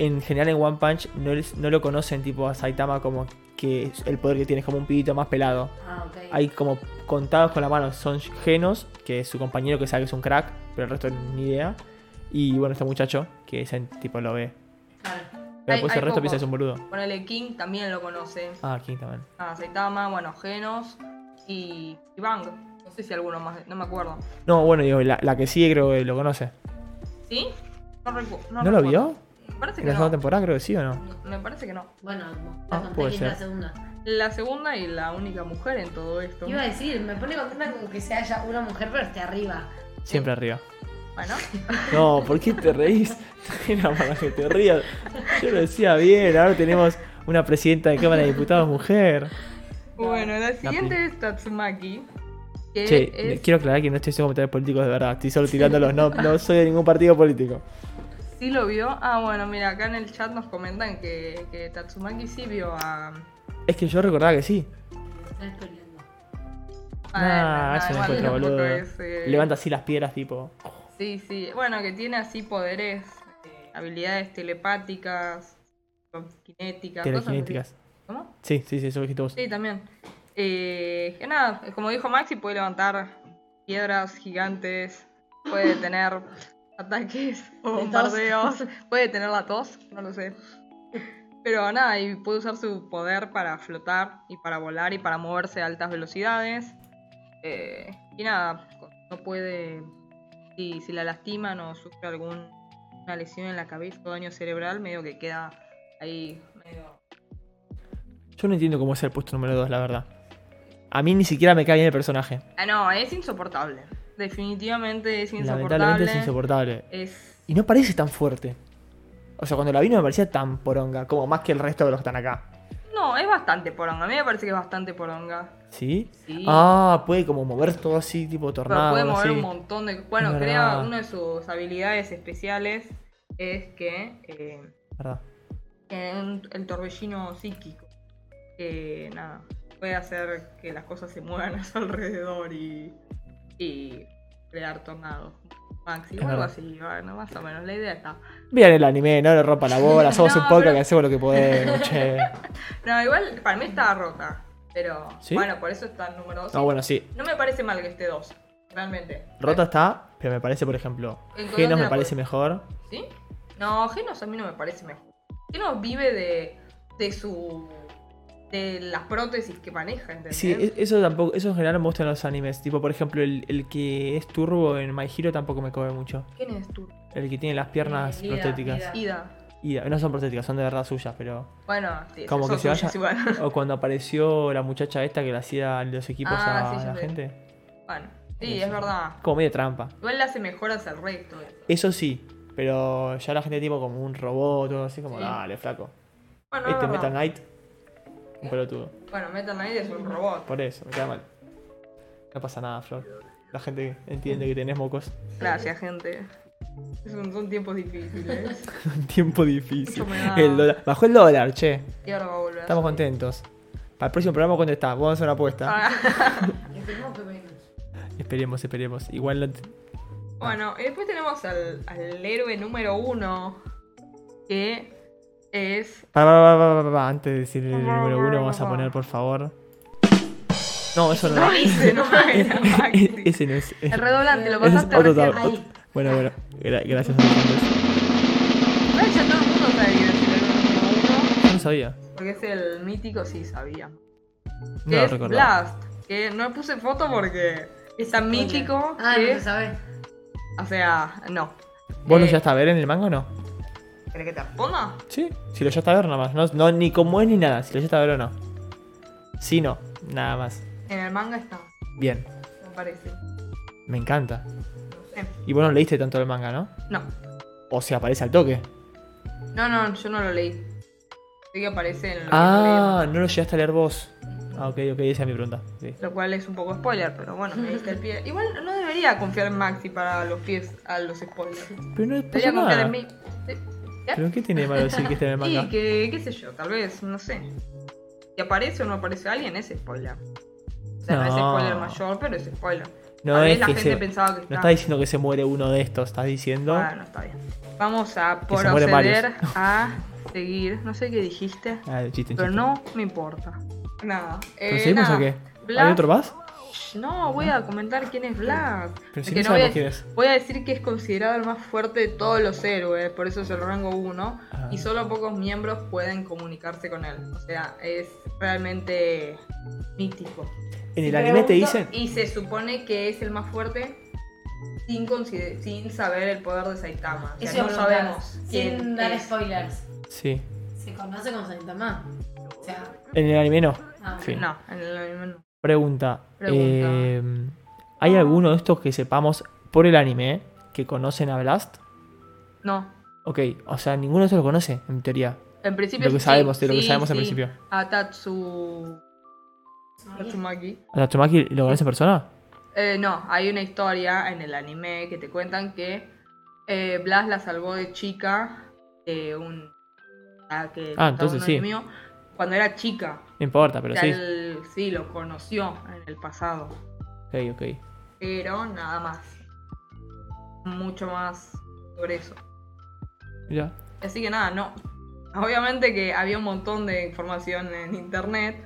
[SPEAKER 1] en general en One Punch no, les- no lo conocen tipo a Saitama como que el poder que tiene es como un pibito más pelado.
[SPEAKER 3] Ah, ok.
[SPEAKER 1] Hay como contados con la mano, son Genos, que es su compañero que sabe que es un crack, pero el resto ni idea. Y bueno, este muchacho, que ese tipo lo ve.
[SPEAKER 3] Claro.
[SPEAKER 1] Pero
[SPEAKER 2] Hay-
[SPEAKER 1] después
[SPEAKER 2] hay
[SPEAKER 1] el resto
[SPEAKER 2] pocos.
[SPEAKER 1] piensa que es un boludo.
[SPEAKER 2] Ponele King también lo conoce.
[SPEAKER 1] Ah, King también.
[SPEAKER 2] Ah, Saitama, bueno, Genos y, y Bang. No sé si alguno más, no me acuerdo.
[SPEAKER 1] No, bueno, digo, la, la que sigue creo que lo conoce.
[SPEAKER 2] ¿Sí? No, recu-
[SPEAKER 1] ¿No lo
[SPEAKER 2] recuerdo.
[SPEAKER 1] vio?
[SPEAKER 2] Me parece
[SPEAKER 1] En
[SPEAKER 2] que
[SPEAKER 1] la
[SPEAKER 2] no.
[SPEAKER 1] segunda temporada creo que sí o no.
[SPEAKER 2] Me parece que no.
[SPEAKER 3] Bueno,
[SPEAKER 1] Ah,
[SPEAKER 3] la conté
[SPEAKER 1] puede
[SPEAKER 3] que es
[SPEAKER 1] ser.
[SPEAKER 3] la segunda.
[SPEAKER 2] La segunda y la única mujer en todo esto.
[SPEAKER 3] Iba a decir, me pone contenta con que se haya una mujer, pero esté arriba.
[SPEAKER 1] Siempre arriba.
[SPEAKER 2] Bueno,
[SPEAKER 1] No, ¿por qué te reís? Era para que te rías. Yo lo decía bien, ahora tenemos una presidenta de Cámara de Diputados mujer.
[SPEAKER 2] bueno, la siguiente
[SPEAKER 1] pri-
[SPEAKER 2] es Tatsumaki. Que
[SPEAKER 1] Che,
[SPEAKER 2] Eh, es,
[SPEAKER 1] quiero aclarar que no estoy haciendo comentarios políticos de verdad, estoy solo tirándolos, no, no soy de ningún partido político.
[SPEAKER 2] sí lo vio. Ah, bueno, mira, acá en el chat nos comentan que, que Tatsumaki sí vio a.
[SPEAKER 1] Es que yo recordaba que sí.
[SPEAKER 3] Está spoileando.
[SPEAKER 2] a
[SPEAKER 1] Ah,
[SPEAKER 2] él,
[SPEAKER 1] eso no
[SPEAKER 2] igual
[SPEAKER 1] encuentro,
[SPEAKER 2] tampoco
[SPEAKER 1] boludo.
[SPEAKER 2] es, eh,
[SPEAKER 1] Levanta así las piedras, tipo.
[SPEAKER 2] Sí, sí. Bueno, que tiene así poderes, eh, habilidades telepáticas, kinéticas. cosas así.
[SPEAKER 1] Telequinéticas.
[SPEAKER 2] ¿Cómo?
[SPEAKER 1] Sí, sí, sí, eso dijiste vos.
[SPEAKER 2] Sí, también. Eh, que nada, como dijo Maxi, puede levantar piedras gigantes, puede tener ataques o
[SPEAKER 3] De tos.
[SPEAKER 2] bombardeos, puede tener la tos, no lo sé. Pero nada, y puede usar su poder para flotar y para volar y para moverse a altas velocidades. Eh, y nada, no puede, si, si la lastiman o sufre alguna lesión en la cabeza o daño cerebral, medio que queda ahí medio
[SPEAKER 1] Yo no entiendo cómo es el puesto número 2, la verdad. A mí ni siquiera me cae bien el personaje.
[SPEAKER 2] Ah, no, es insoportable. Definitivamente es
[SPEAKER 1] Lamentablemente
[SPEAKER 2] insoportable.
[SPEAKER 1] es insoportable.
[SPEAKER 2] Es-
[SPEAKER 1] Y no parece tan fuerte. O sea, cuando la vi no me parecía tan poronga, como más que el resto de los que están acá.
[SPEAKER 2] No, es bastante poronga. A mí me parece que es bastante poronga.
[SPEAKER 1] ¿Sí?
[SPEAKER 2] Sí.
[SPEAKER 1] Ah, puede como mover todo así, tipo
[SPEAKER 2] Pero
[SPEAKER 1] tornado.
[SPEAKER 2] puede mover
[SPEAKER 1] así.
[SPEAKER 2] un montón de. Bueno,
[SPEAKER 1] Es
[SPEAKER 2] crea
[SPEAKER 1] verdad.
[SPEAKER 2] una de sus habilidades especiales es que eh,
[SPEAKER 1] Verdad.
[SPEAKER 2] en el torbellino psíquico. Que nada, puede hacer que las cosas se muevan a su alrededor y, y crear tornados. Maxi,
[SPEAKER 1] Es
[SPEAKER 2] o algo
[SPEAKER 1] verdad.
[SPEAKER 2] así, bueno, más o menos, la idea está.
[SPEAKER 1] Vean el anime, no le rompa la bola, somos
[SPEAKER 2] No,
[SPEAKER 1] un podcast
[SPEAKER 2] pero-
[SPEAKER 1] que hacemos lo que podemos, che.
[SPEAKER 2] No, igual para mí está rota, pero
[SPEAKER 1] ¿Sí?
[SPEAKER 2] bueno, por eso está en número 2.
[SPEAKER 1] No, bueno, sí.
[SPEAKER 2] No me parece mal que esté 2, realmente.
[SPEAKER 1] Rota está, pero me parece, por ejemplo,
[SPEAKER 2] En Colombia
[SPEAKER 1] Genos me
[SPEAKER 2] la
[SPEAKER 1] parece
[SPEAKER 2] puede-
[SPEAKER 1] mejor.
[SPEAKER 2] ¿Sí? No, Genos a mí no me parece mejor. Genos vive de, de su. de las prótesis que maneja, ¿entendés?
[SPEAKER 1] Sí, e- eso tampoco, eso en general me gusta en los animes. Tipo, por ejemplo, el, el que es turbo en My Hero tampoco me coge mucho.
[SPEAKER 2] ¿Quién es tú?
[SPEAKER 1] El que tiene las piernas
[SPEAKER 3] Lida,
[SPEAKER 1] protéticas.
[SPEAKER 2] Ida.
[SPEAKER 1] Y no son protéticas, son de verdad suyas, pero.
[SPEAKER 2] Bueno, sí,
[SPEAKER 1] Como
[SPEAKER 2] son
[SPEAKER 1] que se
[SPEAKER 2] suyas
[SPEAKER 1] vaya-
[SPEAKER 2] igual.
[SPEAKER 1] O cuando apareció la muchacha esta que le hacía los equipos
[SPEAKER 2] Ah,
[SPEAKER 1] a
[SPEAKER 2] sí, ya
[SPEAKER 1] la
[SPEAKER 2] sé.
[SPEAKER 1] gente.
[SPEAKER 2] Bueno, sí, es verdad.
[SPEAKER 1] Como medio trampa.
[SPEAKER 2] Igual le hace mejoras al resto.
[SPEAKER 1] Eso sí, pero ya la gente tipo como un robot, todo así, como
[SPEAKER 2] Sí. Ah,
[SPEAKER 1] dale, flaco.
[SPEAKER 2] Bueno,
[SPEAKER 1] Este
[SPEAKER 2] es
[SPEAKER 1] Meta
[SPEAKER 2] verdad.
[SPEAKER 1] Knight, un pelotudo.
[SPEAKER 2] Bueno, Metal Knight es un robot.
[SPEAKER 1] Por eso, me queda mal. No pasa nada, Flor. La gente entiende que tenés mocos.
[SPEAKER 2] Gracias, gente. Es un- son tiempos difíciles.
[SPEAKER 1] Un tiempo difícil.
[SPEAKER 2] Mucho me da.
[SPEAKER 1] El dólar. Bajó el dólar, che.
[SPEAKER 2] y ahora va a volver.
[SPEAKER 1] Estamos contentos. Para el próximo programa, ¿cuándo está? Vamos a hacer una apuesta.
[SPEAKER 2] Ah,
[SPEAKER 3] Esperemos que menos.
[SPEAKER 1] Esperemos, esperemos. Igual no.
[SPEAKER 2] bueno, y después tenemos al, al héroe número uno. Que es.
[SPEAKER 1] Para, para, para, para, para. Antes de decir el número uno, vamos a poner, por favor. No, eso no.
[SPEAKER 2] No dice, no me El
[SPEAKER 1] Ese no es.
[SPEAKER 2] redoblante, lo
[SPEAKER 1] Ese es
[SPEAKER 2] pasaste
[SPEAKER 1] otro
[SPEAKER 2] recién.
[SPEAKER 1] tab-
[SPEAKER 2] Ay,
[SPEAKER 1] ot- Bueno, bueno. Gra- gracias. Andrés.
[SPEAKER 2] ya todo el mundo sabía que era el número uno.
[SPEAKER 1] Yo no sabía.
[SPEAKER 2] Porque es el mítico, sí, sabía.
[SPEAKER 1] No
[SPEAKER 2] que
[SPEAKER 1] lo
[SPEAKER 2] es
[SPEAKER 1] recordaba.
[SPEAKER 2] Blast. Que no puse foto porque es tan mítico
[SPEAKER 3] Ah, no
[SPEAKER 2] que.
[SPEAKER 3] se sabe.
[SPEAKER 2] o sea, no.
[SPEAKER 1] ¿Vos lo
[SPEAKER 2] Eh,
[SPEAKER 1] ya a ver en el manga o no?
[SPEAKER 2] ¿Querés que te responda?
[SPEAKER 1] Sí, si lo ya está a ver nada más. No, no, ni cómo es ni nada. Si lo ya está a ver o no. Sí, no. Nada más.
[SPEAKER 2] En el manga está,
[SPEAKER 1] Bien.
[SPEAKER 2] me parece.
[SPEAKER 1] Me encanta.
[SPEAKER 2] No sé.
[SPEAKER 1] Y vos no leíste tanto el manga, ¿no?
[SPEAKER 2] No.
[SPEAKER 1] O sea, aparece al toque.
[SPEAKER 2] No, no, yo no lo leí. Sí que aparece en lo que
[SPEAKER 1] Ah, no lo llegaste a leer vos. Ah, ok, ok, esa es mi pregunta. Sí.
[SPEAKER 2] leí, Lo cual es un poco spoiler, pero bueno, me diste el pie. Igual no debería confiar en Maxi para los pies a los spoilers.
[SPEAKER 1] Pero no pasa
[SPEAKER 2] Debería confiar
[SPEAKER 1] nada.
[SPEAKER 2] en mí. Sí.
[SPEAKER 1] ¿Pero qué tiene de malo decir que está en el manga?
[SPEAKER 2] Y que, qué sé yo, tal vez, no sé. Si aparece o no aparece alguien, es spoiler. O sea, no, es
[SPEAKER 1] No.
[SPEAKER 2] spoiler mayor, pero es spoiler.
[SPEAKER 1] No
[SPEAKER 2] tal vez
[SPEAKER 1] es
[SPEAKER 2] la
[SPEAKER 1] que
[SPEAKER 2] gente
[SPEAKER 1] se-
[SPEAKER 2] pensaba que
[SPEAKER 1] No
[SPEAKER 2] está-
[SPEAKER 1] estás diciendo que se muere uno de estos, estás diciendo.
[SPEAKER 2] Ah, no está bien. Vamos a
[SPEAKER 1] Que se mueren
[SPEAKER 2] proceder a seguir. No sé qué dijiste,
[SPEAKER 1] Ah, el chiste, el
[SPEAKER 2] pero
[SPEAKER 1] chiste.
[SPEAKER 2] no me importa. Nada. Eh,
[SPEAKER 1] ¿Pero seguimos
[SPEAKER 2] nada.
[SPEAKER 1] o qué?
[SPEAKER 2] Black-
[SPEAKER 1] ¿Hay otro más?
[SPEAKER 2] No, voy a comentar quién es Black.
[SPEAKER 1] Pero si
[SPEAKER 2] Porque
[SPEAKER 1] no
[SPEAKER 2] voy, a,
[SPEAKER 1] sabemos quién es.
[SPEAKER 2] voy a decir que es considerado el más fuerte de todos los héroes, por eso es el rango 1.
[SPEAKER 1] Ah.
[SPEAKER 2] Y solo pocos miembros pueden comunicarse con él. O sea, es realmente mítico.
[SPEAKER 1] En el
[SPEAKER 3] Pero
[SPEAKER 1] anime te
[SPEAKER 3] pregunto-
[SPEAKER 1] dicen.
[SPEAKER 2] Y se supone que es el más fuerte sin, consider- sin saber el poder de Saitama. O sea,
[SPEAKER 3] Eso
[SPEAKER 2] no
[SPEAKER 3] es
[SPEAKER 2] sabemos quién
[SPEAKER 3] Sin dar
[SPEAKER 2] es.
[SPEAKER 3] spoilers.
[SPEAKER 1] Sí.
[SPEAKER 3] Se conoce como Saitama. O sea,
[SPEAKER 1] En el anime no.
[SPEAKER 3] ah,
[SPEAKER 1] Fin.
[SPEAKER 2] No, en el anime no.
[SPEAKER 1] Pregunta.
[SPEAKER 2] Pregunta.
[SPEAKER 1] eh, ¿Hay alguno de estos que sepamos por el anime eh, que conocen a Blast?
[SPEAKER 2] No.
[SPEAKER 1] Ok, o sea, ninguno de estos lo conoce, en teoría.
[SPEAKER 2] En principio
[SPEAKER 1] Lo que
[SPEAKER 2] sí,
[SPEAKER 1] sabemos, de lo que
[SPEAKER 2] sí,
[SPEAKER 1] sabemos en
[SPEAKER 2] sí.
[SPEAKER 1] principio.
[SPEAKER 2] A Tatsu... Ah, Tatsumaki.
[SPEAKER 1] ¿A Tatsumaki lo conoce en persona?
[SPEAKER 2] Eh, no, hay una historia en el anime que te cuentan que eh, Blas la salvó de chica de un ataque
[SPEAKER 1] Ah, entonces sí.
[SPEAKER 2] mío cuando era chica.
[SPEAKER 1] No importa, pero
[SPEAKER 2] O sea,
[SPEAKER 1] sí.
[SPEAKER 2] él sí lo conoció en el pasado,
[SPEAKER 1] Ok, ok.
[SPEAKER 2] pero nada más. Mucho más sobre eso.
[SPEAKER 1] Ya.
[SPEAKER 2] Así que nada, no. Obviamente que había un montón de información en internet.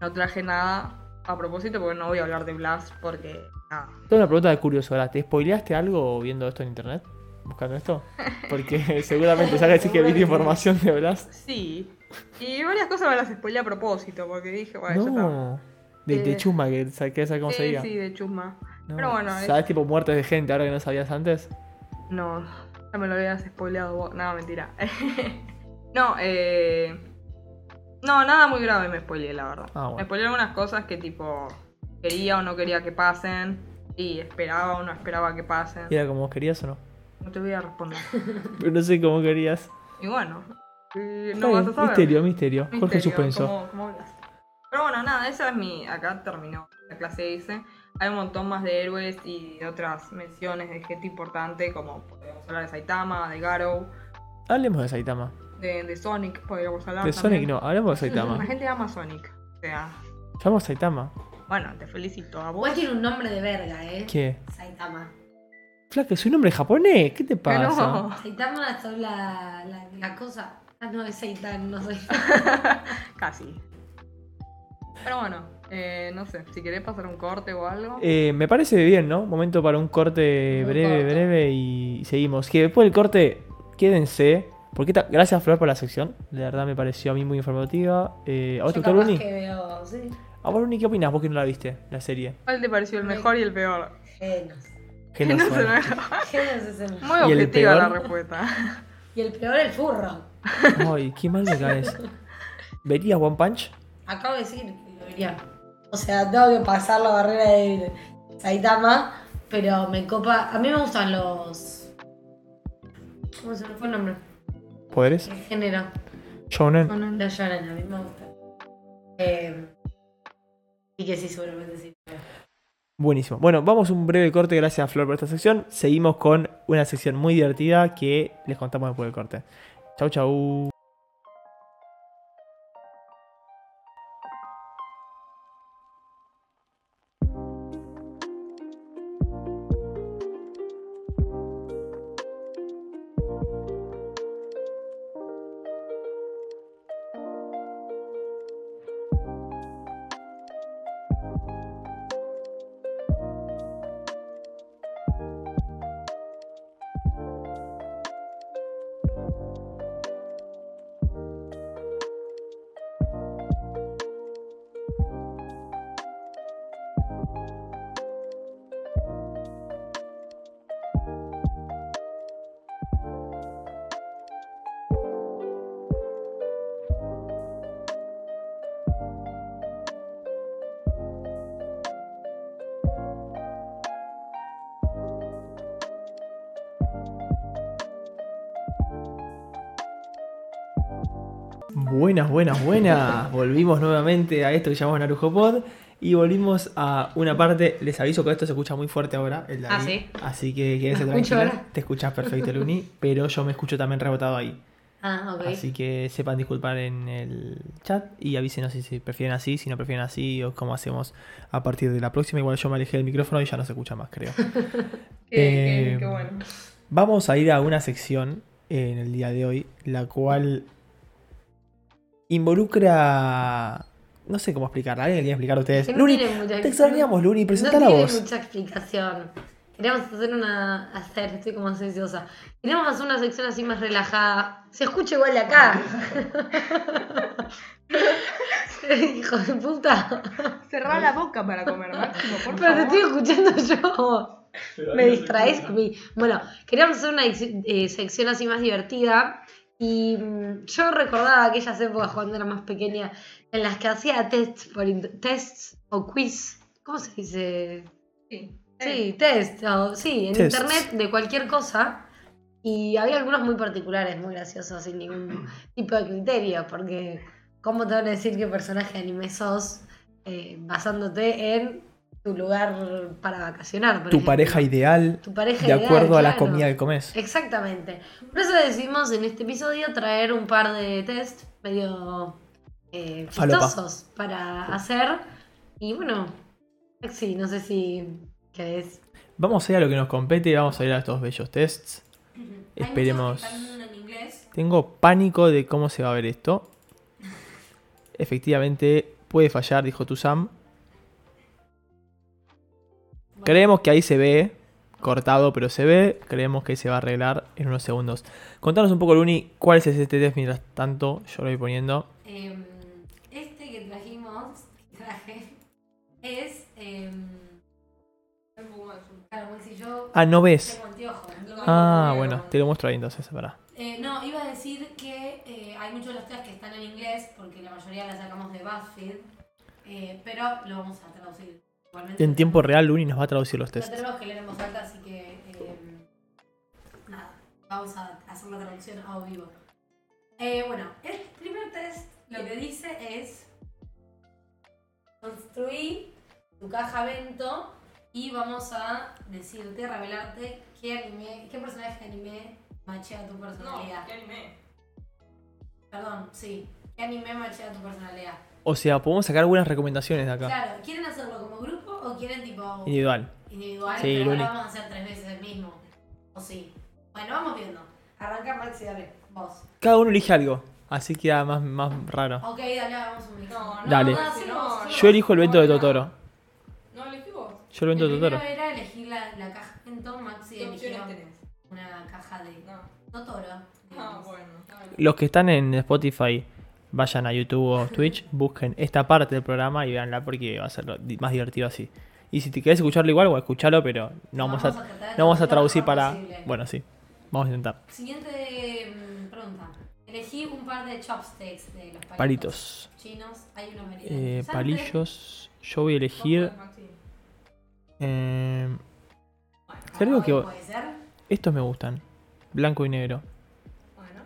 [SPEAKER 2] No traje nada a propósito porque no voy a hablar de Blas porque nada.
[SPEAKER 1] Tengo una pregunta de curioso ahora. ¿Te spoileaste algo viendo esto en internet? ¿Buscando esto? Porque seguramente salga a decir que viste información de Blast.
[SPEAKER 2] Sí. Y varias cosas me las spoilé a propósito, porque dije, bueno, ya está.
[SPEAKER 1] No. De,
[SPEAKER 2] Eh,
[SPEAKER 1] de Chuma, que sa- que esa cómo se
[SPEAKER 2] Sí,
[SPEAKER 1] diga.
[SPEAKER 2] sí, de chusma.
[SPEAKER 1] No.
[SPEAKER 2] pero bueno, es-
[SPEAKER 1] ¿Sabes tipo muertes de gente ahora que no sabías antes?
[SPEAKER 2] No, ya me lo habías spoileado vos. No, mentira. no, eh... No, nada muy grave me spoileé, la verdad.
[SPEAKER 1] Ah, bueno.
[SPEAKER 2] Me spoileé algunas cosas que tipo quería o no quería que pasen. Y esperaba o no esperaba que pasen.
[SPEAKER 1] ¿Y ¿Era como vos querías o no?
[SPEAKER 2] No te voy a responder.
[SPEAKER 1] Pero no sé cómo querías.
[SPEAKER 2] Y bueno, Eh,
[SPEAKER 1] Está
[SPEAKER 2] no vas
[SPEAKER 1] bien,
[SPEAKER 2] a saber.
[SPEAKER 1] Misterio, misterio. Jorge
[SPEAKER 2] Misterio,
[SPEAKER 1] Suspenso.
[SPEAKER 2] ¿cómo- cómo hablas? Pero bueno, nada, esa es mi. Acá terminó la clase hice. Hay un montón más de héroes y otras menciones de gente importante, como podríamos hablar de Saitama, de Garou,
[SPEAKER 1] Hablemos de Saitama.
[SPEAKER 2] de, de Sonic, podríamos hablar.
[SPEAKER 1] De
[SPEAKER 2] también.
[SPEAKER 1] Sonic no, hablemos de
[SPEAKER 2] La
[SPEAKER 1] Saitama.
[SPEAKER 2] gente ama a Sonic. O sea,
[SPEAKER 1] Llamamos a Saitama.
[SPEAKER 2] bueno, te felicito a vos.
[SPEAKER 3] Igual tiene un nombre de verga, ¿eh?
[SPEAKER 1] ¿Qué?
[SPEAKER 3] Saitama.
[SPEAKER 1] Flaca, soy un hombre japonés. ¿Qué te
[SPEAKER 2] Pero-
[SPEAKER 1] pasa?
[SPEAKER 3] Saitama son la, la, la cosa. Ah, no, es Saitan, no soy.
[SPEAKER 2] Casi. Pero bueno, eh, no sé, si querés pasar un corte o algo.
[SPEAKER 1] Eh, me parece bien, ¿no? Momento para un corte
[SPEAKER 3] Un
[SPEAKER 1] breve,
[SPEAKER 3] corte.
[SPEAKER 1] breve y seguimos. Que después del corte, quédense. Porque esta- gracias, Flor, por la sección. De verdad me pareció a mí muy informativa. Eh, ¿A vos te gustó,
[SPEAKER 3] Yo capaz
[SPEAKER 1] Bruni?
[SPEAKER 3] que veo, sí.
[SPEAKER 1] ¿A vos, Bruni, qué opinás? Vos que no la viste, la serie.
[SPEAKER 2] ¿Cuál te pareció el mejor y el peor?
[SPEAKER 3] Genos.
[SPEAKER 1] Que
[SPEAKER 2] No
[SPEAKER 1] nos
[SPEAKER 2] se
[SPEAKER 1] van.
[SPEAKER 2] me-
[SPEAKER 3] Genos es el...
[SPEAKER 2] Ah. Muy
[SPEAKER 1] ¿Y el
[SPEAKER 2] objetiva la
[SPEAKER 1] peor?
[SPEAKER 2] respuesta.
[SPEAKER 3] Y el peor, el furro.
[SPEAKER 1] Ay, qué mal me caes. ¿Verías One Punch?
[SPEAKER 3] Acabo de decir que lo vería. O sea, tengo que pasar la barrera de Saitama, pero me copa. A mí me gustan los. ¿Cómo se me fue el nombre?
[SPEAKER 1] ¿Poderes?
[SPEAKER 3] El género.
[SPEAKER 1] Shonen.
[SPEAKER 2] Bueno,
[SPEAKER 3] Los shonen, a mí me gusta. Eh, y que sí, seguramente sí.
[SPEAKER 1] Buenísimo. Bueno, vamos a un breve corte. Gracias a Flor por esta sección. Seguimos con una sección muy divertida que les contamos después del corte. Chau, chau. Buenas, buenas, buenas. Volvimos nuevamente a esto que llamamos Narujo Pod. Y volvimos a una parte. Les aviso que esto se escucha muy fuerte ahora. El de
[SPEAKER 3] Ah,
[SPEAKER 1] ahí.
[SPEAKER 3] ¿sí?
[SPEAKER 1] Así que quédense
[SPEAKER 3] ¿Me escucho
[SPEAKER 1] tranquilos.
[SPEAKER 3] ahora?
[SPEAKER 1] Te escuchas perfecto, Luni. Pero yo me escucho también rebotado ahí.
[SPEAKER 3] Ah, ok.
[SPEAKER 1] Así que sepan disculpar en el chat y avísenos si se prefieren así, si no prefieren así o cómo hacemos a partir de la próxima. Igual yo me alejé del micrófono y ya no se escucha más, creo.
[SPEAKER 2] qué, qué-
[SPEAKER 1] Eh,
[SPEAKER 2] qué bueno.
[SPEAKER 1] Vamos a ir a una sección eh, en el día de hoy, la cual involucra... No sé cómo explicarla, alguien quiere explicar a ustedes.
[SPEAKER 3] Que no
[SPEAKER 1] Luni,
[SPEAKER 3] tiene mucha-
[SPEAKER 1] te extrañamos, Luni, presentá
[SPEAKER 3] no
[SPEAKER 1] la
[SPEAKER 3] tiene
[SPEAKER 1] voz.
[SPEAKER 3] mucha explicación. Queríamos hacer una. hacer, estoy como ansiosa. Queríamos hacer una sección así más relajada. Se escucha igual de acá. Hijo de puta.
[SPEAKER 2] Cerrá la boca para comer, Máximo, por
[SPEAKER 3] Pero te
[SPEAKER 2] favor.
[SPEAKER 3] estoy escuchando yo. Me distraes a mí. Bueno, queríamos hacer una ex- eh, sección así más divertida. Y mm, yo recordaba aquellas épocas cuando era más pequeña en las que hacía tests, por int- tests o quiz. ¿Cómo se dice?
[SPEAKER 2] Sí.
[SPEAKER 1] Eh.
[SPEAKER 3] Sí, test, o- sí, en
[SPEAKER 1] Tests.
[SPEAKER 3] internet de cualquier cosa. Y había algunos muy particulares, muy graciosos, sin ningún tipo de criterio, porque ¿cómo te van a decir qué personaje de anime sos eh, basándote en tu lugar para vacacionar?
[SPEAKER 1] Tu
[SPEAKER 3] por ejemplo?
[SPEAKER 1] pareja ideal,
[SPEAKER 3] Tu pareja
[SPEAKER 1] de
[SPEAKER 3] ideal,
[SPEAKER 1] acuerdo a la
[SPEAKER 3] claro.
[SPEAKER 1] comida que comes.
[SPEAKER 3] Exactamente. Por eso decidimos en este episodio traer un par de test medio eh,
[SPEAKER 1] Falopa.
[SPEAKER 3] chistosos para hacer. Y bueno, Maxi, no sé si querés
[SPEAKER 1] Vamos a ir a lo que nos compete y vamos a ir a estos bellos tests.
[SPEAKER 5] Hay
[SPEAKER 1] Esperemos.
[SPEAKER 5] muchos que están en inglés.
[SPEAKER 1] Tengo pánico de cómo se va a ver esto. Efectivamente, puede fallar, dijo Tusam. Creemos que ahí se ve, cortado, pero se ve. Creemos que se va a arreglar en unos segundos. Contanos un poco, Luni, cuál es este test mientras tanto yo lo voy poniendo.
[SPEAKER 5] Em, este que trajimos, que traje, es. em, claro, Maxi, yo
[SPEAKER 1] Ah, no ves.
[SPEAKER 5] tengo anteojos. no lo
[SPEAKER 1] Ah,
[SPEAKER 5] veo.
[SPEAKER 1] bueno, te lo muestro ahí entonces, pará.
[SPEAKER 5] Eh, no, iba a decir que eh, hay muchos de los test que están en inglés, porque la mayoría la sacamos de BuzzFeed, eh, pero lo vamos a traducir. Igualmente,
[SPEAKER 1] En tiempo real, Luni nos va a traducir los
[SPEAKER 5] Lo
[SPEAKER 1] tests.
[SPEAKER 5] tenemos que leer en voz alta, así
[SPEAKER 3] eh,
[SPEAKER 5] que. em, nada, vamos a hacer la traducción a vivo.
[SPEAKER 3] Eh, bueno, el primer test lo que dice es construir tu caja Bento y vamos a decirte, revelarte qué anime, qué personaje de anime machea tu personalidad.
[SPEAKER 2] ¿qué anime?
[SPEAKER 3] Perdón, sí, qué anime machea tu personalidad.
[SPEAKER 1] O sea, podemos sacar buenas recomendaciones de acá.
[SPEAKER 3] Claro, ¿quieren hacerlo como grupo o quieren tipo
[SPEAKER 1] Individual.
[SPEAKER 3] individual?
[SPEAKER 1] Sí,
[SPEAKER 3] pero no
[SPEAKER 1] Luli.
[SPEAKER 3] lo vamos a hacer tres veces el mismo. O sí. Bueno, vamos viendo. Arranca Maxi, dale, vos.
[SPEAKER 1] Cada uno elige algo. Así queda más, más raro.
[SPEAKER 3] Ok, dale, hagamos un mix.
[SPEAKER 2] No, no,
[SPEAKER 1] Dale.
[SPEAKER 2] no, si no, no.
[SPEAKER 1] Yo elijo el vento de Totoro.
[SPEAKER 2] No, elegí vos.
[SPEAKER 1] Yo el vento de
[SPEAKER 3] El primero
[SPEAKER 1] Totoro.
[SPEAKER 3] era elegir la, la caja. Entonces Maxi
[SPEAKER 2] ¿Qué opciones
[SPEAKER 3] eligió
[SPEAKER 2] tenés?
[SPEAKER 3] una caja de
[SPEAKER 2] No.
[SPEAKER 3] Totoro.
[SPEAKER 2] Ah, bueno. dale.
[SPEAKER 1] Los que están en Spotify, vayan a YouTube o Twitch, busquen esta parte del programa y véanla porque va a ser lo- di- más divertido así. Y si te querés escucharlo igual, bueno, escuchalo, pero no vamos,
[SPEAKER 3] Vamos
[SPEAKER 1] a,
[SPEAKER 3] a tratar de
[SPEAKER 1] no vamos a
[SPEAKER 3] hacerlo lo
[SPEAKER 1] traducir
[SPEAKER 3] mejor
[SPEAKER 1] para...
[SPEAKER 3] posible.
[SPEAKER 1] Bueno, sí. Vamos a intentar.
[SPEAKER 3] Siguiente mm, pregunta. Elegí un par de chopsticks de los palitos.
[SPEAKER 1] Palitos.
[SPEAKER 3] Chinos, hay unos
[SPEAKER 1] Eh,
[SPEAKER 3] meridionales.
[SPEAKER 1] palillos. Yo voy a
[SPEAKER 2] Vos
[SPEAKER 1] elegir...
[SPEAKER 2] podés, Maxi.
[SPEAKER 1] eh, creo que-
[SPEAKER 3] Ah, Puede ser.
[SPEAKER 1] estos me gustan. Blanco y negro.
[SPEAKER 2] Bueno.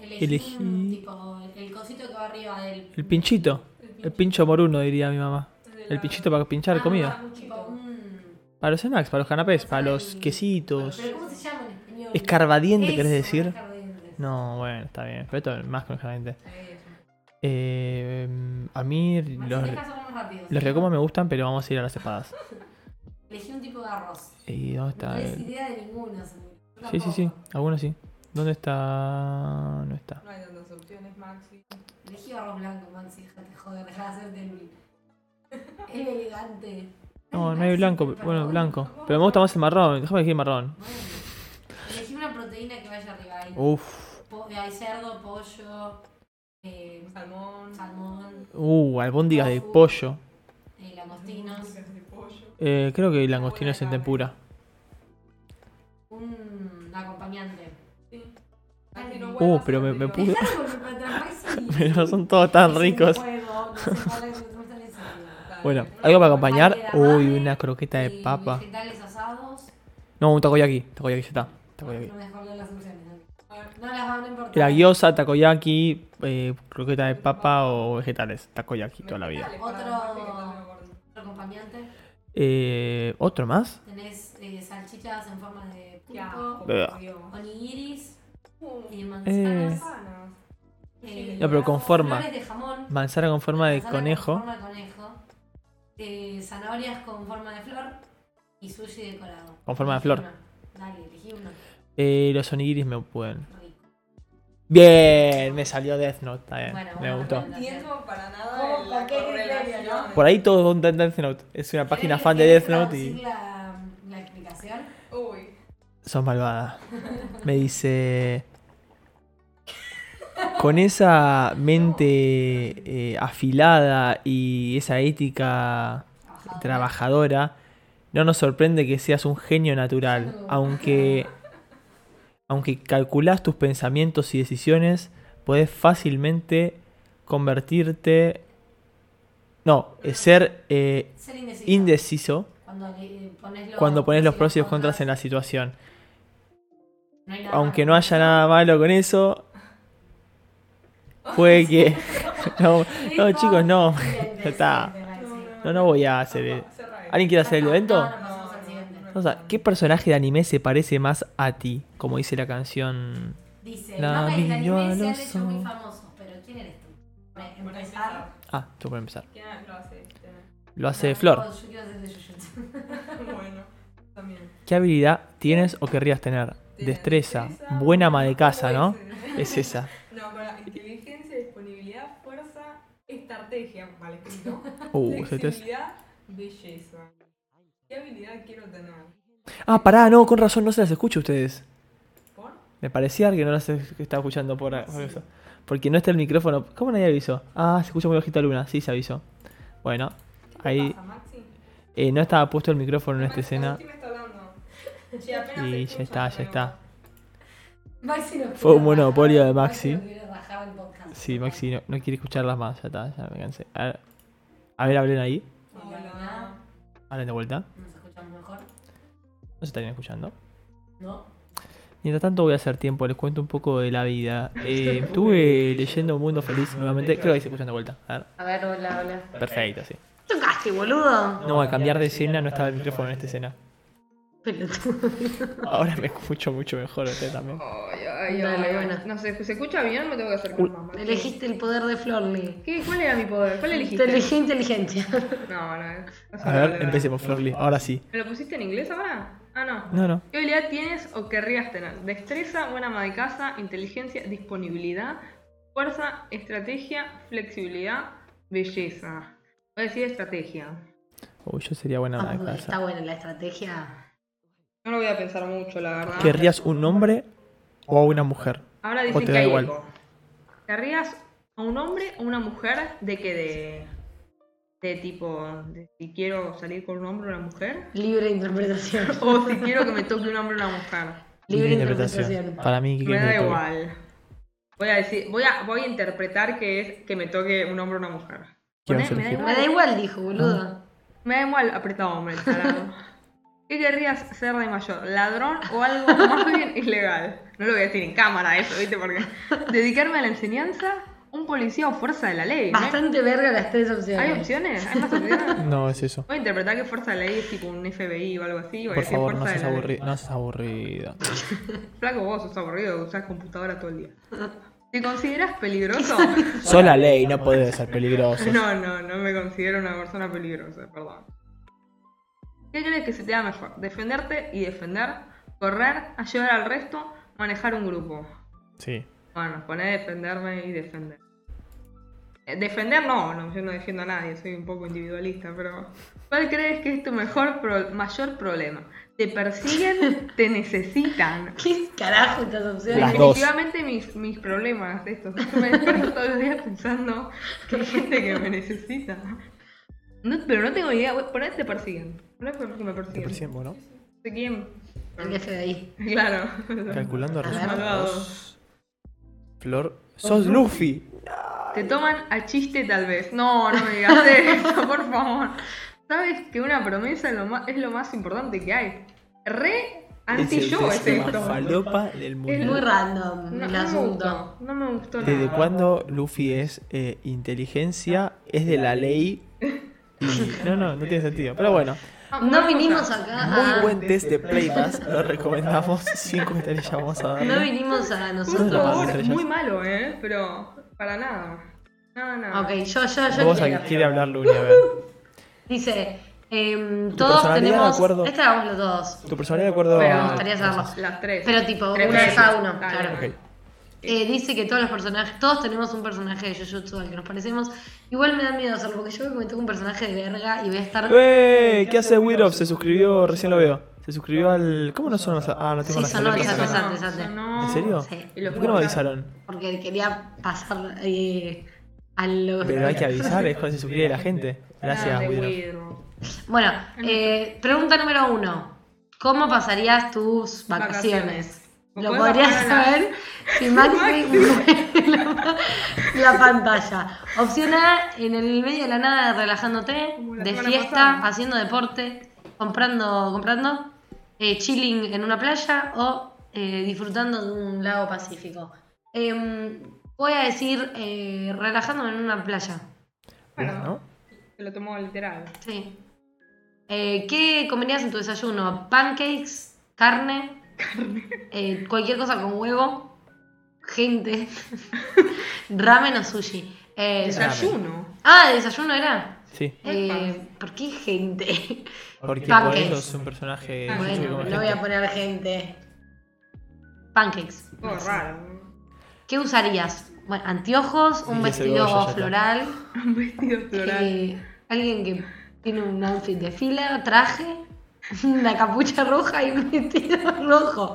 [SPEAKER 3] Elegí,
[SPEAKER 1] Elegí-
[SPEAKER 3] un tipo el cosito que va arriba del.
[SPEAKER 1] El pinchito. El pincho moruno, diría mi mamá. El pinchito para pinchar
[SPEAKER 3] Ah,
[SPEAKER 1] comida.
[SPEAKER 3] Tipo un.
[SPEAKER 1] Para los snacks, para los canapés, para los
[SPEAKER 3] Ay.
[SPEAKER 1] quesitos.
[SPEAKER 3] ¿Pero cómo se llama en español?
[SPEAKER 1] Escarbadiente,
[SPEAKER 3] Eso,
[SPEAKER 1] ¿querés decir?
[SPEAKER 3] escarbadientes.
[SPEAKER 1] No, bueno, está bien. Pero esto es más que gente.
[SPEAKER 3] Ahí es.
[SPEAKER 1] Eh, a mí los,
[SPEAKER 3] Maxi, deja hacerlo más rápido.
[SPEAKER 1] los recomas me gustan, pero vamos a ir a las espadas.
[SPEAKER 3] Elegí un tipo de arroz.
[SPEAKER 1] ¿Y dónde
[SPEAKER 3] No
[SPEAKER 1] está?
[SPEAKER 3] tenés
[SPEAKER 1] el-
[SPEAKER 3] idea de ninguno, seguro. Yo
[SPEAKER 1] Sí, sí, sí.
[SPEAKER 3] tampoco.
[SPEAKER 1] Algunos sí. ¿Dónde está? No está.
[SPEAKER 2] No hay tantas opciones, Maxi.
[SPEAKER 3] Elegí arroz blanco, Maxi, déjate joder, deja de hacerte el. El elegante.
[SPEAKER 1] No,
[SPEAKER 3] Ay,
[SPEAKER 1] no hay
[SPEAKER 3] Maxi,
[SPEAKER 1] blanco.
[SPEAKER 3] perdón.
[SPEAKER 1] Bueno, blanco. Pero me gusta más el marrón. Déjame elegir marrón.
[SPEAKER 3] Bueno, elegí una proteína que vaya arriba. Hay,
[SPEAKER 1] Oh. Uf.
[SPEAKER 3] po- hay cerdo, pollo, eh,
[SPEAKER 2] Salmón.
[SPEAKER 3] salmón,
[SPEAKER 1] Uh, albóndigas de pollo.
[SPEAKER 3] eh, langostinos.
[SPEAKER 2] de pollo.
[SPEAKER 1] Eh, creo que langostinos en tempura.
[SPEAKER 3] Un acompañante.
[SPEAKER 2] Maxi, no
[SPEAKER 1] Uh,
[SPEAKER 2] vuelvas
[SPEAKER 1] pero
[SPEAKER 2] a
[SPEAKER 1] me, me
[SPEAKER 2] repetirlo.
[SPEAKER 1] puse.
[SPEAKER 3] Dejá de volver para atrás, Maxi.
[SPEAKER 1] Pero son todos tan
[SPEAKER 3] Es un
[SPEAKER 1] ricos.
[SPEAKER 3] juego, no sé cuál es, no está en serio.
[SPEAKER 2] Dale.
[SPEAKER 1] Bueno, algo para acompañar. Uy, una croqueta de
[SPEAKER 3] Y
[SPEAKER 1] papa.
[SPEAKER 3] Vegetales asados.
[SPEAKER 1] No, un takoyaki. Takoyaki ya está. Takoyaki.
[SPEAKER 3] No me dejo hablar las opciones. No No las van a importar.
[SPEAKER 1] La gyoza, takoyaki, eh, croqueta de papa o vegetales. Takoyaki toda la vida.
[SPEAKER 2] Vegetales para
[SPEAKER 3] Otro-
[SPEAKER 2] Maxi, que está medio gordo.
[SPEAKER 3] Otro acompañante.
[SPEAKER 1] Eh, ¿Otro más?
[SPEAKER 3] Tenés eh, salchichas en forma de
[SPEAKER 2] Qué
[SPEAKER 3] pulpo,
[SPEAKER 2] asco,
[SPEAKER 1] Bleh.
[SPEAKER 2] por Dios.
[SPEAKER 3] onigiris,
[SPEAKER 2] Uh,
[SPEAKER 3] eh, manzanas,
[SPEAKER 2] manzanas.
[SPEAKER 3] eh,
[SPEAKER 1] No, pero con forma.
[SPEAKER 3] flores de jamón,
[SPEAKER 1] Manzana con forma de
[SPEAKER 3] manzanas con
[SPEAKER 1] conejo.
[SPEAKER 3] forma de conejo, eh, zanahorias con forma de flor y sushi decorado.
[SPEAKER 1] Con forma de
[SPEAKER 3] Elegí
[SPEAKER 1] flor.
[SPEAKER 3] uno. Dale, elegí uno.
[SPEAKER 1] Eh, los onigiris me pueden.
[SPEAKER 3] Rico.
[SPEAKER 1] Bien, me salió Death Note. Está bien,
[SPEAKER 3] Bueno,
[SPEAKER 1] me
[SPEAKER 3] bueno,
[SPEAKER 1] gustó.
[SPEAKER 3] bueno.
[SPEAKER 2] entiendo para nada
[SPEAKER 3] ¿Cómo?
[SPEAKER 2] la
[SPEAKER 3] ¿Por qué criterio,
[SPEAKER 2] correlación.
[SPEAKER 3] no?
[SPEAKER 1] Por ahí todos son de Death Note. Es una
[SPEAKER 3] Eh,
[SPEAKER 1] página fan de Death Note
[SPEAKER 3] ¿Querés
[SPEAKER 1] y
[SPEAKER 3] traducir la, la explicación?
[SPEAKER 2] Uy,
[SPEAKER 1] son malvadas. Me dice... Con esa mente eh, afilada y esa ética
[SPEAKER 3] Trabajadora.
[SPEAKER 1] trabajadora, no nos sorprende que seas un genio natural, aunque aunque calculás tus pensamientos y decisiones, podés fácilmente convertirte no, eh, ser eh,
[SPEAKER 3] Ser indeciso.
[SPEAKER 1] indeciso
[SPEAKER 3] Cuando, le- pones los,
[SPEAKER 1] cuando pones los pros y los contras en la situación. Aunque no haya nada malo con eso, puede que no, no, chicos, no, ya está. No, no voy a hacer. eh.
[SPEAKER 2] cerra esto.
[SPEAKER 1] ¿Alguien quiere hacer el evento?
[SPEAKER 3] No, no, pasamos al siguiente.
[SPEAKER 2] No, no, no.
[SPEAKER 1] O sea, ¿qué personaje de anime se parece más a ti? Como dice la canción.
[SPEAKER 3] Dice,
[SPEAKER 1] La
[SPEAKER 3] no, el
[SPEAKER 1] miró
[SPEAKER 3] anime se
[SPEAKER 1] al
[SPEAKER 3] han hecho muy
[SPEAKER 1] oso.
[SPEAKER 3] famosos, pero ¿quién eres tú? Para
[SPEAKER 2] Bueno, ahí
[SPEAKER 3] empezar...
[SPEAKER 1] Ah, tú puedes empezar.
[SPEAKER 2] ¿Quién lo hace? Este,
[SPEAKER 1] Lo hace
[SPEAKER 3] No,
[SPEAKER 1] Flor.
[SPEAKER 3] Oh, Yo quiero hacer de Jujutsu.
[SPEAKER 2] Bueno, también.
[SPEAKER 1] ¿Qué habilidad tienes o querrías tener? Destreza.
[SPEAKER 2] Destreza,
[SPEAKER 1] Buena ama de casa, ¿no?
[SPEAKER 2] Uy, sí.
[SPEAKER 1] Es esa.
[SPEAKER 2] No, para inteligencia, disponibilidad, fuerza, estrategia, mal escrito.
[SPEAKER 1] Uh, ese test.
[SPEAKER 2] flexibilidad, belleza. ¿Qué habilidad quiero tener?
[SPEAKER 1] Ah, pará, no, con razón, no se las escucho a ustedes.
[SPEAKER 2] ¿Por?
[SPEAKER 1] Me parecía que no las es- que estaba escuchando por por eso. Porque no está el micrófono. ¿Cómo nadie avisó? Ah, se escucha muy bajita luna. Sí, se avisó. Bueno,
[SPEAKER 2] ¿Qué te
[SPEAKER 1] ahí
[SPEAKER 2] pasa, Maxi?
[SPEAKER 1] eh, no estaba puesto el micrófono en esta
[SPEAKER 2] Maxi,
[SPEAKER 1] escena.
[SPEAKER 2] Agustín me está hablando. Che, apenas
[SPEAKER 1] Y ya
[SPEAKER 2] se escucha,
[SPEAKER 1] está, ya
[SPEAKER 2] pero-
[SPEAKER 1] está.
[SPEAKER 3] Maxi no
[SPEAKER 1] Fue un
[SPEAKER 3] quiere
[SPEAKER 1] monopolio
[SPEAKER 3] rajar,
[SPEAKER 1] de Maxi.
[SPEAKER 3] no quiere rajar el podcast.
[SPEAKER 1] Sí, Maxi no, no quiere escucharlas más, ya está, ya me cansé. A ver, a ver, hablen ahí,
[SPEAKER 3] Hola.
[SPEAKER 1] hablen de vuelta.
[SPEAKER 3] Nos escuchamos mejor.
[SPEAKER 1] No se estarían escuchando.
[SPEAKER 3] No.
[SPEAKER 1] Mientras tanto voy a hacer tiempo, les cuento un poco de la vida. Eh, estuve leyendo Mundo Feliz nuevamente, creo que ahí se escuchan de vuelta. A ver,
[SPEAKER 3] A ver, hola, hola.
[SPEAKER 1] perfecto, sí.
[SPEAKER 3] Chocaste, boludo.
[SPEAKER 1] No, al cambiar de escena no estaba el micrófono en esta escena.
[SPEAKER 3] Pelotudo.
[SPEAKER 1] Ahora me escucho mucho mejor usted también.
[SPEAKER 2] Ay, ay,
[SPEAKER 3] Dale,
[SPEAKER 2] ay.
[SPEAKER 3] bueno.
[SPEAKER 2] No sé, ¿se escucha bien? Me tengo que acercar más. Martín.
[SPEAKER 3] Elegiste el poder de Florly.
[SPEAKER 2] ¿Qué? ¿Cuál era mi poder? ¿Cuál
[SPEAKER 3] Te
[SPEAKER 2] elegiste?
[SPEAKER 3] elegí inteligencia.
[SPEAKER 2] No, no, no. es
[SPEAKER 1] A
[SPEAKER 2] horrible,
[SPEAKER 1] ver,
[SPEAKER 2] no.
[SPEAKER 1] empecemos, Florly. Ahora sí.
[SPEAKER 2] ¿Me lo pusiste en inglés ahora? Ah, no.
[SPEAKER 1] No, no.
[SPEAKER 2] ¿Qué habilidad tienes o querrías tener? Destreza, buena ama de casa, inteligencia, disponibilidad, fuerza, estrategia, flexibilidad, belleza. Voy a decir estrategia.
[SPEAKER 1] Uy, yo sería buena
[SPEAKER 3] Ah,
[SPEAKER 1] ama de
[SPEAKER 3] Está
[SPEAKER 1] casa.
[SPEAKER 3] buena la estrategia.
[SPEAKER 2] No lo voy a pensar mucho, la verdad.
[SPEAKER 1] ¿Querrías un hombre o a una mujer?
[SPEAKER 2] Ahora
[SPEAKER 1] o
[SPEAKER 2] dicen
[SPEAKER 1] te
[SPEAKER 2] que
[SPEAKER 1] da
[SPEAKER 2] hay
[SPEAKER 1] igual?
[SPEAKER 2] eco. ¿Querrías a un hombre o una mujer de que de. de tipo. de si quiero salir con un hombre o una mujer?
[SPEAKER 3] Libre interpretación.
[SPEAKER 2] O si quiero que me toque un hombre o una mujer.
[SPEAKER 3] Libre interpretación.
[SPEAKER 1] Para mí, que
[SPEAKER 2] Me da
[SPEAKER 1] toque.
[SPEAKER 2] igual. Voy a decir, voy a, voy a interpretar que es que me toque un hombre o una mujer.
[SPEAKER 1] ¿Qué
[SPEAKER 2] Poné,
[SPEAKER 1] vas a
[SPEAKER 2] me da
[SPEAKER 1] elegir?
[SPEAKER 2] igual.
[SPEAKER 3] Me da igual, dijo, eh, boludo.
[SPEAKER 2] Me da igual apretado hombre, tarado. ¿Qué querrías ser de mayor? ¿Ladrón o algo más bien ilegal? No lo voy a decir en cámara eso, ¿viste? Porque dedicarme a la enseñanza, un policía o fuerza de la ley. ¿no?
[SPEAKER 3] Bastante verga las tres opciones.
[SPEAKER 2] ¿Hay opciones? ¿Hay más opciones?
[SPEAKER 1] No, es eso.
[SPEAKER 2] Voy a interpretar que fuerza de la ley es tipo un FBI o algo así. Voy a
[SPEAKER 1] Por
[SPEAKER 2] decir
[SPEAKER 1] favor, no
[SPEAKER 2] fuerza de
[SPEAKER 1] seas
[SPEAKER 2] la ley.
[SPEAKER 1] aburrida. No seas aburrida.
[SPEAKER 2] Flaco vos, sos aburrido, usás computadora todo el día. ¿Te consideras peligroso?
[SPEAKER 1] Soy la ley, no puede ser peligroso.
[SPEAKER 2] No, no, no me considero una persona peligrosa, perdón. ¿Qué crees que se te da mejor? ¿Defenderte y defender? ¿Correr? ¿Ayudar al resto? ¿Manejar un grupo?
[SPEAKER 1] Sí.
[SPEAKER 2] Bueno, poné defenderme y defender. Eh, defender no, no, yo no defiendo a nadie, soy un poco individualista, pero... ¿Cuál crees que es tu mejor pro- mayor problema? ¿Te persiguen? ¿Te necesitan?
[SPEAKER 3] ¿Qué carajo estas opciones?
[SPEAKER 1] Las dos.
[SPEAKER 2] Definitivamente mis, mis problemas estos. Yo me despierto todos los días pensando que hay gente que me necesita. No, pero no tengo idea, güey, por ahí te persiguen. Por ahí porque me
[SPEAKER 1] Te
[SPEAKER 2] persiguen.
[SPEAKER 1] percibo, ¿no?
[SPEAKER 2] ¿De quién?
[SPEAKER 3] El FBI.
[SPEAKER 2] Claro.
[SPEAKER 1] Calculando
[SPEAKER 3] ver.
[SPEAKER 1] resultados. Flor. ¡Sos Luffy!
[SPEAKER 2] Te toman a chiste tal vez. No, no me digas eso, por favor. Sabes que una promesa es lo más, es lo más importante que hay. Re anti-yo es, esto.
[SPEAKER 1] falopa del
[SPEAKER 2] Es
[SPEAKER 3] Muy
[SPEAKER 1] mundo.
[SPEAKER 3] random
[SPEAKER 2] No,
[SPEAKER 3] el
[SPEAKER 2] no me
[SPEAKER 3] asunto.
[SPEAKER 2] gustó. No me gustó
[SPEAKER 1] ¿Desde
[SPEAKER 2] nada.
[SPEAKER 1] cuándo Luffy es eh, inteligencia? Es de la ley. y- No, no, no tiene sentido. Pero bueno,
[SPEAKER 2] Ah,
[SPEAKER 3] No
[SPEAKER 2] me
[SPEAKER 3] vinimos
[SPEAKER 2] gusta.
[SPEAKER 3] acá
[SPEAKER 1] muy
[SPEAKER 3] a.
[SPEAKER 1] buen test de Playbus. Lo recomendamos. Cinco estrellas vamos a
[SPEAKER 3] No
[SPEAKER 1] darle.
[SPEAKER 3] vinimos a
[SPEAKER 2] Justo
[SPEAKER 1] Nosotros.
[SPEAKER 2] ahora,
[SPEAKER 3] nosotros.
[SPEAKER 1] Estrellas.
[SPEAKER 2] muy malo, ¿eh? Pero para nada. Nada, nada.
[SPEAKER 3] Ok, yo, yo, yo.
[SPEAKER 1] Vos a
[SPEAKER 3] quiero.
[SPEAKER 1] que quiere hablar Luni, a ver.
[SPEAKER 3] Dice, em,
[SPEAKER 1] Tu
[SPEAKER 3] todos
[SPEAKER 1] personalidad,
[SPEAKER 3] tenemos.
[SPEAKER 1] de acuerdo.
[SPEAKER 3] Esta la vamos los dos.
[SPEAKER 1] Tu personalidad de acuerdo
[SPEAKER 2] Pero-
[SPEAKER 3] Me
[SPEAKER 1] a...
[SPEAKER 3] gustaría saberlo.
[SPEAKER 2] Las tres.
[SPEAKER 3] Pero tipo,
[SPEAKER 2] Tres
[SPEAKER 3] una de
[SPEAKER 2] veces.
[SPEAKER 3] cada uno,
[SPEAKER 2] Dale.
[SPEAKER 3] claro.
[SPEAKER 1] Ok.
[SPEAKER 3] Eh, dice que todos los personajes, todos tenemos un personaje de Jujutsu al que nos parecemos. Igual me da miedo hacerlo, porque yo veo que me toca un personaje de verga y voy a estar.
[SPEAKER 1] ¡Eh! ¿Qué hace Widow? Se suscribió, recién lo veo. Se suscribió al. ¿Cómo no son las.? Ah, no tengo
[SPEAKER 3] Sí,
[SPEAKER 1] las
[SPEAKER 3] sonó,
[SPEAKER 1] alertas
[SPEAKER 3] sonó,
[SPEAKER 1] acá.
[SPEAKER 3] sonó. antes, antes.
[SPEAKER 2] Sonó.
[SPEAKER 1] ¿En serio?
[SPEAKER 3] Sí.
[SPEAKER 2] Y los
[SPEAKER 1] ¿Por qué no me
[SPEAKER 2] cortaron.
[SPEAKER 1] avisaron?
[SPEAKER 3] Porque quería pasar eh, a los.
[SPEAKER 1] Pero hay que avisar, es cuando se suscribe la gente.
[SPEAKER 2] Nada,
[SPEAKER 1] Gracias,
[SPEAKER 2] de
[SPEAKER 1] Widow.
[SPEAKER 2] Widro.
[SPEAKER 3] Bueno, eh, pregunta número uno: ¿Cómo pasarías tus vacaciones?
[SPEAKER 2] Vacaciones.
[SPEAKER 3] Lo
[SPEAKER 2] ¿Puedo
[SPEAKER 3] podrías
[SPEAKER 2] bajar a la-
[SPEAKER 3] saber si Maxi vuela la pantalla. Opción A, en el medio de la nada, relajándote,
[SPEAKER 2] Como la
[SPEAKER 3] de
[SPEAKER 2] semana
[SPEAKER 3] fiesta,
[SPEAKER 2] pasada.
[SPEAKER 3] haciendo deporte, comprando, comprando, eh, chilling en una playa o eh, disfrutando de un lago pacífico. Em, voy a decir eh, relajándome en una playa.
[SPEAKER 2] Bueno.
[SPEAKER 1] ¿No?
[SPEAKER 2] Se lo tomó literal.
[SPEAKER 3] Sí. Eh, ¿Qué comerías en tu desayuno? ¿Pancakes? ¿Carne? eh, cualquier cosa con huevo. Gente. Ramen o sushi. Eh,
[SPEAKER 2] Desayuno.
[SPEAKER 3] ah, desayuno era.
[SPEAKER 1] Sí.
[SPEAKER 3] Eh, ¿Por qué gente?
[SPEAKER 1] Porque por
[SPEAKER 3] Pancakes.
[SPEAKER 1] eso es un personaje.
[SPEAKER 2] Ah,
[SPEAKER 1] mucho
[SPEAKER 3] bueno,
[SPEAKER 1] como
[SPEAKER 3] no voy a
[SPEAKER 1] gente.
[SPEAKER 3] poner gente. Pancakes.
[SPEAKER 2] Todo raro.
[SPEAKER 3] ¿Qué usarías? Bueno, anteojos, un
[SPEAKER 1] Y
[SPEAKER 3] vestido
[SPEAKER 1] cebolla, ya está.
[SPEAKER 3] floral.
[SPEAKER 2] Un vestido floral.
[SPEAKER 3] eh, alguien que tiene un outfit de fila, traje, una capucha roja y un vestido rojo.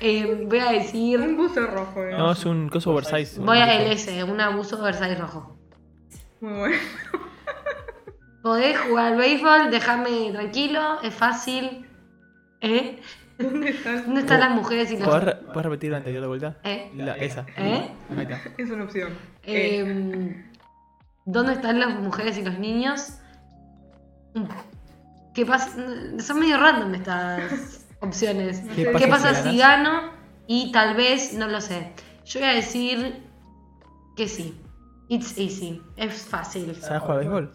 [SPEAKER 3] Eh, voy a
[SPEAKER 2] Un
[SPEAKER 3] decir,
[SPEAKER 2] buzo rojo. eh.
[SPEAKER 1] No, es un coso oversize.
[SPEAKER 3] voy a LS, un abuso Versailles rojo.
[SPEAKER 2] Muy bueno.
[SPEAKER 3] Podés jugar al béisbol, déjame tranquilo, es fácil. ¿Eh?
[SPEAKER 2] ¿Dónde están?
[SPEAKER 3] ¿Dónde están las mujeres y los
[SPEAKER 1] ¿Puedes, re- puedes repetir la anterior de vuelta?
[SPEAKER 3] ¿Eh?
[SPEAKER 1] La- esa.
[SPEAKER 3] ¿Eh?
[SPEAKER 1] Ahí está.
[SPEAKER 2] Es una opción. Eh,
[SPEAKER 3] Eh, ¿Dónde están las mujeres y los niños? Mm. ¿Qué pasa? mm, Son medio random estas opciones.
[SPEAKER 2] No
[SPEAKER 1] ¿Qué
[SPEAKER 2] sé.
[SPEAKER 3] ¿Qué
[SPEAKER 1] pasa
[SPEAKER 3] pasa
[SPEAKER 1] si
[SPEAKER 3] si gano? Y tal vez, no lo sé. Yo voy a decir que sí. It's easy. Es fácil.
[SPEAKER 1] ¿Sabes jugar al béisbol?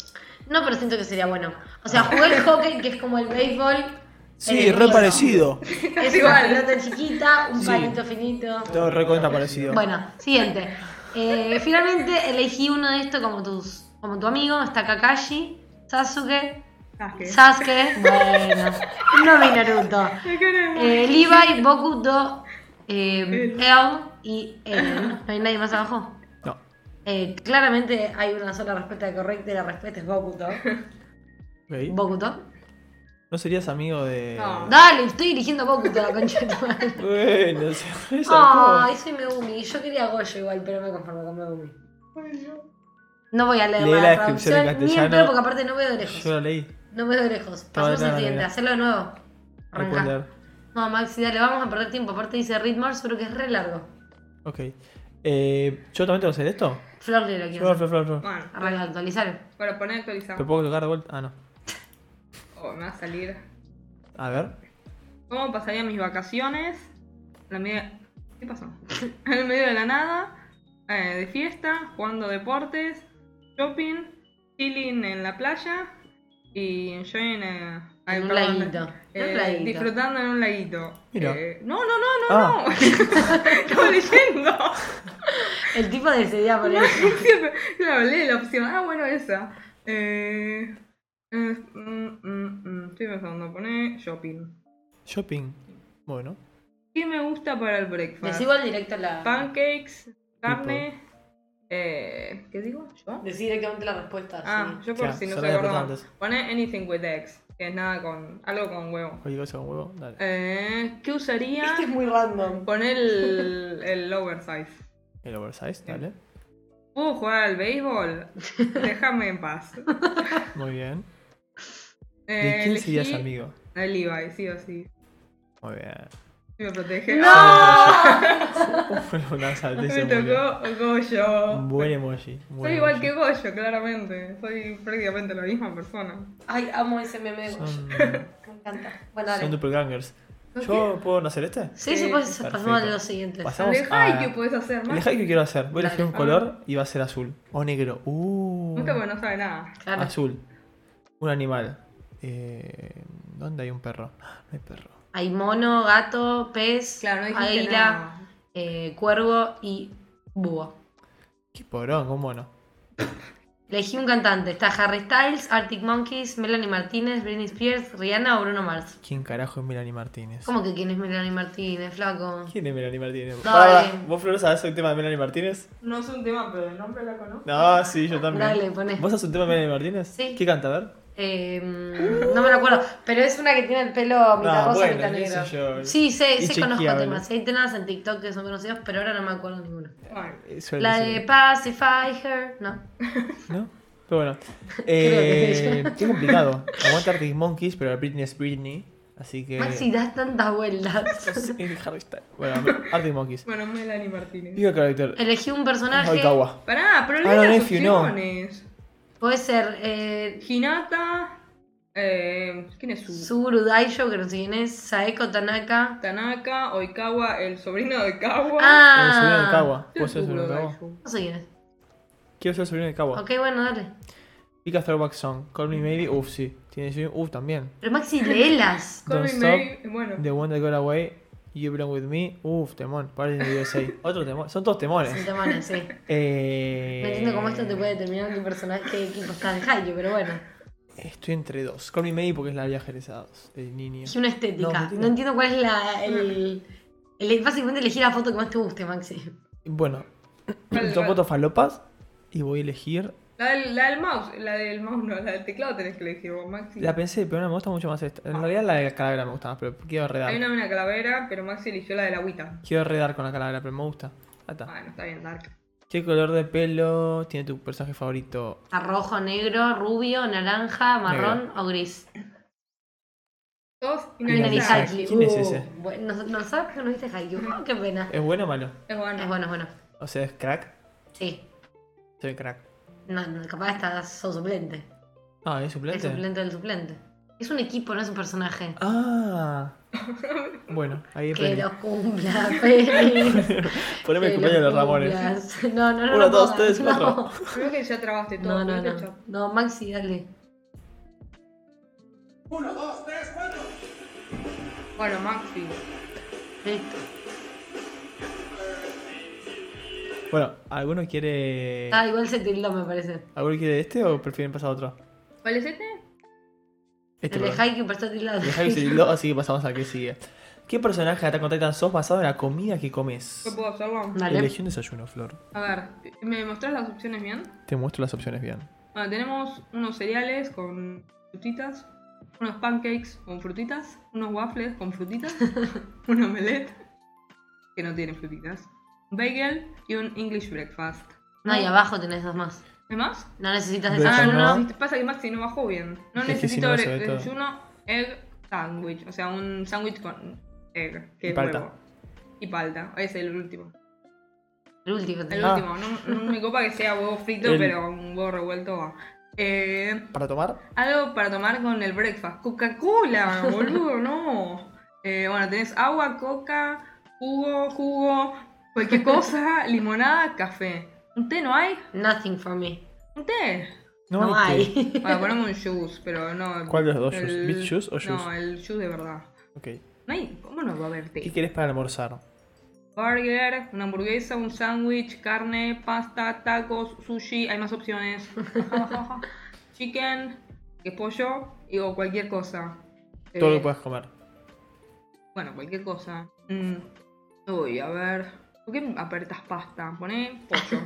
[SPEAKER 3] No, pero siento que sería bueno. O sea, jugué el hockey, que es como el béisbol. en
[SPEAKER 1] Sí,
[SPEAKER 3] el
[SPEAKER 1] re
[SPEAKER 3] piso.
[SPEAKER 1] parecido.
[SPEAKER 3] Es
[SPEAKER 2] igual.
[SPEAKER 3] igual. Una pelota chiquita, un
[SPEAKER 1] Sí.
[SPEAKER 3] palito finito.
[SPEAKER 1] Todo re contra parecido.
[SPEAKER 3] Bueno, siguiente. Eh, finalmente elegí uno de estos como tus, como tu amigo, está Kakashi, Sasuke, Sasuke, bueno, no mi Naruto. Eh, Levi, Boku, Do, eh, El y Eren. ¿No hay nadie más abajo?
[SPEAKER 1] No.
[SPEAKER 3] Eh, claramente hay una sola respuesta correcta y la respuesta es Bokuto.
[SPEAKER 1] Ok.
[SPEAKER 3] ¿Bokuto?
[SPEAKER 1] ¿No serías amigo de.?
[SPEAKER 2] No.
[SPEAKER 3] Dale, estoy eligiendo Bokuto, la concha de tu madre.
[SPEAKER 1] Bueno, se re zarpó.
[SPEAKER 3] Ay, soy Megumi. Yo quería Goyo igual, pero me conformo con Megumi. No voy a leer
[SPEAKER 1] Lee
[SPEAKER 3] más
[SPEAKER 1] la descripción en
[SPEAKER 3] traducción, Ni en
[SPEAKER 1] castellano.
[SPEAKER 3] pedo, porque aparte no veo
[SPEAKER 1] Yo
[SPEAKER 3] de
[SPEAKER 1] lo
[SPEAKER 3] lejos.
[SPEAKER 1] leí.
[SPEAKER 3] No veo de lejos. Pasemos
[SPEAKER 1] no,
[SPEAKER 3] al
[SPEAKER 1] no,
[SPEAKER 3] siguiente.
[SPEAKER 1] no.
[SPEAKER 3] Hacelo de nuevo. Arranca.
[SPEAKER 1] Responder.
[SPEAKER 3] No, Maxi, dale, vamos a perder tiempo. Aparte dice Read More, seguro que es re largo.
[SPEAKER 1] Ok. Eh, ¿Yo también tengo que hacer esto?
[SPEAKER 3] Flor de lo quiero
[SPEAKER 1] Flor,
[SPEAKER 3] hacer.
[SPEAKER 1] flor, flor, flor.
[SPEAKER 2] Bueno,
[SPEAKER 3] Arranca, actualizar.
[SPEAKER 2] para poner actualizado.
[SPEAKER 1] ¿Te puedo tocar de vuelta? Ah, no.
[SPEAKER 2] Oh, me va a salir.
[SPEAKER 1] A ver.
[SPEAKER 2] ¿Cómo pasaría mis vacaciones? En la media- ¿Qué pasó? en el medio de la nada, eh, de fiesta, jugando deportes, shopping, chilling en la playa y enjoying eh, ay,
[SPEAKER 3] En un
[SPEAKER 2] perdón,
[SPEAKER 3] laguito.
[SPEAKER 2] eh,
[SPEAKER 3] En un laguito.
[SPEAKER 2] Disfrutando en un laguito.
[SPEAKER 1] Mira.
[SPEAKER 2] Eh, no, no, no, no,
[SPEAKER 1] Ah.
[SPEAKER 2] no. Estaba leyendo.
[SPEAKER 3] El tipo decidía poner eso.
[SPEAKER 2] Siempre- claro, lee la opción. Ah, bueno, esa. Eh, eh, mm, mm, mm, estoy pensando, poner shopping.
[SPEAKER 1] Shopping. Bueno.
[SPEAKER 2] ¿Qué me gusta para el breakfast?
[SPEAKER 3] Decí igual directo la.
[SPEAKER 2] Pancakes, carne. Eh, ¿Qué digo? ¿Yo?
[SPEAKER 3] Decí directamente la respuesta.
[SPEAKER 2] Ah,
[SPEAKER 3] sí.
[SPEAKER 2] yo por
[SPEAKER 1] Ya,
[SPEAKER 2] si no
[SPEAKER 1] solo
[SPEAKER 2] se
[SPEAKER 1] había
[SPEAKER 2] acordaban.
[SPEAKER 1] preguntado
[SPEAKER 2] Pone anything with eggs, que es nada con. algo con huevo.
[SPEAKER 1] Oye, cosa con huevo. Dale.
[SPEAKER 2] Eh, ¿Qué usaría?
[SPEAKER 3] Este es muy random.
[SPEAKER 2] Poner el, el oversize.
[SPEAKER 1] El oversize, dale.
[SPEAKER 2] ¿Puedo jugar al béisbol? Déjame en paz.
[SPEAKER 1] Muy bien.
[SPEAKER 2] Eh,
[SPEAKER 1] ¿De quién serías
[SPEAKER 2] elegí
[SPEAKER 1] amigo?
[SPEAKER 2] a Levi, sí o sí.
[SPEAKER 1] Muy bien.
[SPEAKER 2] Sí Me protege.
[SPEAKER 1] Una
[SPEAKER 2] ¡Ah!
[SPEAKER 1] salteza
[SPEAKER 2] Me
[SPEAKER 1] muy bien.
[SPEAKER 2] tocó Goyo.
[SPEAKER 1] Un buen emoji. un buen
[SPEAKER 2] Soy igual
[SPEAKER 1] emoji.
[SPEAKER 2] que Goyo, claramente. Soy prácticamente la misma persona.
[SPEAKER 3] Ay, amo ese meme de Goyo.
[SPEAKER 1] Son,
[SPEAKER 3] Me encanta. Bueno,
[SPEAKER 1] son
[SPEAKER 3] dale.
[SPEAKER 1] doppelgangers. ¿Yo puedo hacer este?
[SPEAKER 3] Sí, sí,
[SPEAKER 2] Sí.
[SPEAKER 3] pues pasamos a
[SPEAKER 1] Perfecto.
[SPEAKER 3] los siguientes.
[SPEAKER 1] Pasamos
[SPEAKER 2] El
[SPEAKER 1] a...
[SPEAKER 2] que puedes hacer,
[SPEAKER 1] El
[SPEAKER 2] más.
[SPEAKER 1] haiku quiero hacer. Voy a elegir un
[SPEAKER 2] Dale.
[SPEAKER 1] color y va a ser azul. O negro. Uh.
[SPEAKER 3] Mm.
[SPEAKER 2] Nunca porque no sabe nada.
[SPEAKER 3] Claro.
[SPEAKER 1] Azul. Un animal. Eh, ¿Dónde hay un perro? Ah, No hay perro.
[SPEAKER 3] Hay mono, gato, pez,
[SPEAKER 2] Claro, no dijiste
[SPEAKER 3] águila,
[SPEAKER 2] nada.
[SPEAKER 3] eh, cuervo y búho.
[SPEAKER 1] Qué porón, un mono.
[SPEAKER 3] Elegí un cantante. Está Harry Styles, Arctic Monkeys, Melanie Martínez, Britney Spears, Rihanna o Bruno Mars.
[SPEAKER 1] ¿Quién carajo es Melanie Martínez?
[SPEAKER 3] ¿Cómo que quién es Melanie Martínez, flaco?
[SPEAKER 1] ¿Quién es Melanie Martínez?
[SPEAKER 3] Dale.
[SPEAKER 1] Pará, pará. ¿Vos, Flor, sabés el tema de Melanie Martínez?
[SPEAKER 2] No es un tema, pero el nombre la conozco.
[SPEAKER 1] No, sí, yo también.
[SPEAKER 3] Dale, poné.
[SPEAKER 1] ¿Vos haces un tema de Melanie Martínez?
[SPEAKER 3] Sí.
[SPEAKER 1] ¿Qué canta? A ver.
[SPEAKER 3] Eh, no me lo acuerdo, pero es una que tiene el pelo mitad
[SPEAKER 1] Ah,
[SPEAKER 3] rosa,
[SPEAKER 1] bueno,
[SPEAKER 3] mitad
[SPEAKER 1] qué sé
[SPEAKER 3] negro.
[SPEAKER 1] yo.
[SPEAKER 3] Sí, sé,
[SPEAKER 1] Y
[SPEAKER 3] sé conozco
[SPEAKER 1] chequeable.
[SPEAKER 3] temas. Hay temas en TikTok que son conocidos, pero ahora no me acuerdo ninguno.
[SPEAKER 2] Bueno,
[SPEAKER 1] Eh, suele
[SPEAKER 3] La de
[SPEAKER 1] ser.
[SPEAKER 3] Pacify Her, no.
[SPEAKER 1] ¿No? Pero bueno.
[SPEAKER 3] que es
[SPEAKER 1] Eh,
[SPEAKER 3] ella.
[SPEAKER 1] qué complicado. Aguanta Arctic Monkeys, pero Britney es Britney. Así que.
[SPEAKER 3] Maxi, das tantas vueltas.
[SPEAKER 1] Es Harry Styles. Bueno, Arctic Monkeys.
[SPEAKER 2] bueno Melanie Martínez.
[SPEAKER 1] Viva carácter.
[SPEAKER 3] Elegí un personaje.
[SPEAKER 1] Oikawa.
[SPEAKER 2] Pará, pero
[SPEAKER 1] Ah,
[SPEAKER 2] lee
[SPEAKER 1] no,
[SPEAKER 2] las
[SPEAKER 1] Nefiu, no.
[SPEAKER 2] opciones.
[SPEAKER 3] Puede ser eh,
[SPEAKER 2] Hinata. Eh, ¿Quién es su?
[SPEAKER 3] Suguru Daisho, que no sé quién es, Saeko Tanaka.
[SPEAKER 2] Tanaka, Oikawa, el sobrino de Kawa.
[SPEAKER 1] El sobrino de
[SPEAKER 3] Ah,
[SPEAKER 1] Kawa.
[SPEAKER 2] ¿Quién
[SPEAKER 1] ¿Vos
[SPEAKER 2] es
[SPEAKER 1] sos el sobrino de
[SPEAKER 2] Suguro
[SPEAKER 1] Kawa?
[SPEAKER 2] Daishu?
[SPEAKER 3] no sé quién es.
[SPEAKER 1] Quiero ser el sobrino de Kawa.
[SPEAKER 3] Ok, bueno, dale.
[SPEAKER 1] Pica Throwback Song. Call Me Maybe. Uf, sí. Tiene yo. Uf, también.
[SPEAKER 3] Pero Maxi, léelas.
[SPEAKER 2] Call
[SPEAKER 1] Don't
[SPEAKER 2] me
[SPEAKER 1] Stop.
[SPEAKER 2] Mary, bueno.
[SPEAKER 1] The One That Got Away. You Belong With Me. Uf, temón. Party in the USA. Otro temón. Son todos
[SPEAKER 3] Sin
[SPEAKER 1] temones.
[SPEAKER 3] tamaño, sí.
[SPEAKER 1] Eh...
[SPEAKER 3] No entiendo cómo esto te puede determinar qué personaje, qué equipo está en Haikyuu, pero bueno.
[SPEAKER 1] Estoy entre dos. Call Me Maybe porque es la viaje de Sados, El niño.
[SPEAKER 3] Es una estética.
[SPEAKER 1] mentira.
[SPEAKER 3] No, entiendo cuál es la. El, el- básicamente elegir la foto que más te guste, Maxi.
[SPEAKER 1] Bueno.
[SPEAKER 2] Vale,
[SPEAKER 1] Son
[SPEAKER 2] vale.
[SPEAKER 1] fotos falopas. Y voy a elegir.
[SPEAKER 2] La del, la del mouse, la del mouse no, la del teclado tenés que elegir vos, Maxi.
[SPEAKER 1] La pensé, pero no me gusta mucho más esta. En realidad la de la calavera me gustaba, pero quiero
[SPEAKER 2] Hay
[SPEAKER 1] redar.
[SPEAKER 2] una de una calavera, pero Maxi eligió la de la agüita.
[SPEAKER 1] Quiero redar con la calavera, pero me gusta. Ah, está.
[SPEAKER 2] Bueno, está bien, Dark.
[SPEAKER 1] ¿Qué color de pelo tiene tu personaje favorito?
[SPEAKER 3] A rojo, negro, rubio, naranja, marrón o gris.
[SPEAKER 2] Dos
[SPEAKER 1] Inanizaki.
[SPEAKER 2] Inanizaki.
[SPEAKER 3] Inanizaki.
[SPEAKER 1] ¿Quién es
[SPEAKER 3] Uh,
[SPEAKER 1] ese?
[SPEAKER 3] bueno, no, no sabes que no viste Haikyuu. Oh, qué pena.
[SPEAKER 1] ¿Es bueno o malo?
[SPEAKER 2] Es bueno.
[SPEAKER 3] Es bueno, es bueno.
[SPEAKER 1] O sea, es crack.
[SPEAKER 3] Sí.
[SPEAKER 1] Soy crack.
[SPEAKER 3] No, no, capaz estás sos suplente.
[SPEAKER 1] Ah, ¿es
[SPEAKER 3] Es
[SPEAKER 1] suplente?
[SPEAKER 3] suplente del suplente. Es un equipo, no es un personaje.
[SPEAKER 1] Ah. Bueno, ahí
[SPEAKER 3] Que
[SPEAKER 1] aprendí.
[SPEAKER 3] lo cumpla, Félix.
[SPEAKER 1] Poneme el
[SPEAKER 3] Que
[SPEAKER 1] cumpleaños de
[SPEAKER 3] lo
[SPEAKER 1] los Ramones.
[SPEAKER 3] cumplas. No, no, no.
[SPEAKER 1] Uno,
[SPEAKER 3] no,
[SPEAKER 1] dos,
[SPEAKER 3] no,
[SPEAKER 1] tres,
[SPEAKER 3] no.
[SPEAKER 1] cuatro.
[SPEAKER 2] Creo que ya trabaste todo.
[SPEAKER 3] No, no,
[SPEAKER 2] ¿viste,
[SPEAKER 3] no.
[SPEAKER 2] Chop?
[SPEAKER 3] No, Maxi, dale.
[SPEAKER 2] Bueno, Maxi.
[SPEAKER 3] Perfecto.
[SPEAKER 1] Bueno, ¿alguno quiere.
[SPEAKER 3] Ah, igual se tildó, me parece.
[SPEAKER 1] ¿Alguno quiere Eh. este o prefieren pasar a otro?
[SPEAKER 2] ¿Cuál es este?
[SPEAKER 1] Este,
[SPEAKER 3] El de
[SPEAKER 1] perdón.
[SPEAKER 3] Haikyuu, pero está tildado.
[SPEAKER 1] El de Jaime se tildó, así que pasamos al que sigue. ¿Qué personaje de Attack on Titan sos basado en la comida que comes?
[SPEAKER 2] ¿Lo puedo hacerlo?
[SPEAKER 3] Dale.
[SPEAKER 1] Elegí un desayuno, Flor.
[SPEAKER 2] A ver, ¿me mostrás las opciones bien?
[SPEAKER 1] Te muestro las opciones bien.
[SPEAKER 2] Bueno, tenemos unos cereales con frutitas, unos pancakes con frutitas, unos waffles con frutitas, un omelette que no tiene frutitas, un bagel y un English breakfast.
[SPEAKER 3] No, y abajo tenés dos más.
[SPEAKER 2] ¿Es más?
[SPEAKER 3] No necesitas
[SPEAKER 1] De
[SPEAKER 2] Ah,
[SPEAKER 1] hecho,
[SPEAKER 3] desayuno.
[SPEAKER 2] no,
[SPEAKER 1] no.
[SPEAKER 2] no, pasa que Maxi no bajó bien. No
[SPEAKER 1] Es que si
[SPEAKER 2] necesito
[SPEAKER 1] no,
[SPEAKER 2] de-
[SPEAKER 1] sobre todo.
[SPEAKER 2] desayuno, egg sandwich, o sea, un sándwich con egg, que
[SPEAKER 1] Y
[SPEAKER 2] es
[SPEAKER 1] palta.
[SPEAKER 2] huevo. Y palta, ese es el último.
[SPEAKER 3] El último.
[SPEAKER 2] El
[SPEAKER 1] Ah.
[SPEAKER 2] último, no, no me copa que sea huevo frito,
[SPEAKER 1] El-
[SPEAKER 2] pero un huevo revuelto va. Eh,
[SPEAKER 1] ¿Para tomar?
[SPEAKER 2] Algo para tomar con el breakfast. Coca-Cola, boludo, no. Eh, bueno, tenés agua, coca, jugo, jugo, cualquier cosa, limonada, café. ¿Un té no hay?
[SPEAKER 3] Nothing for me.
[SPEAKER 2] ¿Un té?
[SPEAKER 3] No,
[SPEAKER 1] este.
[SPEAKER 3] hay.
[SPEAKER 2] Bueno, ponemos un juice, pero no.
[SPEAKER 1] ¿Cuál de los dos
[SPEAKER 2] el-
[SPEAKER 1] juice? ¿Beet juice o
[SPEAKER 2] No,
[SPEAKER 1] juice?
[SPEAKER 2] el juice de verdad.
[SPEAKER 1] Ok.
[SPEAKER 2] No hay, ¿Cómo no va a haber
[SPEAKER 1] ¿Qué
[SPEAKER 2] té?
[SPEAKER 1] querés para almorzar?
[SPEAKER 2] Burger, una hamburguesa, un sándwich, carne, pasta, tacos, sushi, hay más opciones. Chicken, que es pollo, y, o cualquier cosa.
[SPEAKER 1] Todo lo
[SPEAKER 2] Eh,
[SPEAKER 1] que puedas comer.
[SPEAKER 2] Bueno, cualquier cosa. Mm, Uy, a ver. ¿Por qué apertas pasta? Poné pollo.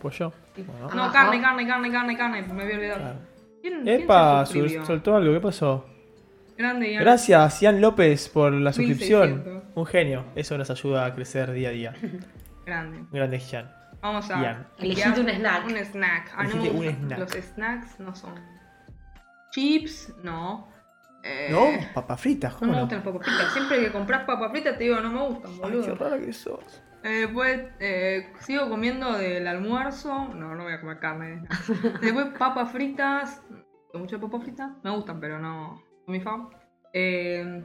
[SPEAKER 1] Pues yo.
[SPEAKER 2] Sí.
[SPEAKER 1] Bueno.
[SPEAKER 2] No,
[SPEAKER 3] Abajo.
[SPEAKER 2] carne, carne, carne, carne, carne. Me había olvidado.
[SPEAKER 1] Claro.
[SPEAKER 2] ¿Quién, quién
[SPEAKER 1] Epa,
[SPEAKER 2] se
[SPEAKER 1] su-
[SPEAKER 2] suscribió?
[SPEAKER 1] soltó algo, ¿qué pasó?
[SPEAKER 2] Grande, Ian.
[SPEAKER 1] Gracias, Ian López, por la
[SPEAKER 2] 1600.
[SPEAKER 1] suscripción. Un genio, eso nos ayuda a crecer día a día.
[SPEAKER 2] Grande.
[SPEAKER 1] Grande Ian.
[SPEAKER 2] Vamos a.
[SPEAKER 1] Ian.
[SPEAKER 3] Elegite
[SPEAKER 2] Ian,
[SPEAKER 3] un snack.
[SPEAKER 2] Un snack. Ah, no me
[SPEAKER 1] Elegite un
[SPEAKER 2] gustan.
[SPEAKER 1] snack.
[SPEAKER 2] Los snacks no son. Chips, no. Eh,
[SPEAKER 1] No, papas fritas,
[SPEAKER 2] No
[SPEAKER 1] ¿cómo
[SPEAKER 2] me
[SPEAKER 1] no?
[SPEAKER 2] gustan las papas fritas. Siempre que compras papas fritas te digo, no me gustan,
[SPEAKER 1] Ay, qué
[SPEAKER 2] boludo.
[SPEAKER 1] rara que sos.
[SPEAKER 2] Eh, pues eh, sigo comiendo del almuerzo. No, no voy a comer carne. no. Después papas fritas. Muchas papas fritas. Me gustan, pero no. no Mi fan. Eh,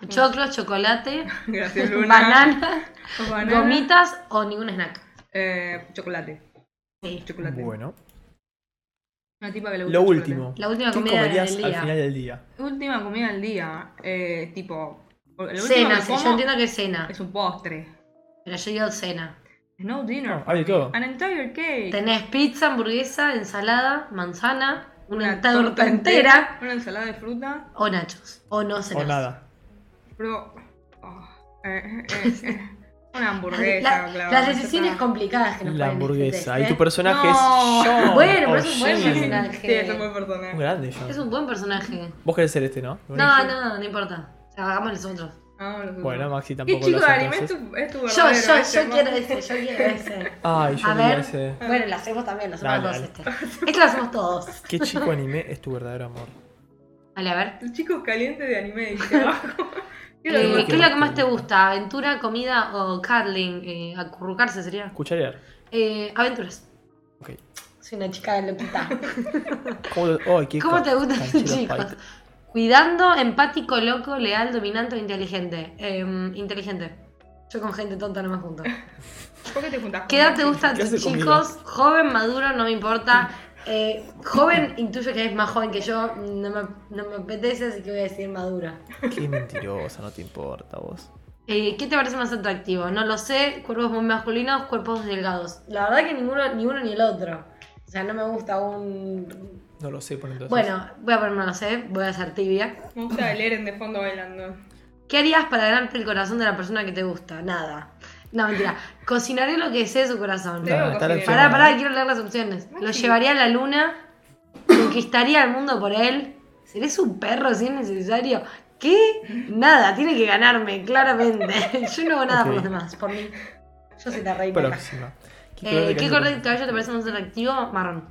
[SPEAKER 3] Choclo, chocolate,
[SPEAKER 2] gracias, Luna.
[SPEAKER 3] banana,
[SPEAKER 2] Banana.
[SPEAKER 3] gomitas o ningún snack.
[SPEAKER 2] Eh, chocolate.
[SPEAKER 3] Sí.
[SPEAKER 2] Chocolate.
[SPEAKER 1] Bueno,
[SPEAKER 2] Una tipa que le gusta
[SPEAKER 1] lo
[SPEAKER 2] el
[SPEAKER 1] último.
[SPEAKER 3] La última
[SPEAKER 1] ¿Qué
[SPEAKER 3] comida
[SPEAKER 1] comerías
[SPEAKER 3] del
[SPEAKER 1] al
[SPEAKER 3] día.
[SPEAKER 1] final del día?
[SPEAKER 2] chocolate. Última comida del día. Eh, tipo. porque lo último
[SPEAKER 3] Cena,
[SPEAKER 2] que
[SPEAKER 3] sí,
[SPEAKER 2] como
[SPEAKER 3] yo entiendo que es cena.
[SPEAKER 2] Es un postre.
[SPEAKER 3] Pero yo digo cena.
[SPEAKER 2] No dinner.
[SPEAKER 1] No, Ah, hay de todo.
[SPEAKER 2] An entire cake.
[SPEAKER 3] Tenés pizza, hamburguesa, ensalada, manzana, una, torta,
[SPEAKER 2] torta
[SPEAKER 3] entera,
[SPEAKER 2] Una ensalada de fruta.
[SPEAKER 3] o nachos. O no
[SPEAKER 1] O
[SPEAKER 3] cenas.
[SPEAKER 1] nada.
[SPEAKER 2] Pero. ah, eh, eh, eh, una hamburguesa,
[SPEAKER 3] La-
[SPEAKER 2] claro,
[SPEAKER 3] las
[SPEAKER 2] ya
[SPEAKER 3] decisiones
[SPEAKER 2] está.
[SPEAKER 3] complicadas que nos
[SPEAKER 1] La
[SPEAKER 3] ponen en este
[SPEAKER 1] hamburguesa.
[SPEAKER 3] test,
[SPEAKER 1] Y tu
[SPEAKER 3] ¿eh?
[SPEAKER 1] personaje
[SPEAKER 2] No.
[SPEAKER 1] es Sean.
[SPEAKER 3] Bueno,
[SPEAKER 1] o
[SPEAKER 3] pero es un buen
[SPEAKER 1] Shane.
[SPEAKER 3] personaje.
[SPEAKER 2] Sí, es un buen personaje.
[SPEAKER 1] Un grande, Sean.
[SPEAKER 3] Es un buen personaje.
[SPEAKER 1] Vos querés ser este, ¿no?
[SPEAKER 3] No, no, no importa. O sea, hagamos nosotros.
[SPEAKER 2] Ah, los
[SPEAKER 1] Bueno,
[SPEAKER 2] otros.
[SPEAKER 1] Maxi
[SPEAKER 2] ¿Qué
[SPEAKER 1] tampoco
[SPEAKER 2] chico
[SPEAKER 1] lo hace,
[SPEAKER 2] de anime es
[SPEAKER 1] entonces.
[SPEAKER 2] tu, es tu
[SPEAKER 3] Yo,
[SPEAKER 2] verdadero
[SPEAKER 3] yo,
[SPEAKER 2] ese,
[SPEAKER 3] yo
[SPEAKER 2] ¿no?
[SPEAKER 3] quiero ese, yo quiero ese.
[SPEAKER 1] Ay, yo
[SPEAKER 3] A
[SPEAKER 1] diría
[SPEAKER 3] ver.
[SPEAKER 1] ese.
[SPEAKER 3] Bueno, lo hacemos también, lo hacemos
[SPEAKER 1] Dale,
[SPEAKER 3] todos este. Este lo hacemos todos.
[SPEAKER 1] ¿Qué chico anime es tu verdadero amor?
[SPEAKER 3] Vale, a ver.
[SPEAKER 2] El chico caliente de anime dice abajo. ¿Qué
[SPEAKER 3] Eh,
[SPEAKER 2] lo-
[SPEAKER 1] que
[SPEAKER 3] ¿Qué es lo
[SPEAKER 1] más
[SPEAKER 3] que
[SPEAKER 1] te
[SPEAKER 3] más te
[SPEAKER 1] gusta?
[SPEAKER 3] gusta? ¿Aventura, comida o cuddling? Eh, acurrucarse sería.
[SPEAKER 1] Cucharear.
[SPEAKER 3] Eh, aventuras.
[SPEAKER 1] Ok.
[SPEAKER 3] Soy una chica loquita.
[SPEAKER 1] ¿Cómo, te- ay, qué
[SPEAKER 3] ¿Cómo
[SPEAKER 1] co-
[SPEAKER 3] te gustan los
[SPEAKER 1] cancheros
[SPEAKER 3] chicos?
[SPEAKER 1] paitas.
[SPEAKER 3] Cuidando, empático, loco, leal, dominante o inteligente. Em, inteligente. Yo con gente tonta no me junto.
[SPEAKER 2] ¿Por qué te juntas con
[SPEAKER 3] ¿Qué edad
[SPEAKER 2] Maxi?
[SPEAKER 3] te gustan
[SPEAKER 1] ¿Qué
[SPEAKER 3] tus
[SPEAKER 1] hace conmigo?
[SPEAKER 3] chicos? Joven, maduro, no me importa. Eh, joven, intuyo que es más joven que yo. No me, no me apetece, así que voy a decir madura.
[SPEAKER 1] Qué mentirosa, no te importa vos.
[SPEAKER 3] Eh, ¿Qué te parece más atractivo? No lo sé. Cuerpos muy masculinos, cuerpos delgados. La verdad que ninguno, ni uno ni el otro. O sea, no me gusta un...
[SPEAKER 1] No lo sé por entonces.
[SPEAKER 3] Bueno, voy a poner no lo sé. Voy a ser tibia.
[SPEAKER 2] Me gusta el Eren de fondo bailando.
[SPEAKER 3] ¿Qué harías para ganarte el corazón de la persona que te gusta? Nada. No, mentira. Cocinaré lo que desee su corazón.
[SPEAKER 2] Te veo
[SPEAKER 1] Nah, está la
[SPEAKER 2] cocinando.
[SPEAKER 1] opción.
[SPEAKER 3] Pará, pará, quiero leer las opciones. Lo llevaría a la luna, conquistaría el mundo por él. ¿Seré su perro si es necesario? ¿Qué? Nada, tiene que ganarme, claramente. Yo no hago nada por
[SPEAKER 1] Ok.
[SPEAKER 3] los demás, por mí. Yo soy la reina.
[SPEAKER 1] Próxima.
[SPEAKER 3] Eh, ¿Qué color de cabello te parece más atractivo? Marrón.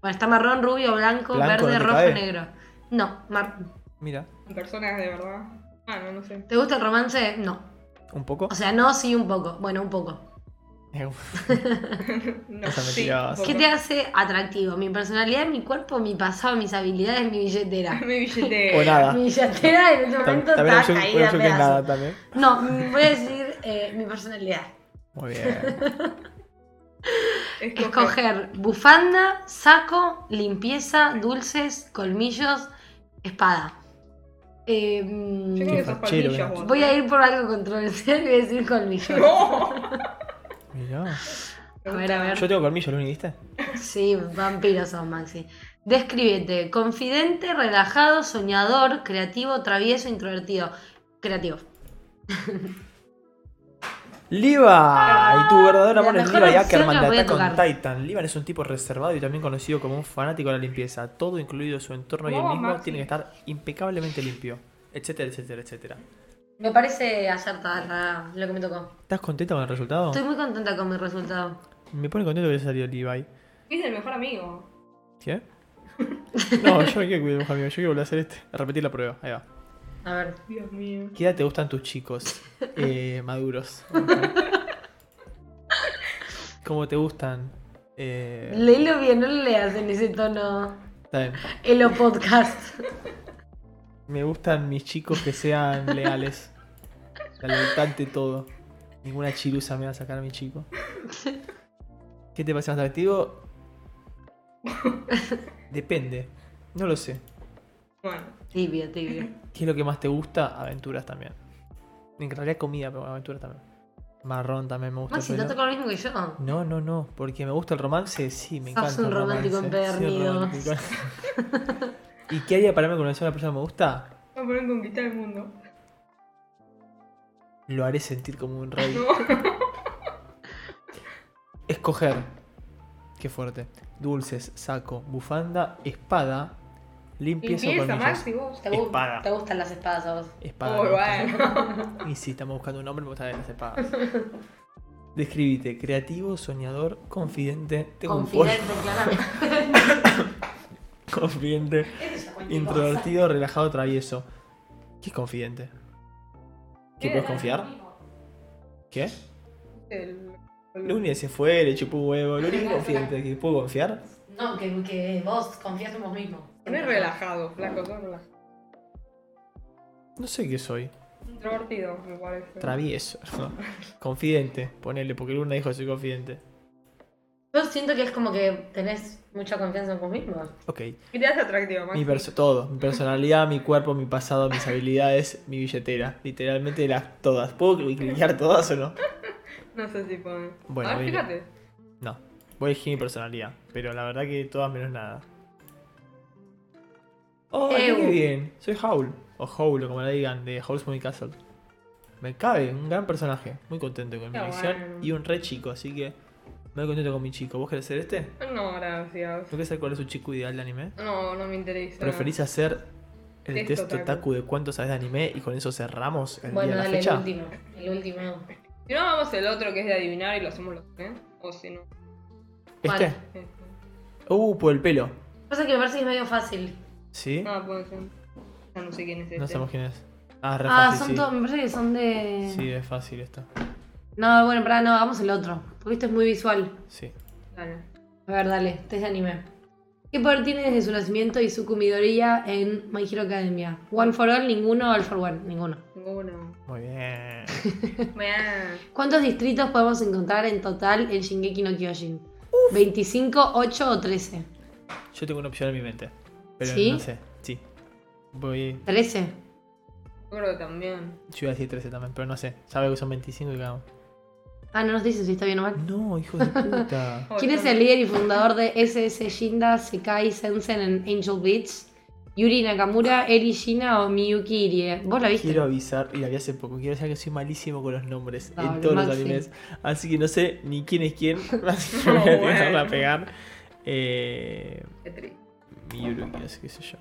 [SPEAKER 3] Bueno, está marrón, rubio, blanco,
[SPEAKER 1] ¿Blanco no
[SPEAKER 3] verde,
[SPEAKER 1] te
[SPEAKER 3] rojo,
[SPEAKER 1] cabe?
[SPEAKER 3] negro. No, marrón.
[SPEAKER 1] Mira,
[SPEAKER 2] Personas de verdad. Ah, no, no sé.
[SPEAKER 3] ¿Te gusta el romance? No.
[SPEAKER 1] un poco.
[SPEAKER 3] O sea, no, sí, un poco. Bueno, un poco.
[SPEAKER 2] No,
[SPEAKER 1] Esa me
[SPEAKER 2] sí,
[SPEAKER 1] tiraba.
[SPEAKER 2] un poco.
[SPEAKER 3] ¿Qué te hace atractivo? ¿Mi personalidad, mi cuerpo, mi pasado, mis habilidades, mi billetera?
[SPEAKER 2] Mi billetera.
[SPEAKER 1] O nada.
[SPEAKER 3] Eh, Mi billetera en este momento
[SPEAKER 1] Tam- También
[SPEAKER 3] está
[SPEAKER 1] opción-
[SPEAKER 3] caída
[SPEAKER 1] una
[SPEAKER 3] a
[SPEAKER 1] opción que es
[SPEAKER 3] pedazos.
[SPEAKER 1] nada también.
[SPEAKER 3] No, voy a decir eh, mi personalidad.
[SPEAKER 1] Muy bien.
[SPEAKER 2] Escoge.
[SPEAKER 3] Escoger bufanda, saco, limpieza, dulces, colmillos, espada. Eh,
[SPEAKER 2] Yo creo que
[SPEAKER 1] Qué
[SPEAKER 2] sos
[SPEAKER 1] fachero, eh.
[SPEAKER 2] palmillos
[SPEAKER 1] ¿no?
[SPEAKER 2] vos.
[SPEAKER 3] voy a ir por algo controversial y voy a decir colmillos.
[SPEAKER 2] No.
[SPEAKER 1] Mirá.
[SPEAKER 3] A ver, a ver.
[SPEAKER 1] Yo tengo colmillo, Luni, ¿viste?
[SPEAKER 3] Sí, vampiros son, Maxi. Descríbete, confidente, relajado, soñador, creativo, travieso, introvertido. Creativo.
[SPEAKER 1] ¡Liva! Y tu verdadero
[SPEAKER 3] Ah, La
[SPEAKER 1] amor es
[SPEAKER 3] mejor
[SPEAKER 1] Liva y
[SPEAKER 3] opción
[SPEAKER 1] Ackerman
[SPEAKER 3] la
[SPEAKER 1] de
[SPEAKER 3] voy a
[SPEAKER 1] Attack on
[SPEAKER 3] tocar.
[SPEAKER 1] Titan. Liva es un tipo reservado y también conocido como un fanático de la limpieza. Todo, incluido su entorno y él
[SPEAKER 2] Wow,
[SPEAKER 1] mismo,
[SPEAKER 2] Maxi.
[SPEAKER 1] tiene que estar impecablemente limpio. Etcétera, etcétera, etcétera.
[SPEAKER 3] Me parece acertada la- lo que me tocó.
[SPEAKER 1] ¿Estás contenta con el resultado?
[SPEAKER 3] Estoy muy contenta con mi resultado.
[SPEAKER 1] Me pone contento que haya salido Levi.
[SPEAKER 2] Es el mejor amigo.
[SPEAKER 1] ¿Qué? No, yo no quiero cuidar amigo, yo quiero volver a hacer este. A repetir la prueba, ahí va.
[SPEAKER 3] A ver.
[SPEAKER 2] Dios mío.
[SPEAKER 1] ¿Qué edad te gustan tus chicos? Eh, maduros. ¿Cómo te gustan? Eh,
[SPEAKER 3] Léelo bien, no lo leas en ese tono.
[SPEAKER 1] está bien.
[SPEAKER 3] Elo podcast.
[SPEAKER 1] Me gustan mis chicos que sean leales. La lealtad ante todo. Ninguna chirusa me va a sacar a mi chico. ¿Qué te parece más atractivo? Depende. No lo sé.
[SPEAKER 2] Bueno,
[SPEAKER 3] Tibio, tibio.
[SPEAKER 1] ¿Qué es lo que más te gusta? Aventuras también. En realidad comida, pero aventuras también. Marrón también me gusta.
[SPEAKER 3] Maxi,
[SPEAKER 1] pero-
[SPEAKER 3] Ah, te toca lo mismo que yo.
[SPEAKER 1] No, no, no, porque me gusta el romance, sí, me
[SPEAKER 3] Sos
[SPEAKER 1] encanta.
[SPEAKER 3] un
[SPEAKER 1] el romance,
[SPEAKER 3] romántico
[SPEAKER 1] soy un
[SPEAKER 3] empedernido.
[SPEAKER 1] romántico. ¿Y qué haría para mí con una sola persona que me gusta?
[SPEAKER 2] vamos a poner en conquistar el mundo.
[SPEAKER 1] Lo haré sentir como un rey.
[SPEAKER 2] No.
[SPEAKER 1] Escoger. Qué fuerte. Dulces, saco, bufanda, espada, limpieza o
[SPEAKER 2] Limpieza,
[SPEAKER 1] colmillos.
[SPEAKER 2] Maxi, vos.
[SPEAKER 3] Te, gu-
[SPEAKER 1] Espada.
[SPEAKER 3] te gustan las espadas a vos.
[SPEAKER 1] Espada.
[SPEAKER 2] Muy
[SPEAKER 1] me gusta.
[SPEAKER 2] bueno.
[SPEAKER 1] Y si estamos buscando un hombre, me gustan las espadas. Describite, creativo, soñador, confidente. Tengo un polvo.
[SPEAKER 5] Confidente, claramente.
[SPEAKER 1] Confidente.
[SPEAKER 5] Eso ya cualquier cosa.
[SPEAKER 1] Introvertido, relajado, travieso. ¿Qué es confidente? ¿Qué puedes confiar? ¿Qué?
[SPEAKER 2] El- el-
[SPEAKER 1] Luni se fue, le chupó un huevo. Luni ¿qué es confidente, ¿qué puedo confiar?
[SPEAKER 5] No, que, que vos confías en vos mismo.
[SPEAKER 2] No es relajado, flaco, todo relajado.
[SPEAKER 1] No sé qué soy.
[SPEAKER 2] Introvertido, me parece.
[SPEAKER 1] Travieso. confidente, ponele, porque Luna dijo soy confidente.
[SPEAKER 3] Yo siento que es como que tenés mucha confianza en vos mismo.
[SPEAKER 1] Ok.
[SPEAKER 2] ¿Qué te hace atractivo,
[SPEAKER 1] Mi
[SPEAKER 2] Maxi?
[SPEAKER 1] perso todo, mi personalidad, mi cuerpo, mi pasado, mis habilidades, mi billetera. Literalmente las todas. ¿Puedo cliquear todas o no?
[SPEAKER 2] No sé si puedo.
[SPEAKER 1] Bueno,
[SPEAKER 2] a ver,
[SPEAKER 1] mira.
[SPEAKER 2] fíjate.
[SPEAKER 1] No. Voy a elegir mi personalidad. Pero la verdad que todas menos nada. ¡Oh, qué
[SPEAKER 3] Eu.
[SPEAKER 1] bien! Soy Howl. O Howl, o como le digan, de Howl's Moving Castle. Me cabe, un gran personaje. Muy contento con mi
[SPEAKER 2] Qué
[SPEAKER 1] elección.
[SPEAKER 2] bueno.
[SPEAKER 1] Y un re chico, así que... Me voy contento con mi chico. ¿Vos querés ser este? ¿No
[SPEAKER 2] No, gracias.
[SPEAKER 1] querés saber cuál es su chico ideal de anime?
[SPEAKER 2] No, no me interesa.
[SPEAKER 1] ¿Preferís hacer el
[SPEAKER 2] Test
[SPEAKER 1] test
[SPEAKER 2] otaku.
[SPEAKER 1] otaku de cuánto sabes de anime y con eso cerramos el
[SPEAKER 3] Bueno,
[SPEAKER 1] día de la
[SPEAKER 3] dale, el
[SPEAKER 1] fecha?
[SPEAKER 3] último. El último.
[SPEAKER 2] Si no, vamos el otro que es de adivinar y lo hacemos los tres. O si no.
[SPEAKER 1] ¿Este?
[SPEAKER 3] Vale.
[SPEAKER 2] este.
[SPEAKER 1] Uh, por el pelo.
[SPEAKER 3] Pasa que me parece que es medio fácil.
[SPEAKER 1] ¿Sí?
[SPEAKER 2] Ah, puede ser. Ya no sé quién es este.
[SPEAKER 1] No sabemos quién es. Ah, re
[SPEAKER 3] Ah,
[SPEAKER 1] fácil,
[SPEAKER 3] son
[SPEAKER 1] sí.
[SPEAKER 3] todos, me parece que son de.
[SPEAKER 1] Sí, es fácil esto.
[SPEAKER 3] No, bueno, pará, no, hagamos el otro. Porque esto es muy visual.
[SPEAKER 1] Sí.
[SPEAKER 2] Dale.
[SPEAKER 3] A ver, dale, este es de anime. ¿Qué poder tiene desde su nacimiento y su comidoría en My Hero Academia? One for all, ninguno, all for one, ninguno.
[SPEAKER 2] Ninguno.
[SPEAKER 1] Muy bien.
[SPEAKER 2] Vean.
[SPEAKER 3] ¿Cuántos distritos podemos encontrar en total en Shingeki no Kyojin? ¿25, 8 o 13?
[SPEAKER 1] Yo tengo una opción en mi mente. Pero
[SPEAKER 3] ¿Sí?
[SPEAKER 1] no sé. Sí. Voy.
[SPEAKER 3] 13.
[SPEAKER 2] Yo creo que también.
[SPEAKER 1] Yo iba a decir 13 también, pero no sé. Sabe que son 25 y cada uno.
[SPEAKER 3] Ah, no nos dicen si está bien o mal.
[SPEAKER 1] No, hijo de puta.
[SPEAKER 2] Oh,
[SPEAKER 3] ¿Quién es
[SPEAKER 2] yo-
[SPEAKER 3] el líder y fundador de SS Shinda Sekai Sensen en Angel Beats? ¿Yuri Nakamura, Eri Shina o Miyuki Irie? ¿Vos la viste?
[SPEAKER 1] Quiero avisar, y la vi hace poco, quiero avisar que soy malísimo con los nombres
[SPEAKER 3] Dale,
[SPEAKER 1] en todos los
[SPEAKER 3] Maxi.
[SPEAKER 1] animes. Así que no sé ni quién es quién. Así que voy a
[SPEAKER 2] bueno.
[SPEAKER 1] dejarla pegar. Eh.
[SPEAKER 2] Qué triste.
[SPEAKER 1] Miyuruki, no sé qué sé yo.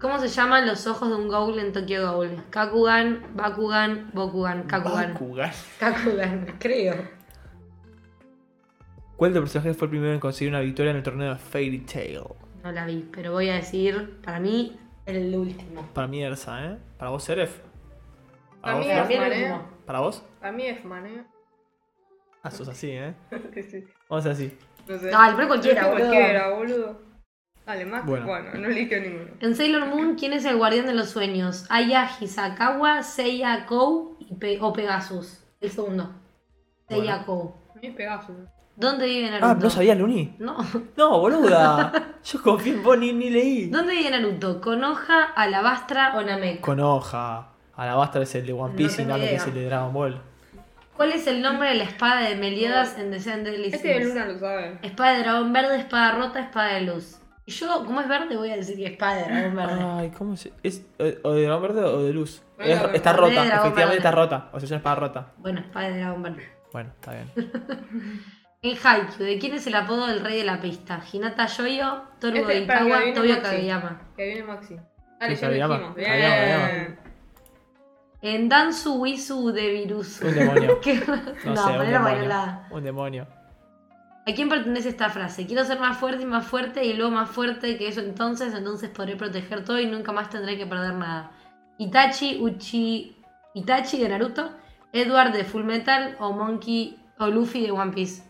[SPEAKER 3] ¿Cómo se llaman los ojos de un Ghoul en Tokyo Ghoul? Kakugan, Bakugan, Bokugan, Kakugan.
[SPEAKER 1] Bakugan.
[SPEAKER 3] Kakugan, creo.
[SPEAKER 1] ¿Cuál de los personajes fue el primero en conseguir una victoria en el torneo de Fairy Tail?
[SPEAKER 3] No la vi, pero voy a decir, para mí, el último.
[SPEAKER 1] Para mí, Ersa, ¿eh? Para vos, Seref. ¿Para
[SPEAKER 2] Para mí,
[SPEAKER 1] vos,
[SPEAKER 3] Para
[SPEAKER 1] Flor?
[SPEAKER 3] mí el
[SPEAKER 2] Vale.
[SPEAKER 3] último.
[SPEAKER 1] ¿Para vos?
[SPEAKER 2] Para mí es mané.
[SPEAKER 1] Ah, sos así, ¿eh?
[SPEAKER 2] Sí, sí.
[SPEAKER 1] Vamos a hacer así.
[SPEAKER 2] No sé.
[SPEAKER 3] No, el pre cualquiera,
[SPEAKER 2] Elige
[SPEAKER 3] boludo.
[SPEAKER 2] cualquiera, boludo. Dale, más.
[SPEAKER 1] Bueno.
[SPEAKER 2] Bueno. no eligió ninguno.
[SPEAKER 3] En Sailor Moon, ¿quién es el guardián de los sueños? Aya Hisakawa, Seiya Kou y Pe- o Pegasus. El segundo. Seiya Kou.
[SPEAKER 2] A mí es Pegaso.
[SPEAKER 3] ¿Dónde vive Naruto?
[SPEAKER 1] Ah, ¿no sabías, Luni?
[SPEAKER 3] No.
[SPEAKER 1] No, boluda. Yo confié en vos, ni, ni leí.
[SPEAKER 3] ¿Dónde vive Naruto? ¿Konoha, Alabastra o Namek?
[SPEAKER 1] Con hoja. Alabastra es el de One
[SPEAKER 3] No
[SPEAKER 1] Piece y
[SPEAKER 3] tengo
[SPEAKER 1] Namek
[SPEAKER 3] idea.
[SPEAKER 1] es el de Dragon Ball.
[SPEAKER 3] ¿Cuál es el nombre de la espada de Meliodas en Descent Deadly
[SPEAKER 2] Este de
[SPEAKER 3] Sins?
[SPEAKER 2] Luna lo sabe.
[SPEAKER 3] Espada de dragón verde, espada rota, espada de luz. Y yo, como es verde, voy a decir que espada de dragón verde.
[SPEAKER 1] Ay, ¿cómo se...? ¿Es eh, o de Dragon Verde o de Luz?
[SPEAKER 2] Bueno,
[SPEAKER 1] Es- está
[SPEAKER 3] Dragon
[SPEAKER 1] rota,
[SPEAKER 3] Verde, Dragon
[SPEAKER 1] efectivamente
[SPEAKER 3] Verde.
[SPEAKER 1] está rota. O sea, es una espada rota.
[SPEAKER 3] Bueno, espada de dragón verde.
[SPEAKER 1] Bueno, está bien.
[SPEAKER 3] En Haikyuu, ¿de quién es el apodo del rey de la pista? Hinata Yoyo, Toru
[SPEAKER 2] Este, para que
[SPEAKER 3] Oikawa,
[SPEAKER 2] adivine
[SPEAKER 3] Tobio
[SPEAKER 2] Maxi.
[SPEAKER 3] Kageyama.
[SPEAKER 2] Que viene Maxi. Dale,
[SPEAKER 1] Sí,
[SPEAKER 2] ya lo
[SPEAKER 1] Kageyama.
[SPEAKER 2] dijimos.
[SPEAKER 1] Kageyama,
[SPEAKER 2] Bien.
[SPEAKER 3] En Dansu Wisu de Virus.
[SPEAKER 1] Un demonio.
[SPEAKER 3] ¿Qué?
[SPEAKER 1] No,
[SPEAKER 3] No,
[SPEAKER 1] sé, un
[SPEAKER 3] ponelo
[SPEAKER 1] demonio.
[SPEAKER 3] bailada.
[SPEAKER 1] Un demonio.
[SPEAKER 3] ¿A quién pertenece esta frase? Quiero ser más fuerte y más fuerte y luego más fuerte que eso entonces, entonces podré proteger todo y nunca más tendré que perder nada. Itachi, Uchi, Itachi de Naruto, Edward de Full Metal o Monkey o Luffy de One Piece.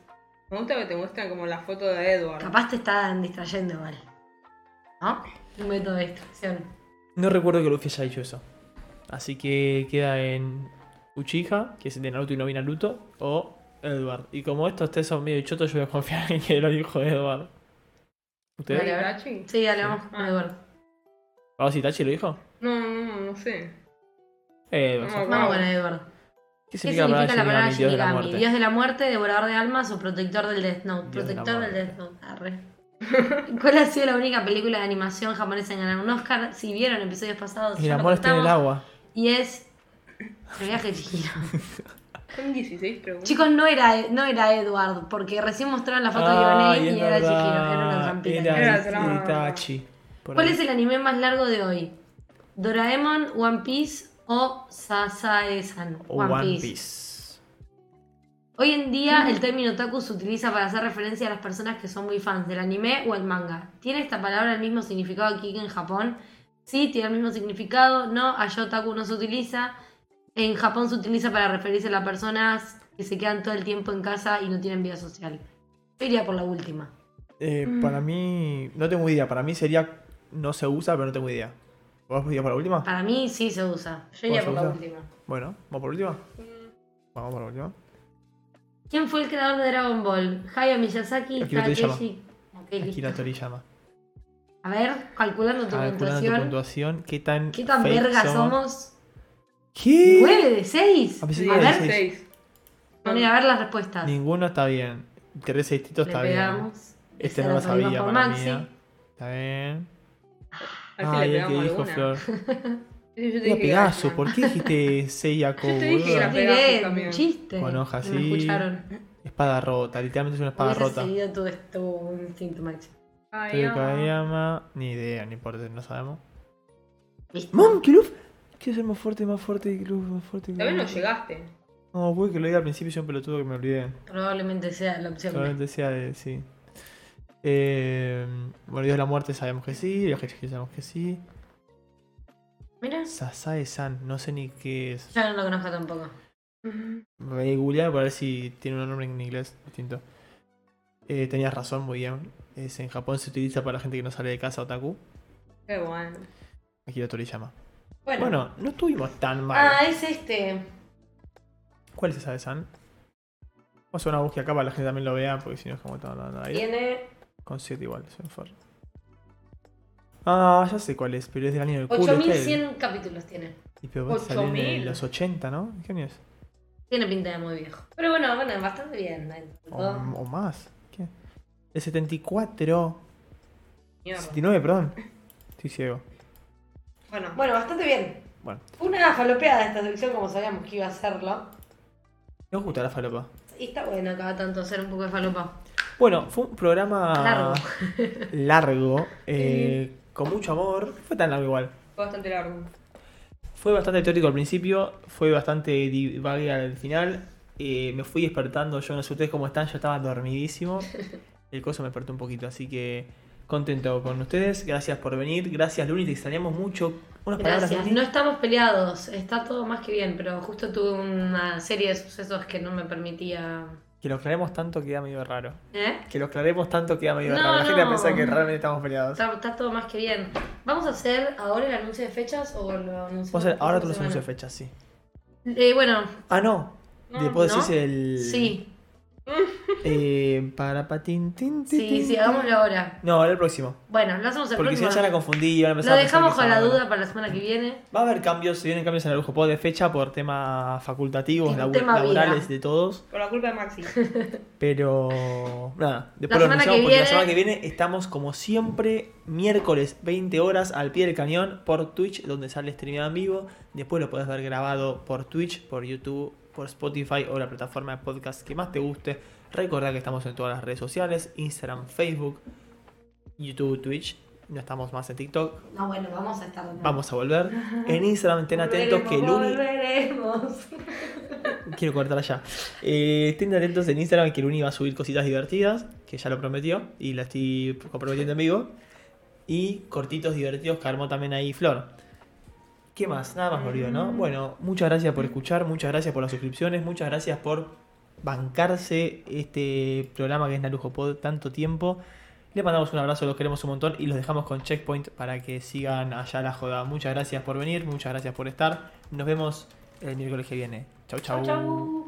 [SPEAKER 2] Me gusta que te muestran como la foto de Edward.
[SPEAKER 3] Capaz te están distrayendo, vale. ¿No? Un método de distracción.
[SPEAKER 1] No recuerdo que Luffy haya hecho eso. Así que queda en Uchiha, que es el de Naruto y no vi Naruto, o Edward. Y como estos tres son medio chotos, yo voy a confiar en que lo dijo Edward. ¿Ustedes?
[SPEAKER 3] Vale.
[SPEAKER 2] ¿Itachi?
[SPEAKER 3] Sí, dale, vamos con
[SPEAKER 2] Ah.
[SPEAKER 3] Edward.
[SPEAKER 1] ¿Vamos si Oh, Tachi lo dijo?
[SPEAKER 2] No, no, no sé.
[SPEAKER 1] Edward.
[SPEAKER 2] No,
[SPEAKER 1] ¿sabes?
[SPEAKER 2] Wow.
[SPEAKER 3] Vamos con Edward.
[SPEAKER 1] ¿Qué
[SPEAKER 3] ¿Qué
[SPEAKER 1] significa, la palabra Shinigami, Dios de la muerte?
[SPEAKER 3] Dios de la muerte, devorador de almas o protector del Death Note.
[SPEAKER 1] Dios de la
[SPEAKER 3] protector del
[SPEAKER 1] muerte.
[SPEAKER 3] Death Note. Arre. ¿Cuál ha sido la única película de animación japonesa en ganar un Oscar? Si vieron episodios pasados,
[SPEAKER 1] Y el
[SPEAKER 3] ya lo
[SPEAKER 1] amor está en el
[SPEAKER 3] contamos.
[SPEAKER 1] agua.
[SPEAKER 3] Y es. El viaje de Chihiro.
[SPEAKER 2] Son 16 preguntas.
[SPEAKER 3] Chicos, no era, no era Edward, porque recién mostraron la foto
[SPEAKER 1] Ay,
[SPEAKER 3] de Ioné
[SPEAKER 1] es
[SPEAKER 3] y era Chihiro,
[SPEAKER 1] verdad.
[SPEAKER 3] era una trampita.
[SPEAKER 1] Era
[SPEAKER 2] Era trampa.
[SPEAKER 1] Itachi. Por
[SPEAKER 3] ¿Cuál
[SPEAKER 1] ahí.
[SPEAKER 3] es el anime más largo de hoy? ¿Doraemon, One Piece o Sasae-san?
[SPEAKER 1] O One Piece.
[SPEAKER 3] Hoy en día
[SPEAKER 1] Mm.
[SPEAKER 3] el término otaku se utiliza para hacer referencia a las personas que son muy fans del anime o el manga. ¿Tiene esta palabra el mismo significado aquí que en Japón? Sí, tiene el mismo significado. No, allá otaku no se utiliza. En Japón se utiliza para referirse a las personas que se quedan todo el tiempo en casa y no tienen vida social. Yo iría por la última.
[SPEAKER 1] Eh,
[SPEAKER 3] Mm.
[SPEAKER 1] Para mí, no tengo idea. Para mí sería, no se usa, pero no tengo idea. ¿Vos podías para la última?
[SPEAKER 3] Para mí sí se usa. Yo iría
[SPEAKER 1] ¿Vos
[SPEAKER 3] por
[SPEAKER 1] se
[SPEAKER 3] la
[SPEAKER 1] usa?
[SPEAKER 3] última.
[SPEAKER 1] Bueno, ¿vamos por última? Vamos por última.
[SPEAKER 3] ¿Quién fue el creador de Dragon Ball? Hayao Miyazaki,
[SPEAKER 1] Akira Toriyama.
[SPEAKER 3] Takeshi. Ok, listo.
[SPEAKER 1] Akira Toriyama.
[SPEAKER 3] A ver, Ah, calculando tu
[SPEAKER 1] Calculando tu
[SPEAKER 3] puntuación.
[SPEAKER 1] puntuación. ¿Qué tan
[SPEAKER 3] ¿Qué tan
[SPEAKER 1] fake
[SPEAKER 3] verga somos?
[SPEAKER 1] ¿Qué?
[SPEAKER 3] 9 de 6.
[SPEAKER 1] A
[SPEAKER 3] A
[SPEAKER 1] pesar
[SPEAKER 3] ver,
[SPEAKER 1] Sí,
[SPEAKER 2] a ver,
[SPEAKER 1] sí.
[SPEAKER 2] 16.
[SPEAKER 3] poné a ver las respuestas.
[SPEAKER 1] Ninguno está bien. Tres distritos está
[SPEAKER 3] Le
[SPEAKER 1] bien.
[SPEAKER 3] pegamos.
[SPEAKER 1] Este no
[SPEAKER 3] Esa la
[SPEAKER 1] lo sabía
[SPEAKER 3] perdimos por
[SPEAKER 1] para
[SPEAKER 3] Maxi.
[SPEAKER 1] mí. ¿eh? Está bien.
[SPEAKER 2] A ver si
[SPEAKER 1] Ay,
[SPEAKER 2] le
[SPEAKER 1] el que
[SPEAKER 2] pegamos
[SPEAKER 1] dijo
[SPEAKER 2] alguna.
[SPEAKER 1] Flor.
[SPEAKER 2] Yo te
[SPEAKER 1] Era
[SPEAKER 2] dije que era
[SPEAKER 1] Pegaso.
[SPEAKER 2] Batman.
[SPEAKER 1] ¿Por qué dijiste Seiyako,
[SPEAKER 2] Yo te dije que
[SPEAKER 3] Yo
[SPEAKER 2] era
[SPEAKER 1] boludo?
[SPEAKER 2] Pegasus
[SPEAKER 3] tiré un
[SPEAKER 2] también.
[SPEAKER 3] chiste.
[SPEAKER 1] Con hojas,
[SPEAKER 3] no me
[SPEAKER 1] sí.
[SPEAKER 3] escucharon.
[SPEAKER 1] Espada rota. Literalmente es una espada
[SPEAKER 3] Hubiese
[SPEAKER 1] rota.
[SPEAKER 3] seguido todo esto un instinto, Maxi.
[SPEAKER 2] Ay,
[SPEAKER 1] Toyo
[SPEAKER 2] no.
[SPEAKER 1] Kageyama. Ni idea, ni importa, no sabemos.
[SPEAKER 3] ¿Viste?
[SPEAKER 1] ¡Mom, Kiruf! Quiero ser más fuerte, más fuerte, Kiruf, más fuerte.
[SPEAKER 2] Tal vez no
[SPEAKER 1] Kiruf.
[SPEAKER 2] llegaste.
[SPEAKER 1] No, puede que lo diga al principio, soy un pelotudo que me olvidé.
[SPEAKER 3] Probablemente sea la opción. B.
[SPEAKER 1] Probablemente sea de, sí. Eh, bueno, Dios de la Muerte sabemos que sí, Viaje Chihiro sabemos que sí.
[SPEAKER 3] Mira,
[SPEAKER 1] Sasae-san, no sé ni qué es.
[SPEAKER 3] yo no lo conozco tampoco.
[SPEAKER 1] Voy a googlear para ver si tiene un nombre en inglés distinto. Eh, tenías razón, muy bien. Es, en Japón se utiliza para la gente que no sale de casa, otaku.
[SPEAKER 2] Qué bueno.
[SPEAKER 1] Akira Toriyama.
[SPEAKER 3] Bueno.
[SPEAKER 1] Bueno, no estuvimos tan mal.
[SPEAKER 3] Ah, es este.
[SPEAKER 1] ¿Cuál es Sasae-san? Vamos a hacer una búsqueda acá para que la gente también lo vea, porque si no es como todo nada ahí.
[SPEAKER 3] Tiene
[SPEAKER 1] Con 7 igual, es un for. Ah, ya sé cuál es, pero es del año del culo. este. es del-
[SPEAKER 3] 8100 capítulos. Tiene
[SPEAKER 1] Y pero vos salió en
[SPEAKER 2] 8.000.
[SPEAKER 1] el- los 80, ¿no? ¿Qué año es?
[SPEAKER 3] tiene pinta de muy viejo. Pero bueno, bueno, bastante bien. ¿no?
[SPEAKER 1] O, o más. ¿Qué? El 74.
[SPEAKER 2] Mierda.
[SPEAKER 1] 79, perdón. Estoy ciego.
[SPEAKER 2] Bueno,
[SPEAKER 3] Bueno, bastante bien.
[SPEAKER 1] Bueno.
[SPEAKER 3] Fue una falopeada esta sección, como sabíamos que iba a hacerlo.
[SPEAKER 1] Me gusta la falopa.
[SPEAKER 3] Y está bueno cada tanto hacer un poco de falopa.
[SPEAKER 1] Bueno, fue un programa
[SPEAKER 3] Largo.
[SPEAKER 1] largo, eh, con mucho amor. Fue tan largo igual.
[SPEAKER 2] fue bastante largo.
[SPEAKER 1] Fue bastante teórico al principio, fue bastante divague al final. Eh, me fui despertando, yo no sé ustedes cómo están, yo estaba dormidísimo. El coso me despertó un poquito, así que contento con ustedes. Gracias por venir, gracias Luni, te extrañamos mucho. Unas
[SPEAKER 3] Gracias.
[SPEAKER 1] palabras,
[SPEAKER 3] No
[SPEAKER 1] Luni.
[SPEAKER 3] estamos peleados, está todo más que bien, pero justo tuve una serie de sucesos que no me permitía
[SPEAKER 1] Que lo aclaremos tanto queda medio raro.
[SPEAKER 3] ¿Eh?
[SPEAKER 1] Que lo aclaremos tanto queda medio
[SPEAKER 3] No,
[SPEAKER 1] raro. La gente
[SPEAKER 3] no.
[SPEAKER 1] piensa que realmente estamos peleados.
[SPEAKER 3] Está, está todo más que bien. ¿Vamos a hacer ahora el anuncio de fechas o lo anunciamos?
[SPEAKER 1] Vamos a hacer- ahora tú
[SPEAKER 3] la
[SPEAKER 1] los
[SPEAKER 3] semana?
[SPEAKER 1] anuncios de fecha, sí.
[SPEAKER 3] Eh, bueno,
[SPEAKER 1] Ah, no.
[SPEAKER 3] No,
[SPEAKER 1] Después
[SPEAKER 3] ¿no?
[SPEAKER 1] decís el.
[SPEAKER 3] sí.
[SPEAKER 1] Eh, para patín, tin, tin,
[SPEAKER 3] Sí,
[SPEAKER 1] tin,
[SPEAKER 3] sí,
[SPEAKER 1] tin.
[SPEAKER 3] hagámoslo ahora.
[SPEAKER 1] No, ahora el próximo.
[SPEAKER 3] Bueno, lo hacemos el
[SPEAKER 1] Porque si
[SPEAKER 3] próximo.
[SPEAKER 1] no ya la confundí y ahora
[SPEAKER 3] lo
[SPEAKER 1] empezamos a pensar
[SPEAKER 3] dejamos
[SPEAKER 1] que
[SPEAKER 3] con
[SPEAKER 1] es
[SPEAKER 3] la
[SPEAKER 1] ahora.
[SPEAKER 3] duda para la semana que viene.
[SPEAKER 1] Va a haber cambios, se vienen cambios en el lujo Pod de fecha por temas facultativos,
[SPEAKER 3] Es un
[SPEAKER 1] labu-
[SPEAKER 3] tema vida.
[SPEAKER 1] laborales de todos.
[SPEAKER 2] Por la culpa de Maxi.
[SPEAKER 1] Pero nada, después
[SPEAKER 3] La
[SPEAKER 1] lo
[SPEAKER 3] semana
[SPEAKER 1] anunciamos porque
[SPEAKER 3] que
[SPEAKER 1] la
[SPEAKER 3] viene-
[SPEAKER 1] semana que viene estamos como siempre, miércoles 20 horas al pie del cañón por Twitch, donde sale streameado en vivo. Después lo podés ver grabado por Twitch, por YouTube, por Spotify o la plataforma de podcast que más te guste. Recordá que estamos en todas las redes sociales, Instagram, Facebook, YouTube, Twitch. No estamos más en TikTok.
[SPEAKER 5] No, bueno, vamos a estar de nuevo.
[SPEAKER 1] Vamos a volver. En Instagram, ten atentos que el único...
[SPEAKER 3] Volveremos.
[SPEAKER 1] Quiero cortar allá. Eh, estén atentos en Instagram que Luni va a subir cositas divertidas, que ya lo prometió y la estoy comprometiendo en vivo. Y cortitos divertidos que armó también ahí Flor. ¿Qué más? Nada más me olvido, ¿no? Bueno, muchas gracias por escuchar, muchas gracias por las suscripciones, muchas gracias por bancarse este programa que es Narujo Pod tanto tiempo. Les mandamos un abrazo, los queremos un montón y los dejamos con Checkpoint para que sigan allá la joda. Muchas gracias por venir, muchas gracias por estar. Nos vemos el miércoles que viene. Chau, chau.
[SPEAKER 3] Chau, chau.